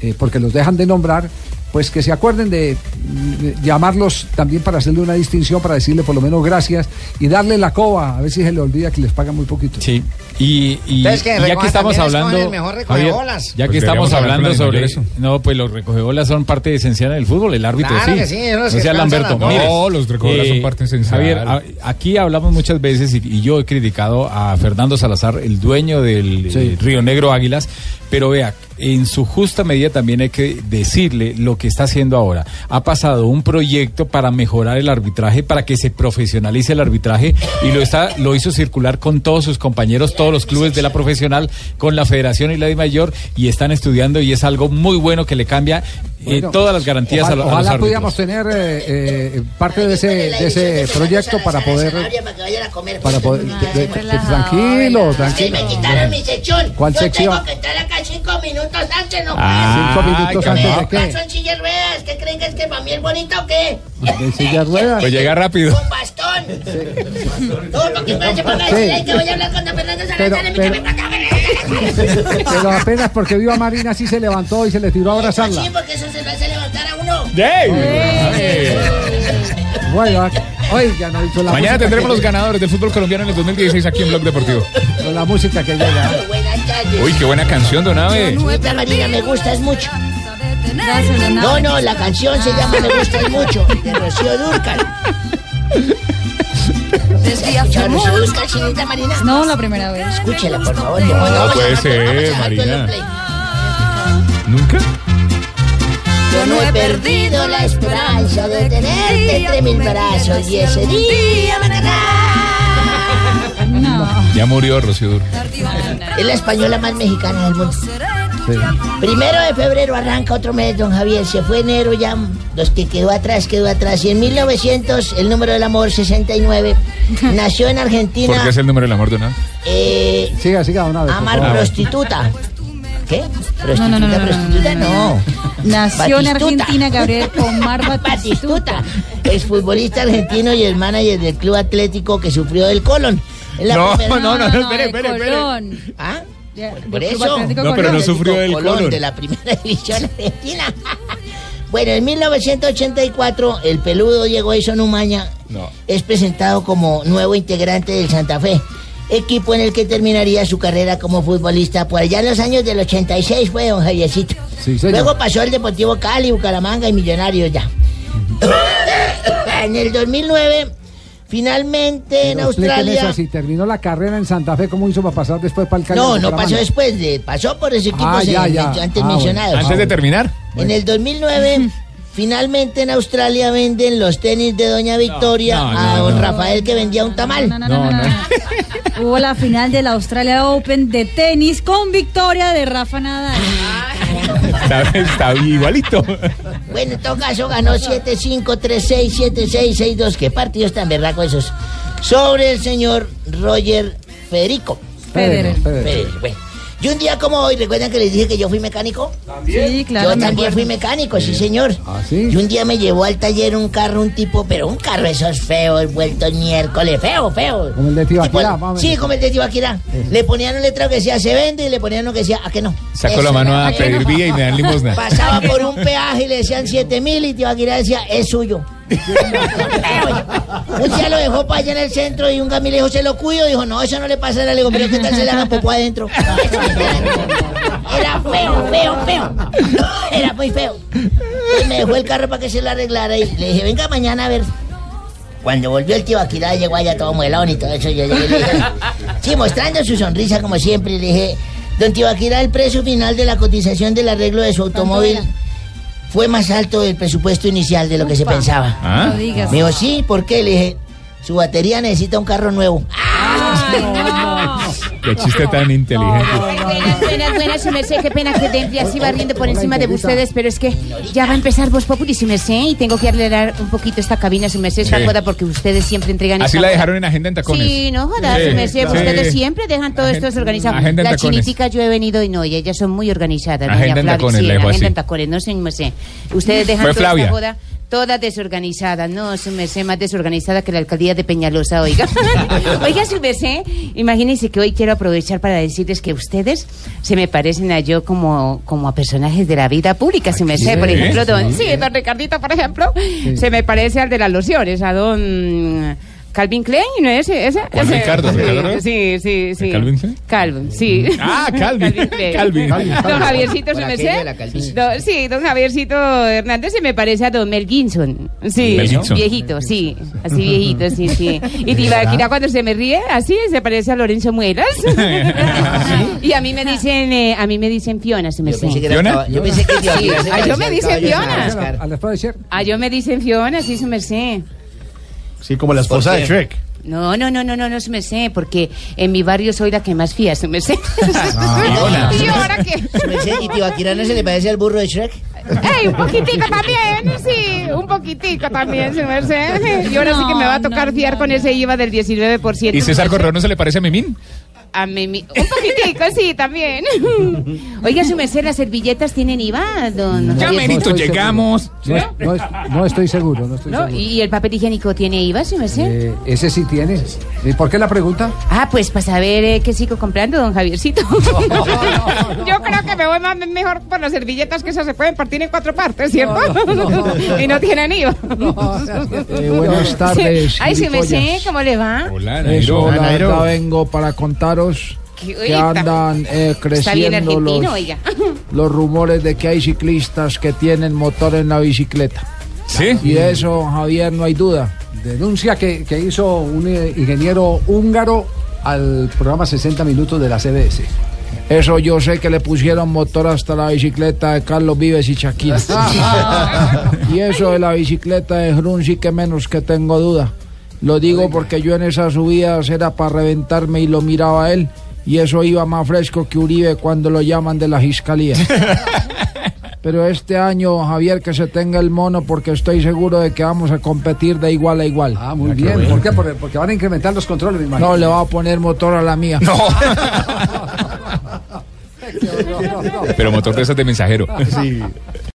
Speaker 13: eh, porque los dejan de nombrar, pues que se acuerden de mm, llamarlos también para hacerle una distinción, para decirle por lo menos gracias y darle la coba, a ver si se le olvida que les pagan muy poquito.
Speaker 1: Sí, y, y-
Speaker 13: Entonces, que
Speaker 1: y ya
Speaker 13: recoja
Speaker 1: que estamos
Speaker 13: también es con
Speaker 1: hablando,
Speaker 13: el mejor recogebolas.
Speaker 1: ya que
Speaker 13: Pues
Speaker 1: estamos
Speaker 13: deberíamos hablar
Speaker 1: hablando
Speaker 13: con las
Speaker 1: sobre
Speaker 13: mayores.
Speaker 1: no, pues los recogebolas son parte esencial del fútbol, el árbitro
Speaker 32: Claro
Speaker 1: sí.
Speaker 32: que sí, ellos los
Speaker 1: no
Speaker 32: que
Speaker 1: sea
Speaker 32: alcanzan
Speaker 1: Lamberto. Eh,
Speaker 32: las dos. No, los recogebolas son parte esencial.
Speaker 1: Javier, a- aquí hablamos muchas veces y, y yo he criticado a Fernando Salazar, el dueño del eh, Río Negro Águilas, pero vea, en su justa medida también hay que decirle lo que está haciendo ahora. Ha pasado un proyecto para mejorar el arbitraje, para que se profesionalice el arbitraje y lo está lo hizo circular con todos sus compañeros, todos los clubes de la profesional, con la Federación y la de Mayor y están estudiando y es algo muy bueno que le cambia eh,
Speaker 13: Bueno,
Speaker 1: todas las garantías a,
Speaker 13: ojalá,
Speaker 1: lo- a los
Speaker 13: ojalá
Speaker 1: árbitros.
Speaker 13: pudiéramos tener eh, eh, parte de ese, de ese proyecto para poder para poder de- de- Pues tranquilo tranquilo
Speaker 20: me quitaron mi sección.
Speaker 13: ¿Cuál
Speaker 20: Yo
Speaker 13: sección?
Speaker 20: tengo que estar acá cinco minutos antes, no
Speaker 13: Ah,
Speaker 20: puedo.
Speaker 13: cinco minutos
Speaker 20: Yo
Speaker 13: antes
Speaker 20: tengo
Speaker 13: de qué?
Speaker 20: paso en silla de ruedas. ¿Qué creen que es que para mí es bonita o qué?
Speaker 13: de silla de ruedas.
Speaker 1: Pues llega rápido.
Speaker 20: Con bastón. Todo lo que me hace para
Speaker 13: Sí.
Speaker 20: decir "Ay, que voy a hablar con don Fernando
Speaker 13: Pero-
Speaker 20: Salazar,
Speaker 13: pero-
Speaker 20: invítame para acá, ven,
Speaker 13: pero apenas porque vio a Marina así se levantó y se le tiró a abrazarla
Speaker 20: Sí, porque eso se le hace levantar a uno.
Speaker 13: bueno oigan no hizo la
Speaker 32: Mañana
Speaker 13: música
Speaker 32: tendremos
Speaker 13: que-
Speaker 32: los ganadores del fútbol colombiano en el 2016 aquí en Blog Deportivo.
Speaker 13: con la música que llega
Speaker 20: Buenas tardes.
Speaker 32: Uy, qué buena canción, Don Abe.
Speaker 20: Esta Marina me gustas mucho.
Speaker 11: Gracias,
Speaker 20: No, no, la canción se llama Me gustas mucho, de Rocío Durcal.
Speaker 11: Desde hace
Speaker 20: ¿Ya Rocío
Speaker 11: mucho.
Speaker 20: Dúrcal, señorita Marina?
Speaker 11: No, la primera vez.
Speaker 20: Escúchela, por favor.
Speaker 32: No puede ser, Marina. ¿Nunca?
Speaker 20: Yo no he perdido la esperanza de tenerte entre mis brazos y ese día vendrá. No.
Speaker 32: Ya murió Rocío Duro.
Speaker 20: Es la española más mexicana del mundo. Primero de febrero arranca otro mes, don Javier. Se fue enero ya. Los que quedó atrás, quedó atrás. Y en 1900, el número del amor 69, nació en Argentina.
Speaker 32: ¿Por qué es el número del amor, Don Abe?
Speaker 20: Eh,
Speaker 13: siga, siga, una vez.
Speaker 20: Amar
Speaker 32: por favor.
Speaker 20: prostituta. ¿Qué? Prostituta,
Speaker 11: no, no, no, no,
Speaker 20: prostituta, no.
Speaker 11: Nació en
Speaker 20: Batistuta.
Speaker 11: Argentina, Gabriel Omar
Speaker 20: Batistuta. Exfutbolista argentino y el manager del club atlético que sufrió del colon. Es la
Speaker 32: No,
Speaker 20: primera-
Speaker 32: no, no, no, espere, espere,
Speaker 11: de
Speaker 32: espere.
Speaker 11: Colón.
Speaker 20: ¿Ah? Por
Speaker 11: Del Club
Speaker 20: eso.
Speaker 11: Atlético No, pero Colón. no sufrió del
Speaker 20: Colón, colon. De la primera división argentina. bueno, en 1984, el peludo Diego Edson Umaña
Speaker 32: No.
Speaker 20: es presentado como nuevo integrante del Santa Fe, equipo en el que terminaría su carrera como futbolista por allá en los años del 86 fue don Javiercito.
Speaker 13: Sí, señor.
Speaker 20: Luego pasó al Deportivo Cali, Bucaramanga y Millonarios ya. en el 2009, finalmente en
Speaker 13: Pero explíqueme
Speaker 20: Australia...
Speaker 13: eso, si terminó la carrera en Santa Fe cómo hizo para pasar después para el Cali
Speaker 20: No, no
Speaker 13: Bucaramanga?
Speaker 20: pasó después, de- pasó por ese equipo
Speaker 13: Ah,
Speaker 20: se-
Speaker 13: ya, ya.
Speaker 20: antes
Speaker 13: Ah, bueno.
Speaker 20: mencionado.
Speaker 13: Antes de
Speaker 32: terminar.
Speaker 20: En el 2009, finalmente en Australia venden los tenis de Doña Victoria
Speaker 11: no,
Speaker 20: a
Speaker 11: no,
Speaker 20: don
Speaker 11: no.
Speaker 20: Rafael que vendía un tamal.
Speaker 11: Hubo la final de la Australia Open de tenis con victoria de Rafa Nadal.
Speaker 32: Está, está igualito.
Speaker 20: Bueno, en todo caso ganó 7-5-3-6-7-6-6-2. Qué partidos tan berracos esos. Sobre el señor Roger Federico. Federer. Federer. bueno. Y un día como hoy, ¿recuerdan que les dije que yo fui mecánico?
Speaker 11: Sí, claro,
Speaker 20: Yo
Speaker 11: me
Speaker 20: también
Speaker 11: acuerdo.
Speaker 20: fui mecánico, sí, señor.
Speaker 13: Ah,
Speaker 20: Y un día me llevó al taller un carro, un tipo, pero un carro esos feos, vueltos miércoles, feo, feo.
Speaker 13: como el de Tibaquirá más o menos.
Speaker 20: Sí, como el de Tibaquirá. Le ponían un letrero que decía se vende y le ponían uno que decía a que no.
Speaker 32: Sacó
Speaker 20: Eso
Speaker 32: la mano
Speaker 20: era,
Speaker 32: a
Speaker 20: que no.
Speaker 32: pedir vía y me dan limosna.
Speaker 20: Pasaba por un peaje y le decían 7 mil y Tibaquirá decía es suyo. un día lo dejó para allá en el centro y un gamilejo se lo cuido. Dijo, no, eso no le pasa nada. Le digo, pero ¿qué tal se le haga popó adentro? Era feo, feo, feo. Era muy feo. Entonces me dejó el carro para que se lo arreglara y le dije, venga mañana a ver. Cuando volvió el Tibaquirá llegó allá todo muelón y todo eso. Yo llegué y le dije, sí, mostrando su sonrisa como siempre, le dije, don Tibaquirá, el precio final de la cotización del arreglo de su automóvil fue más alto del presupuesto inicial de lo que se pensaba.
Speaker 32: Ah.
Speaker 20: Me
Speaker 32: No digas.
Speaker 20: dijo, sí, ¿por qué? Le dije, su batería necesita un carro nuevo.
Speaker 32: Qué chiste tan inteligente.
Speaker 23: Buenas, buenas, su merced, qué pena que Dempli así barriendo por encima de ustedes, pero es que ya va a empezar Voz Populi, su merced, y tengo que arreglar un poquito esta cabina, su merced, esta
Speaker 32: Sí.
Speaker 23: joda, porque ustedes siempre entregan
Speaker 32: Así
Speaker 23: esta
Speaker 32: la
Speaker 23: joda.
Speaker 32: dejaron en agenda en tacones.
Speaker 23: Sí, no jodas,
Speaker 32: Sí,
Speaker 23: su merced,
Speaker 32: claro.
Speaker 23: ustedes
Speaker 32: Sí.
Speaker 23: siempre dejan todo esto desorganizado.
Speaker 32: agenda en
Speaker 23: la
Speaker 32: tacones.
Speaker 23: chinitica yo he venido y no, y ellas son muy organizadas. doña
Speaker 32: Agenda en
Speaker 23: Flavia,
Speaker 32: tacones,
Speaker 23: sí,
Speaker 32: la dejó
Speaker 23: agenda
Speaker 32: así.
Speaker 23: en tacones, no, su merced. Ustedes dejan
Speaker 32: Fue
Speaker 23: toda
Speaker 32: Flavia.
Speaker 23: esta joda toda desorganizada, no, su merced, más desorganizada que la alcaldía de Peñalosa, oiga. Oiga, su merced, imagínense que hoy quiero aprovechar para decirles que ustedes se me parecen a yo como, como a personajes de la vida pública, su merced. Por
Speaker 17: sí,
Speaker 23: ejemplo, don,
Speaker 17: sí.
Speaker 32: ¿Eh?
Speaker 23: sí, don Ricardito, por ejemplo, se me parece al de las lociones, a don Calvin Klein, ¿no es ese? ese,
Speaker 32: ¿Juan
Speaker 23: ese-
Speaker 32: Ricardo,
Speaker 23: sí,
Speaker 32: Ricardo?
Speaker 23: Sí, sí, sí.
Speaker 32: ¿Calvin Klein?
Speaker 23: Calvin, sí.
Speaker 32: Ah, Calvin.
Speaker 23: Klein.
Speaker 32: Calvin.
Speaker 23: Don Javiercito,
Speaker 32: Por
Speaker 23: se me
Speaker 32: aquello
Speaker 23: sé.
Speaker 32: de la
Speaker 23: Don- Sí, don Javiercito Hernández se me parece a don Mel Gibson. Sí,
Speaker 32: Mel Gibson.
Speaker 23: viejito, sí. Así viejito, sí, sí. Y Tibaquira cuando se me ríe, así se parece a Lorenzo Muelas.
Speaker 26: eh,
Speaker 23: Y a mí me dicen, eh, a mí me dicen Fiona, se me sé.
Speaker 20: que era ¿Fiona? caba- yo pensé que
Speaker 23: Sí,
Speaker 20: Tibaquira se
Speaker 23: a
Speaker 20: parecía
Speaker 23: yo me
Speaker 20: al
Speaker 23: dicen
Speaker 20: caballo de
Speaker 23: Fiona.
Speaker 13: ¿Al después de ser?
Speaker 23: A yo me dicen Fiona, sí, se me sé.
Speaker 8: Sí, como la esposa de Shrek.
Speaker 23: No, no, no, no, no, no se me sé, porque en mi barrio soy la que más fía, se me sé.
Speaker 20: ¿Y
Speaker 23: Ah, ahora qué?
Speaker 20: ¿Y Tibaquirá no se le parece al burro de Shrek?
Speaker 23: ¡Ey, un poquitico también! Sí, un poquitico también, su merced. Y ahora sí que me va a tocar fiar con ese IVA del 19%.
Speaker 32: ¿Y César
Speaker 23: su merced.
Speaker 32: Correo no se le parece a Memín?
Speaker 23: A mí mi- un poquitico, sí, también. Oiga, su merced, ¿las servilletas tienen IVA, don
Speaker 13: No,
Speaker 23: Javier?
Speaker 13: no estoy seguro. No, es- no es- no estoy seguro, no estoy
Speaker 23: ¿No?
Speaker 13: seguro.
Speaker 23: ¿Y el papel higiénico tiene IVA, su merced?
Speaker 13: Eh, ese sí tiene. ¿Y por qué la pregunta?
Speaker 23: Ah, pues para saber eh, qué sigo comprando, don Javiercito. Yo creo que me voy más mejor por las servilletas que esas se pueden partir en cuatro partes, ¿cierto? y no tienen IVA.
Speaker 26: Eh, buenas tardes,
Speaker 23: Ay, se me sé,
Speaker 26: gilipollas.
Speaker 23: ¿cómo le va?
Speaker 26: Hola, Eso,
Speaker 8: Nairo.
Speaker 26: la
Speaker 8: Nairo.
Speaker 26: verdad vengo para contaros
Speaker 23: Que,
Speaker 26: que
Speaker 23: oiga,
Speaker 26: andan eh,
Speaker 23: Está bien
Speaker 26: creciendo
Speaker 23: argentino,
Speaker 26: los,
Speaker 23: oiga.
Speaker 26: los rumores de que hay ciclistas que tienen motor en la bicicleta.
Speaker 32: ¿Sí?
Speaker 26: Y de eso, Javier, no hay duda.
Speaker 13: Denuncia que, que hizo un eh, ingeniero húngaro al programa 60 Minutos de la CBS.
Speaker 26: Eso yo sé que le pusieron motor hasta la bicicleta de Carlos Vives y Shakira. y eso de la bicicleta de Grun sí que menos que tengo duda. Lo digo porque yo en esas subidas era para reventarme y lo miraba a él. Y eso iba más fresco que Uribe cuando lo llaman de la fiscalía. Pero este año, Javier, que se tenga el mono porque estoy seguro de que vamos a competir de igual a igual. Ah,
Speaker 13: Muy bien, ¿por qué? Por- Porque van a incrementar los controles, me imagino.
Speaker 26: No, le va a poner motor a la mía.
Speaker 32: Pero motor de esas de mensajero.